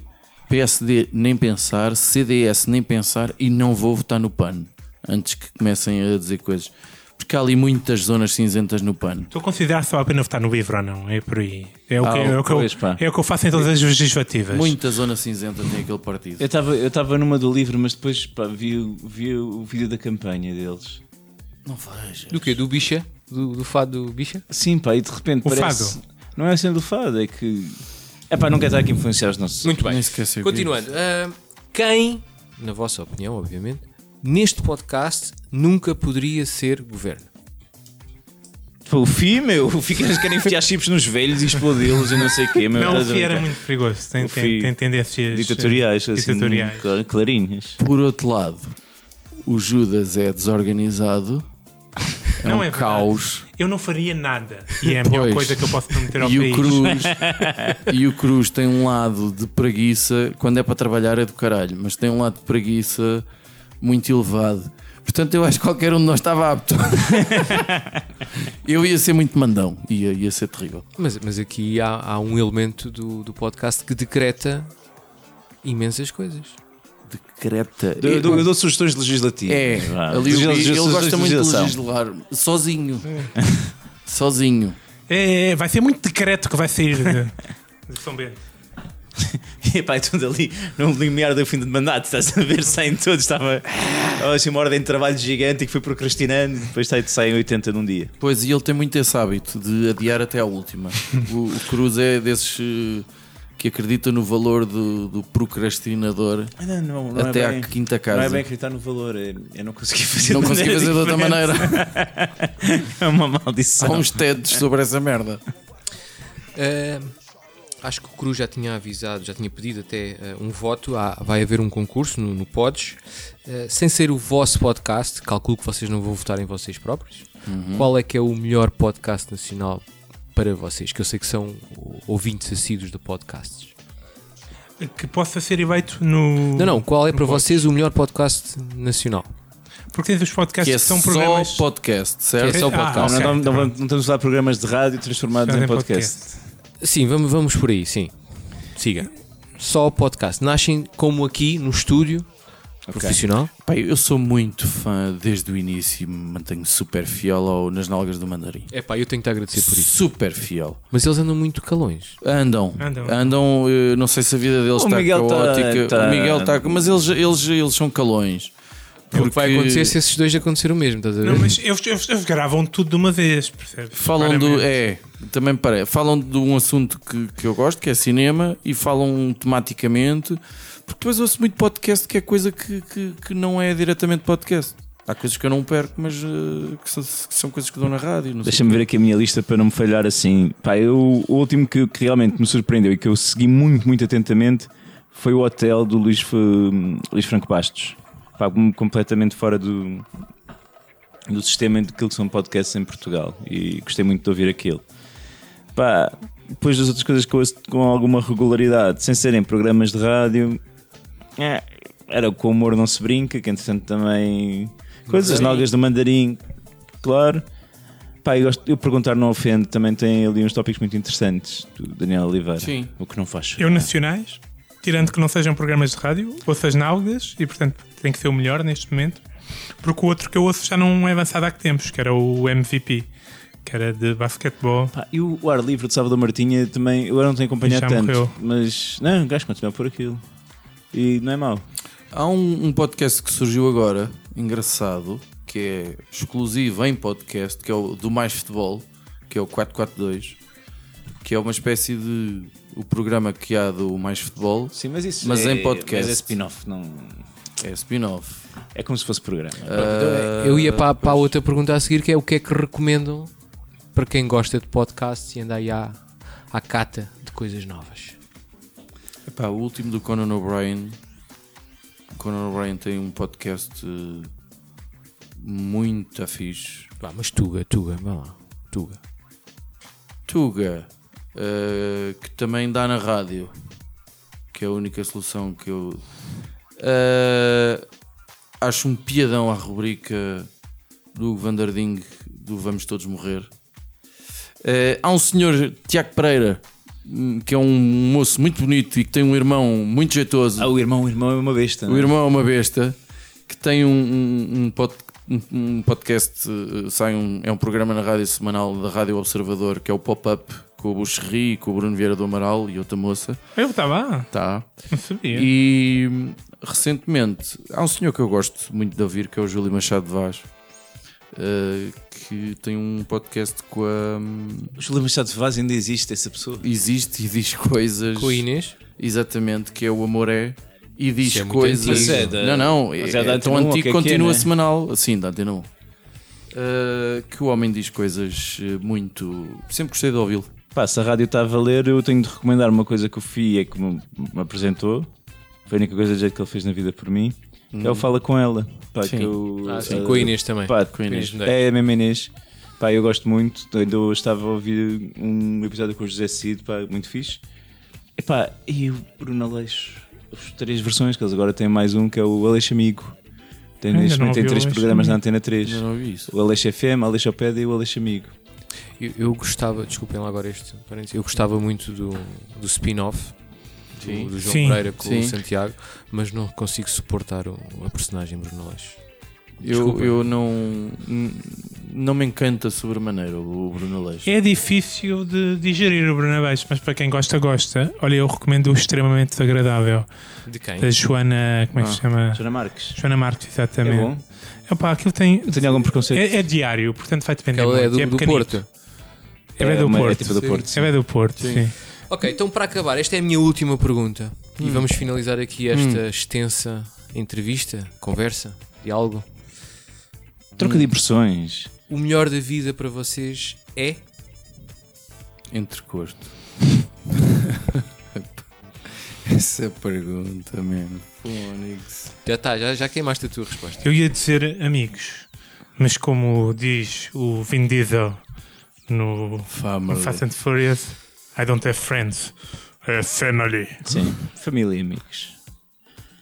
[SPEAKER 3] PSD nem pensar, CDS nem pensar e não vou votar no PAN antes que comecem a dizer coisas. Porque há ali muitas zonas cinzentas no PAN.
[SPEAKER 5] Estou a considerar só a pena votar no livro ou não, é por aí. É o que,
[SPEAKER 3] Ah,
[SPEAKER 5] é o que,
[SPEAKER 4] pois, pá.
[SPEAKER 5] eu, é o que eu faço em todas as legislativas.
[SPEAKER 3] Muita zona cinzenta tem aquele partido.
[SPEAKER 4] Eu estava eu tava numa do livro, mas depois pá, vi, o- vi o vídeo da campanha deles.
[SPEAKER 3] Não vejo.
[SPEAKER 2] Do quê? Do bicha? Do, do fado do bicha?
[SPEAKER 4] Sim, pá, e de repente
[SPEAKER 5] O
[SPEAKER 4] parece.
[SPEAKER 5] fado.
[SPEAKER 4] Não é sendo o fado, é que. É pá, não quer estar aqui a influenciar os nossos.
[SPEAKER 2] Muito bem.
[SPEAKER 3] Nem sequer sei o que
[SPEAKER 2] Continuando. ah, quem, na vossa opinião, obviamente, neste podcast nunca poderia ser governo?
[SPEAKER 4] Pô, o FI, meu, o FI que eles querem enfiar chips nos velhos e explodi-los e não sei o quê, meu.
[SPEAKER 5] Não, o
[SPEAKER 4] Estás a
[SPEAKER 5] FI era
[SPEAKER 4] brincar.
[SPEAKER 5] muito perigoso. Tem,
[SPEAKER 4] O
[SPEAKER 5] tem,
[SPEAKER 4] FI
[SPEAKER 5] tem tendências. eh,
[SPEAKER 4] Ditatoriais, assim,
[SPEAKER 5] Ditatoriais.
[SPEAKER 4] cla- clarinhas.
[SPEAKER 3] Por outro lado, o Judas é desorganizado, é
[SPEAKER 5] Não
[SPEAKER 3] um
[SPEAKER 5] é verdade.
[SPEAKER 3] caos.
[SPEAKER 5] Eu não faria nada. E é a melhor
[SPEAKER 3] Pois.
[SPEAKER 5] coisa que eu posso prometer ao
[SPEAKER 3] E o,
[SPEAKER 5] país.
[SPEAKER 3] Cruz, e o Cruz tem um lado de preguiça, quando é para trabalhar é do caralho, mas tem um lado de preguiça muito elevado. Portanto, eu acho que qualquer um de nós estava apto. eu ia ser muito mandão, ia, ia ser terrível.
[SPEAKER 2] Mas, mas aqui há, há um elemento do, do podcast que decreta imensas coisas.
[SPEAKER 3] Decreta.
[SPEAKER 4] Eu, dou- eu dou sugestões legislativas.
[SPEAKER 3] É,
[SPEAKER 4] Vá,
[SPEAKER 3] ali o,
[SPEAKER 4] legisla-
[SPEAKER 3] ele
[SPEAKER 4] sugestões
[SPEAKER 3] gosta muito de
[SPEAKER 4] legislação.
[SPEAKER 3] legislar, sozinho. Sozinho.
[SPEAKER 5] É, vai ser muito decreto que vai sair de, de São Bento.
[SPEAKER 4] E pá, tudo ali, num limiar do fim de mandato, estás a ver, saem todos, estava assim, uma ordem de trabalho gigante e que foi procrastinando, depois sai- saem 80 num dia.
[SPEAKER 3] Pois, e ele tem muito esse hábito de adiar até à última. o, o Cruz é desses eh, que acredita no valor do, do procrastinador
[SPEAKER 4] Não, não,
[SPEAKER 3] até à quinta casa.
[SPEAKER 4] Não é bem acreditar no valor, é- eu não consegui fazer
[SPEAKER 3] Não
[SPEAKER 4] de
[SPEAKER 3] consegui fazer de outra
[SPEAKER 4] diferente.
[SPEAKER 3] maneira.
[SPEAKER 4] É uma
[SPEAKER 3] Há um
[SPEAKER 4] maldição.
[SPEAKER 3] uns TEDs sobre essa merda.
[SPEAKER 2] Ah, acho que o Cruz já tinha avisado, já tinha pedido até ah, um voto. Há- vai haver um concurso no, no Pods, Ah, sem ser o vosso podcast. Calculo que vocês não vão votar em vocês próprios. Qual é que é o melhor podcast nacional para vocês? Que eu sei que são o- ouvintes assíduos de podcasts.
[SPEAKER 5] Que possa ser eleito no.
[SPEAKER 2] Não, não. Qual é para vocês o melor podcast nacional?
[SPEAKER 5] Porque tens os podcasts
[SPEAKER 3] Que
[SPEAKER 5] que,
[SPEAKER 3] é
[SPEAKER 5] são
[SPEAKER 3] só
[SPEAKER 5] programas.
[SPEAKER 3] podcast, certo?
[SPEAKER 2] Que é só podcast.
[SPEAKER 5] Ah,
[SPEAKER 4] Não,
[SPEAKER 5] ok,
[SPEAKER 4] não,
[SPEAKER 5] tá
[SPEAKER 4] não,
[SPEAKER 5] bem.
[SPEAKER 4] não estamos a usar programas de rádio transformados em
[SPEAKER 5] Fazem
[SPEAKER 4] podcast.
[SPEAKER 2] Sim, vamos, vamos por aí, sim. Siga. Só o podcast. Nascem como aqui, no estúdio profissional.
[SPEAKER 3] Pai, eu sou muito fã desde o início e mantenho super fiel ao Nas Nalgas do Mandarim.
[SPEAKER 2] É pá, eu tenho que te agradecer por isso.
[SPEAKER 3] Super fiel.
[SPEAKER 2] Mas eles andam muito calões.
[SPEAKER 3] Andam,
[SPEAKER 5] Andam.
[SPEAKER 3] andam, eh, não sei se a vida deles
[SPEAKER 4] O
[SPEAKER 3] está
[SPEAKER 4] Miguel tá-
[SPEAKER 3] caótica.
[SPEAKER 4] tá-
[SPEAKER 3] O Miguel está. Mas eles, eles, eles são calões.
[SPEAKER 2] O que vai
[SPEAKER 3] é
[SPEAKER 2] acontecer se esses dois acontecer o mesmo, estás a ver?
[SPEAKER 5] Não, mas eles, eles- eles gravam tudo de uma vez, percebes?
[SPEAKER 3] Falam do.
[SPEAKER 5] Claramente.
[SPEAKER 3] É, também parece. Falam de um assunto que, que eu gosto, que é cinema, e falam tematicamente. Porque depois ouço muito podcast, que é coisa que, que, que não é diretamente podcast. Há coisas que eu não perco, mas eh, que, são, que são coisas que dão na rádio. não sei.
[SPEAKER 4] Deixa-me ver aqui a minha lista para não me falhar assim. Pá, eu, o último que, que realmente me surpreendeu e que eu segui muito, muito atentamente foi o hotel do Luís, F- Luís Franco Bastos. Pá, com- completamente fora do, do sistema daquilo que são podcasts em Portugal. E gostei muito de ouvir aquilo. Pá, depois das outras coisas que eu ouço com alguma regularidade, sem serem programas de rádio, é, era o Com o Humor Não Se Brinca, que entretanto também. Coisas nalgas do mandarim, claro. Pá, eu, gosto, eu perguntar não ofende também tem ali uns tópicos muito interessantes do Daniel Oliveira.
[SPEAKER 3] Sim.
[SPEAKER 4] O que não faz.
[SPEAKER 5] Eu nacionais, tirando que não sejam programas de rádio, ouço as náugas e, portanto, tem que ser o melhor neste momento. Porque o outro que eu ouço já não é avançado há que tempos, que era o MVP, que era de basquetebol.
[SPEAKER 4] Pá, e o ar livre de Salvador Martinha também, eu agora não tenho
[SPEAKER 5] Já
[SPEAKER 4] acompanhado tanto.
[SPEAKER 5] morreu.
[SPEAKER 4] Mas não, o gajo continua por aquilo. E não é mau.
[SPEAKER 3] Há um, um podcast que surgiu agora, engraçado, que é exclusivo em podcast, que é o do Mais Futebol, que é o 442, que é uma espécie de o programa que há do Mais Futebol,
[SPEAKER 4] Sim, mas isso
[SPEAKER 3] Mas
[SPEAKER 4] é,
[SPEAKER 3] em podcast.
[SPEAKER 4] Mas é spin-off, não.
[SPEAKER 3] é spin-off.
[SPEAKER 4] É como se fosse programa.
[SPEAKER 2] eu ia para, para a outra pergunta a seguir, que é o que é que recomendam para quem gosta de podcasts e anda aí à, à cata de coisas novas.
[SPEAKER 3] Epá, o último do Conan O'Brien. O Conan O'Brien tem um podcast eh, muito fixe.
[SPEAKER 2] Vá, mas Tuga, Tuga, vamos lá. Tuga.
[SPEAKER 3] Tuga, eh, que também dá na rádio, que é a única solução que eu Eh, acho um piadão à rubrica do Vandarding do Vamos Todos Morrer. Eh, há um senhor, Tiago Pereira, hum, que é um moço muito bonito e que tem um irmão muito jeitoso.
[SPEAKER 4] Ah, o irmão, o irmão é uma besta. não
[SPEAKER 3] O
[SPEAKER 4] é?
[SPEAKER 3] irmão é uma besta que tem um, um- um pod- um- um podcast, eh, sai um- é um programa na rádio semanal da Rádio Observador, que é o Pop-Up, com o Buxerri, com o Bruno Vieira do Amaral e outra moça.
[SPEAKER 5] Eu estava lá,
[SPEAKER 3] Tá.
[SPEAKER 5] não sabia.
[SPEAKER 3] E hum, recentemente há um senhor que eu gosto muito de ouvir, que é o Júlio Machado de Vaz, eh, que tem um podcast com a. hum,
[SPEAKER 4] O Júlio Machado de Vaz ainda existe, essa pessoa.
[SPEAKER 3] Existe e diz coisas.
[SPEAKER 2] Com o Inês,
[SPEAKER 3] Exatamente, que é o Amor É. E diz
[SPEAKER 2] Isso é muito
[SPEAKER 3] coisas.
[SPEAKER 2] antigo. Mas é
[SPEAKER 3] não,
[SPEAKER 4] da-
[SPEAKER 3] não,
[SPEAKER 4] mas
[SPEAKER 3] é,
[SPEAKER 4] é da
[SPEAKER 3] é tão
[SPEAKER 4] Antena um, o
[SPEAKER 3] antigo
[SPEAKER 4] que é que é,
[SPEAKER 3] continua
[SPEAKER 4] né?
[SPEAKER 3] semanal. Assim, da Antena um. Uh, que o homem diz coisas eh, muito. Sempre gostei de ouvi-lo.
[SPEAKER 4] Pá, se a rádio está a valer, eu tenho de recomendar uma coisa que o FI é que me, me apresentou. Foi a única coisa do jeito que ele fez na vida por mim. Que é o Fala Com Ela. Pá,
[SPEAKER 3] Sim.
[SPEAKER 4] que eu-
[SPEAKER 2] Ah, Hum. sim,
[SPEAKER 4] eh,
[SPEAKER 2] com a Inês também.
[SPEAKER 4] Pá,
[SPEAKER 2] Com a Inês Medeiros.
[SPEAKER 4] É, a mesma Inês. Pá, eu gosto muito. Ainda hoje estava a ouvir um episódio com o José Cid, pá, muito fixe. E pá, e o Bruno Aleixo. As três versões, que eles agora têm mais um, que é o Aleixo Amigo. Tem,
[SPEAKER 5] Ainda
[SPEAKER 4] neste
[SPEAKER 5] não
[SPEAKER 4] momento tem
[SPEAKER 5] ouvi o
[SPEAKER 4] três
[SPEAKER 5] Aleixo
[SPEAKER 4] programas na Antena 3.
[SPEAKER 3] Ainda não ouvi isso.
[SPEAKER 4] O Aleixo FM, a Aleixopédia e o Aleixo Amigo.
[SPEAKER 2] eu, eu gostava, desculpem lá agora este parênteses, eu gostava muito do, do spin-off do, do João
[SPEAKER 5] Sim.
[SPEAKER 2] Pereira com o
[SPEAKER 3] Sim.
[SPEAKER 2] Santiago, mas não consigo suportar o, a personagem Bruno Lage.
[SPEAKER 3] Eu,
[SPEAKER 2] Desculpa.
[SPEAKER 3] eu não. n- não me encanta sobremaneira o Bruno Leixo.
[SPEAKER 5] É difícil de digerir o Bruno Abaixo, mas para quem gosta, gosta. Olha, eu recomendo o extremamente desagradável.
[SPEAKER 2] De quem?
[SPEAKER 5] Da Joana. Como é que se chama?
[SPEAKER 4] Joana Marques.
[SPEAKER 5] Joana Marques, exatamente.
[SPEAKER 4] É bom?
[SPEAKER 5] Epá, aquilo tem.
[SPEAKER 4] Eu tenho algum preconceito.
[SPEAKER 5] É, é diário, portanto vai depender.
[SPEAKER 2] Ela é
[SPEAKER 5] muito.
[SPEAKER 2] do, do
[SPEAKER 5] pequenito.
[SPEAKER 2] Porto.
[SPEAKER 5] É, bem
[SPEAKER 4] É
[SPEAKER 5] do
[SPEAKER 4] uma- é
[SPEAKER 5] Porto.
[SPEAKER 4] tipo do
[SPEAKER 5] sim.
[SPEAKER 4] Porto, sim.
[SPEAKER 5] É bem do Porto, sim.
[SPEAKER 2] Ok, então para acabar, esta é a minha última pergunta. E vamos finalizar aqui esta extensa entrevista, conversa, diálogo.
[SPEAKER 4] é Troca de impressões.
[SPEAKER 2] O melhor da vida para vocês é?
[SPEAKER 3] Entrecosto. Essa pergunta, mesmo. Fónix.
[SPEAKER 2] Já está, já, já queimaste a tua resposta.
[SPEAKER 5] Eu ia dizer amigos, mas como diz o Vin Diesel no
[SPEAKER 3] Fama.
[SPEAKER 5] Fast and Furious, I don't have friends, I have family.
[SPEAKER 4] Sim. Família e amigos.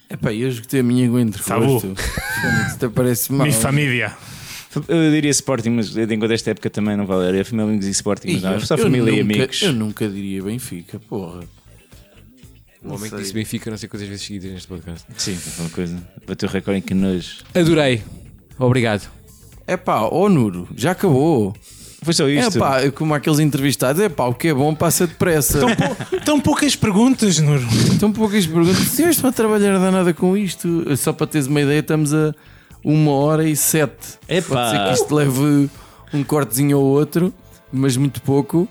[SPEAKER 3] Epá, eu esgotei a minha com
[SPEAKER 5] Sabu.
[SPEAKER 3] entrecosto. Fónix, até parece mal.
[SPEAKER 5] Mi família.
[SPEAKER 4] Eu diria Sporting, mas enquanto esta época também não vale. É família e Sporting, mas não. É só
[SPEAKER 3] Eu
[SPEAKER 4] família e
[SPEAKER 3] nunca-
[SPEAKER 4] amigos.
[SPEAKER 3] Eu nunca diria Benfica, porra.
[SPEAKER 2] O homem que disse Benfica não sei quantas vezes seguidas neste podcast.
[SPEAKER 4] Sim, foi uma coisa. Bateu o recorde em que nojo.
[SPEAKER 2] Adorei. Obrigado.
[SPEAKER 3] Epá, É ó Nuro, já acabou.
[SPEAKER 4] Foi só isto.
[SPEAKER 3] Epá, como aqueles entrevistados, epá, o que é bom passa depressa.
[SPEAKER 4] Então,
[SPEAKER 5] Tão, pou- tão poucas perguntas, Nuno.
[SPEAKER 3] Tão poucas perguntas. Se eu estou a trabalhar danada com isto, só para teres uma ideia, estamos a uma hora e sete.
[SPEAKER 4] Epá.
[SPEAKER 3] Pode ser que isto leve um cortezinho ou outro, mas muito pouco.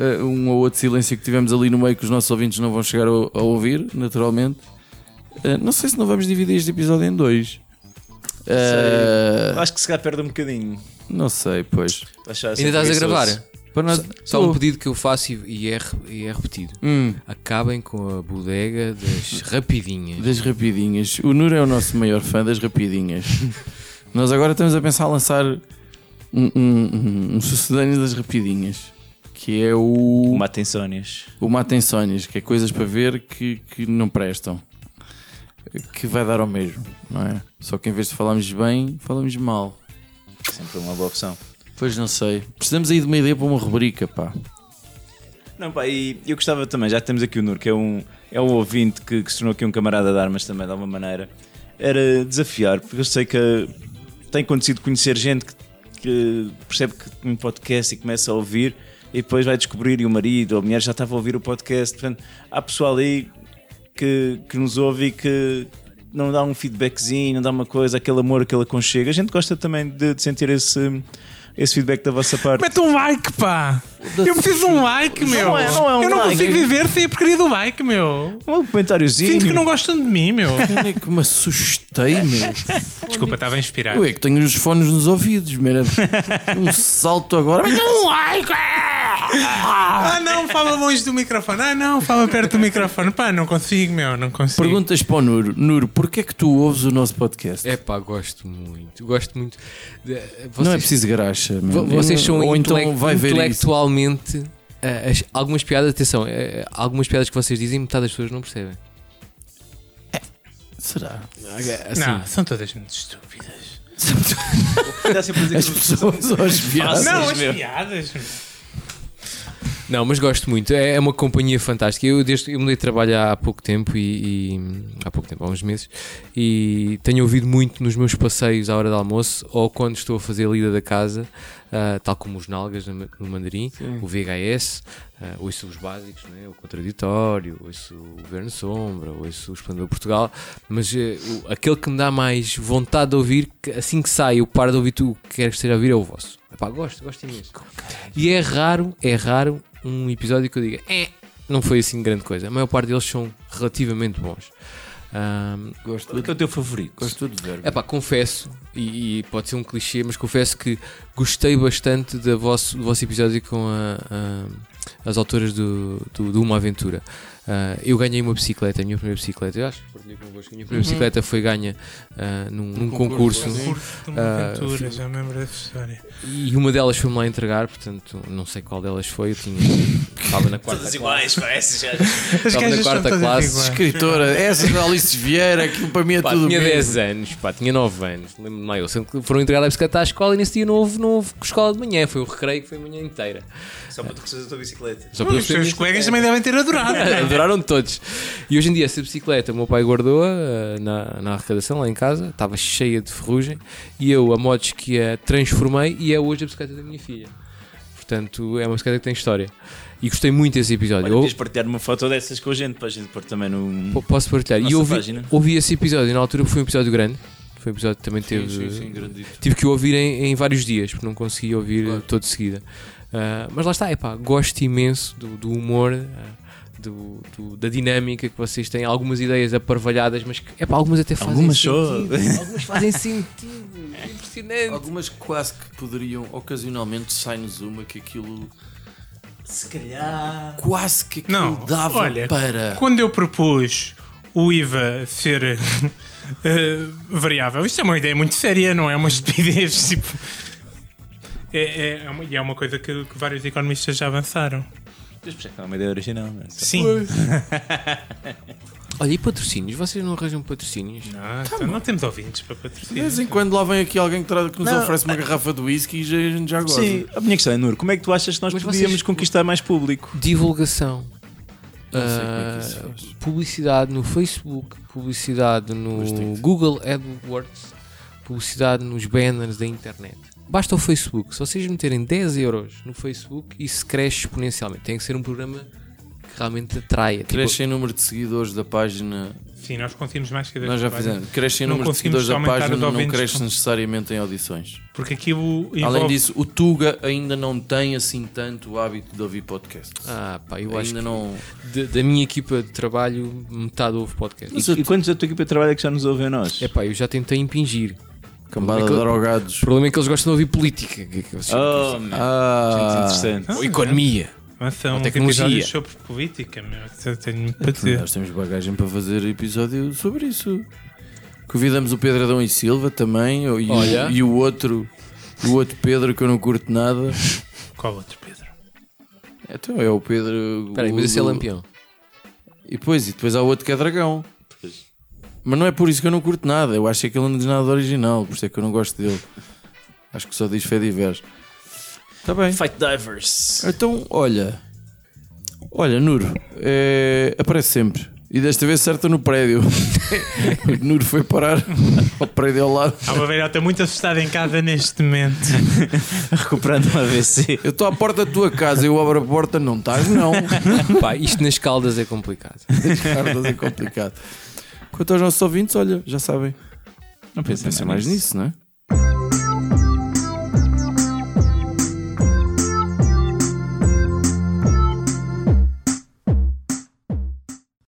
[SPEAKER 3] Uh, um ou outro silêncio que tivemos ali no meio que os nossos ouvintes não vão chegar a, a ouvir, naturalmente. Uh, não sei se não vamos dividir este episódio em dois. Uh,
[SPEAKER 4] Acho que se calhar perde um bocadinho.
[SPEAKER 3] não sei, pois.
[SPEAKER 4] Achar assim
[SPEAKER 2] Ainda estás a gravar?
[SPEAKER 4] preguiçoso.
[SPEAKER 3] Para nós-
[SPEAKER 2] Só um
[SPEAKER 3] Oh.
[SPEAKER 2] pedido que eu faço e, e é, re- e é repetido.
[SPEAKER 3] Hum.
[SPEAKER 2] Acabem com a bodega das rapidinhas.
[SPEAKER 3] Das rapidinhas. O Nuno é o nosso maior fã das rapidinhas. Nós agora estamos a pensar a lançar um, um, um- um sucedâneo das rapidinhas, que é o,
[SPEAKER 4] Uma atenções.
[SPEAKER 3] o Matem Sonhos, que é coisas para ver que, que não prestam. Que vai dar ao mesmo, não é? Só que em vez de falarmos bem, falamos mal.
[SPEAKER 4] Sempre uma boa opção.
[SPEAKER 3] Pois não sei. Precisamos aí de uma ideia para uma rubrica, pá.
[SPEAKER 4] Não, pá, e eu gostava também, já temos aqui o Nur, que é um, é um ouvinte que, que se tornou aqui um camarada de armas também, de alguma maneira, era desafiar, porque eu sei que eh, tem acontecido conhecer gente que, que percebe que tem um podcast e começa a ouvir, e depois vai descobrir, e o marido ou a mulher já estava a ouvir o podcast, portanto, há pessoal aí que, que nos ouve e que não dá um feedbackzinho, não dá uma coisa, aquele amor, aquele aconchego. A gente gosta também de, de sentir esse, esse feedback da vossa parte.
[SPEAKER 5] Mete um like, pá. Eu preciso de um like, meu.
[SPEAKER 4] é- não é um
[SPEAKER 5] eu não
[SPEAKER 4] like.
[SPEAKER 5] consigo viver sem a porcaria do like, meu.
[SPEAKER 4] Um comentáriozinho.
[SPEAKER 5] Sinto é que não gostam de mim, meu.
[SPEAKER 3] Olha é que me assustei, meu.
[SPEAKER 5] Desculpa, estava a inspirar.
[SPEAKER 3] Eu é que tenho os fones nos ouvidos, meu. Um salto agora.
[SPEAKER 5] Ah não, fala longe do microfone. Ah não, fala perto do microfone. Pá, não consigo, meu, não consigo.
[SPEAKER 3] Perguntas para o Nuro. Nuro, porquê é que tu ouves o nosso podcast?
[SPEAKER 2] É pá, gosto muito. Gosto muito. de- vocês-
[SPEAKER 3] não é preciso graxa.
[SPEAKER 2] Vo-
[SPEAKER 3] mano.
[SPEAKER 2] Vocês são
[SPEAKER 3] Ou então
[SPEAKER 2] intele-
[SPEAKER 3] vai ver isso.
[SPEAKER 2] intelectualmente. ah, as- algumas piadas, atenção, ah, algumas piadas que vocês dizem, metade das pessoas não percebem.
[SPEAKER 3] Será?
[SPEAKER 2] Assim,
[SPEAKER 5] Não, são todas muito estúpidas.
[SPEAKER 4] Dá sempre a dizer que
[SPEAKER 3] As
[SPEAKER 4] não-
[SPEAKER 3] pessoas ou as piadas?
[SPEAKER 4] Não,
[SPEAKER 5] Não, as
[SPEAKER 4] Vocês, as meu.
[SPEAKER 5] piadas.
[SPEAKER 2] Não, mas gosto muito. É é uma companhia fantástica. Eu, desde, eu mudei de trabalho há pouco tempo e, e- há pouco tempo, há uns meses, e tenho ouvido muito nos meus passeios à hora de almoço ou quando estou a fazer a lida da casa, ah, tal como os nalgas no, ma- no mandarim, o VHS, ah, ouço os básicos, não é? o contraditório, ouço o Governo Sombra, ouço o Esplendor Portugal, mas eh, o- aquele que me dá mais vontade de ouvir, que assim que sai, eu paro de ouvir tu que queres que esteja a ouvir, é o vosso. Epá, gosto, gosto imenso. E é raro, é raro um episódio que eu diga, é, não foi assim grande coisa. A maior parte deles são relativamente bons. Ahm,
[SPEAKER 4] Qual é que é o teu favorito?
[SPEAKER 3] Gosto de
[SPEAKER 5] É,
[SPEAKER 3] ver.
[SPEAKER 2] epá, confesso, e, e pode ser um clichê, mas confesso que gostei bastante da vosso, do vosso episódio com a- a- as autoras do, do, do Uma Aventura. Ah, eu ganhei uma bicicleta, a minha primeira bicicleta, eu acho que partilhei convosco. A minha primeira bicicleta foi ganha ah, num, num concurso.
[SPEAKER 3] Uhum. concurso, sim.
[SPEAKER 5] Curto de uma
[SPEAKER 2] Ah,
[SPEAKER 5] aventura, já me lembro dessa história.
[SPEAKER 2] E uma delas foi-me lá entregar, portanto, não sei qual delas foi. Eu tinha. Estava na quarta.
[SPEAKER 4] Todas iguais, parece já.
[SPEAKER 5] As
[SPEAKER 2] Estava na
[SPEAKER 5] gajas
[SPEAKER 2] é quarta
[SPEAKER 5] são todas
[SPEAKER 2] classe.
[SPEAKER 5] iguais.
[SPEAKER 3] Escritora, essa da Alice Vieira, aquilo para mim é
[SPEAKER 2] Pá,
[SPEAKER 3] tudo
[SPEAKER 2] tinha
[SPEAKER 3] mesmo.
[SPEAKER 2] 10 anos, pá, tinha 9 anos, lembro-me mais. Eu sempre que foram entregar a bicicleta à escola e nesse dia não houve, não houve escola de manhã, um foi o recreio que foi a manhã inteira.
[SPEAKER 4] Só para tu precisas da tua bicicleta.
[SPEAKER 2] Só
[SPEAKER 5] Os seus colegas também devem ter adorado.
[SPEAKER 2] livraram de todos. E hoje em dia, essa bicicleta, o meu pai guardou-a eh, na, na arrecadação lá em casa, estava cheia de ferrugem, e eu a motos que a transformei e é hoje a bicicleta da minha filha. Portanto, é uma bicicleta que tem história. E gostei muito desse episódio.
[SPEAKER 4] Olha,
[SPEAKER 2] Eu-
[SPEAKER 4] tens de partilhar uma foto dessas com a gente, para a gente pôr também no.
[SPEAKER 2] P- Posso partilhar. e
[SPEAKER 4] Nossa
[SPEAKER 2] eu ouvi,
[SPEAKER 4] página.
[SPEAKER 2] ouvi esse episódio, na altura foi um episódio grande. Foi um episódio que também teve. Tive que o ouvir em, em vários dias, porque não consegui ouvir todo de seguida. Ah, mas lá está, epá, gosto imenso do, do humor, ah, do- do- da dinâmica que vocês têm. Algumas ideias aparvalhadas, mas que, epá, algumas até fazem
[SPEAKER 4] Algumas só.
[SPEAKER 2] sentido. Algumas fazem sentido. Impressionante.
[SPEAKER 3] Algumas quase que poderiam, ocasionalmente sai-nos uma que aquilo
[SPEAKER 4] Se calhar.
[SPEAKER 3] quase que aquilo
[SPEAKER 5] Não,
[SPEAKER 3] dava
[SPEAKER 5] olha,
[SPEAKER 3] para.
[SPEAKER 5] Quando eu propus o IVA ser eh, variável, isto é uma ideia muito séria, não é uma estupidez. Tipo, é, é- é uma, e é uma coisa que, que vários economistas já avançaram.
[SPEAKER 4] Mas por isso é que não é uma ideia original, não é? Só-
[SPEAKER 5] Sim.
[SPEAKER 2] Olha, e patrocínios? Vocês não arranjam patrocínios?
[SPEAKER 5] Ah, então não temos ouvintes para patrocinar.
[SPEAKER 3] De vez Tá em quando lá vem aqui alguém que, tra- que nos
[SPEAKER 4] Não,
[SPEAKER 3] oferece uma
[SPEAKER 5] ah,
[SPEAKER 3] garrafa de whisky e já- a gente já gosta.
[SPEAKER 4] Sim, a minha questão é, Nur, como é que tu achas que nós
[SPEAKER 2] Mas
[SPEAKER 4] podíamos
[SPEAKER 2] vocês-
[SPEAKER 4] conquistar mais público?
[SPEAKER 2] divulgação,
[SPEAKER 3] Não sei como é que isso
[SPEAKER 2] Ah,
[SPEAKER 3] faz.
[SPEAKER 2] publicidade no Facebook, publicidade
[SPEAKER 3] Mas tem
[SPEAKER 2] no
[SPEAKER 3] que-
[SPEAKER 2] Google AdWords, publicidade nos banners da internet. Basta o Facebook, se vocês meterem 10 euros no Facebook, isso cresce exponencialmente. Tem que ser um programa que realmente atraia. Tipo,
[SPEAKER 3] Crescem o número de seguidores da página.
[SPEAKER 5] Sim, nós conseguimos mais que
[SPEAKER 3] Nós já fizemos. Crescem o
[SPEAKER 5] Não
[SPEAKER 3] número de
[SPEAKER 5] conseguimos
[SPEAKER 3] seguidores da
[SPEAKER 5] aumentar
[SPEAKER 3] página,
[SPEAKER 5] os
[SPEAKER 3] não
[SPEAKER 5] ouvintes.
[SPEAKER 3] cresce necessariamente em audições.
[SPEAKER 5] Porque aqui o
[SPEAKER 3] Além
[SPEAKER 5] envolve-
[SPEAKER 3] disso, o Tuga ainda não tem assim tanto o hábito de ouvir podcasts.
[SPEAKER 2] ah, pá, eu acho
[SPEAKER 3] ainda
[SPEAKER 2] que
[SPEAKER 3] não.
[SPEAKER 2] de- da minha equipa de trabalho, metade ouve podcast.
[SPEAKER 4] E, e quantos da tua equipa de trabalho é que já nos ouvem a nós?
[SPEAKER 2] É pá, eu já tentei impingir.
[SPEAKER 3] Cambada de
[SPEAKER 2] Aquele-
[SPEAKER 3] drogados.
[SPEAKER 2] O problema é que eles gostam de ouvir política, que- que vocês-
[SPEAKER 4] Oh, meu.
[SPEAKER 3] Ah,
[SPEAKER 4] Gente interessante.
[SPEAKER 2] ou economia.
[SPEAKER 5] Mas são
[SPEAKER 2] Ou
[SPEAKER 5] uns
[SPEAKER 2] tecnologia.
[SPEAKER 5] episódios sobre política, meu, que eu tenho
[SPEAKER 3] É
[SPEAKER 5] para dizer.
[SPEAKER 3] nós temos bagagem para fazer episódio sobre isso. Convidamos o Pedro Adão e Silva também e, o-
[SPEAKER 2] Olha.
[SPEAKER 3] e o outro. O outro Pedro que eu não curto nada.
[SPEAKER 5] Qual outro, Pedro?
[SPEAKER 3] Então é o Pedro.
[SPEAKER 2] Espera aí,
[SPEAKER 3] o-
[SPEAKER 2] mas esse é
[SPEAKER 3] o-
[SPEAKER 2] lampião.
[SPEAKER 3] E depois, e depois há outro que é dragão. Mas não é por isso que eu não curto nada. Eu acho que ele não diz nada de original, por isso é que eu não gosto dele. Acho que só diz fé diverso. Está bem.
[SPEAKER 4] Fight Divers.
[SPEAKER 3] Então, olha. Olha, Nuro, eh, aparece sempre. E desta vez certa no prédio. O Nuro foi parar ao prédio ao lado.
[SPEAKER 5] Há uma velhota muito assustada em casa neste momento.
[SPEAKER 4] Recuperando um AVC.
[SPEAKER 3] Eu estou à porta da tua casa, eu abro a porta, não estás, não.
[SPEAKER 2] Pá, isto nas caldas é complicado.
[SPEAKER 3] Cartas é complicado. Quanto aos nossos ouvintes, olha, já sabem.
[SPEAKER 4] Não
[SPEAKER 3] Pensem mais nisso, não é?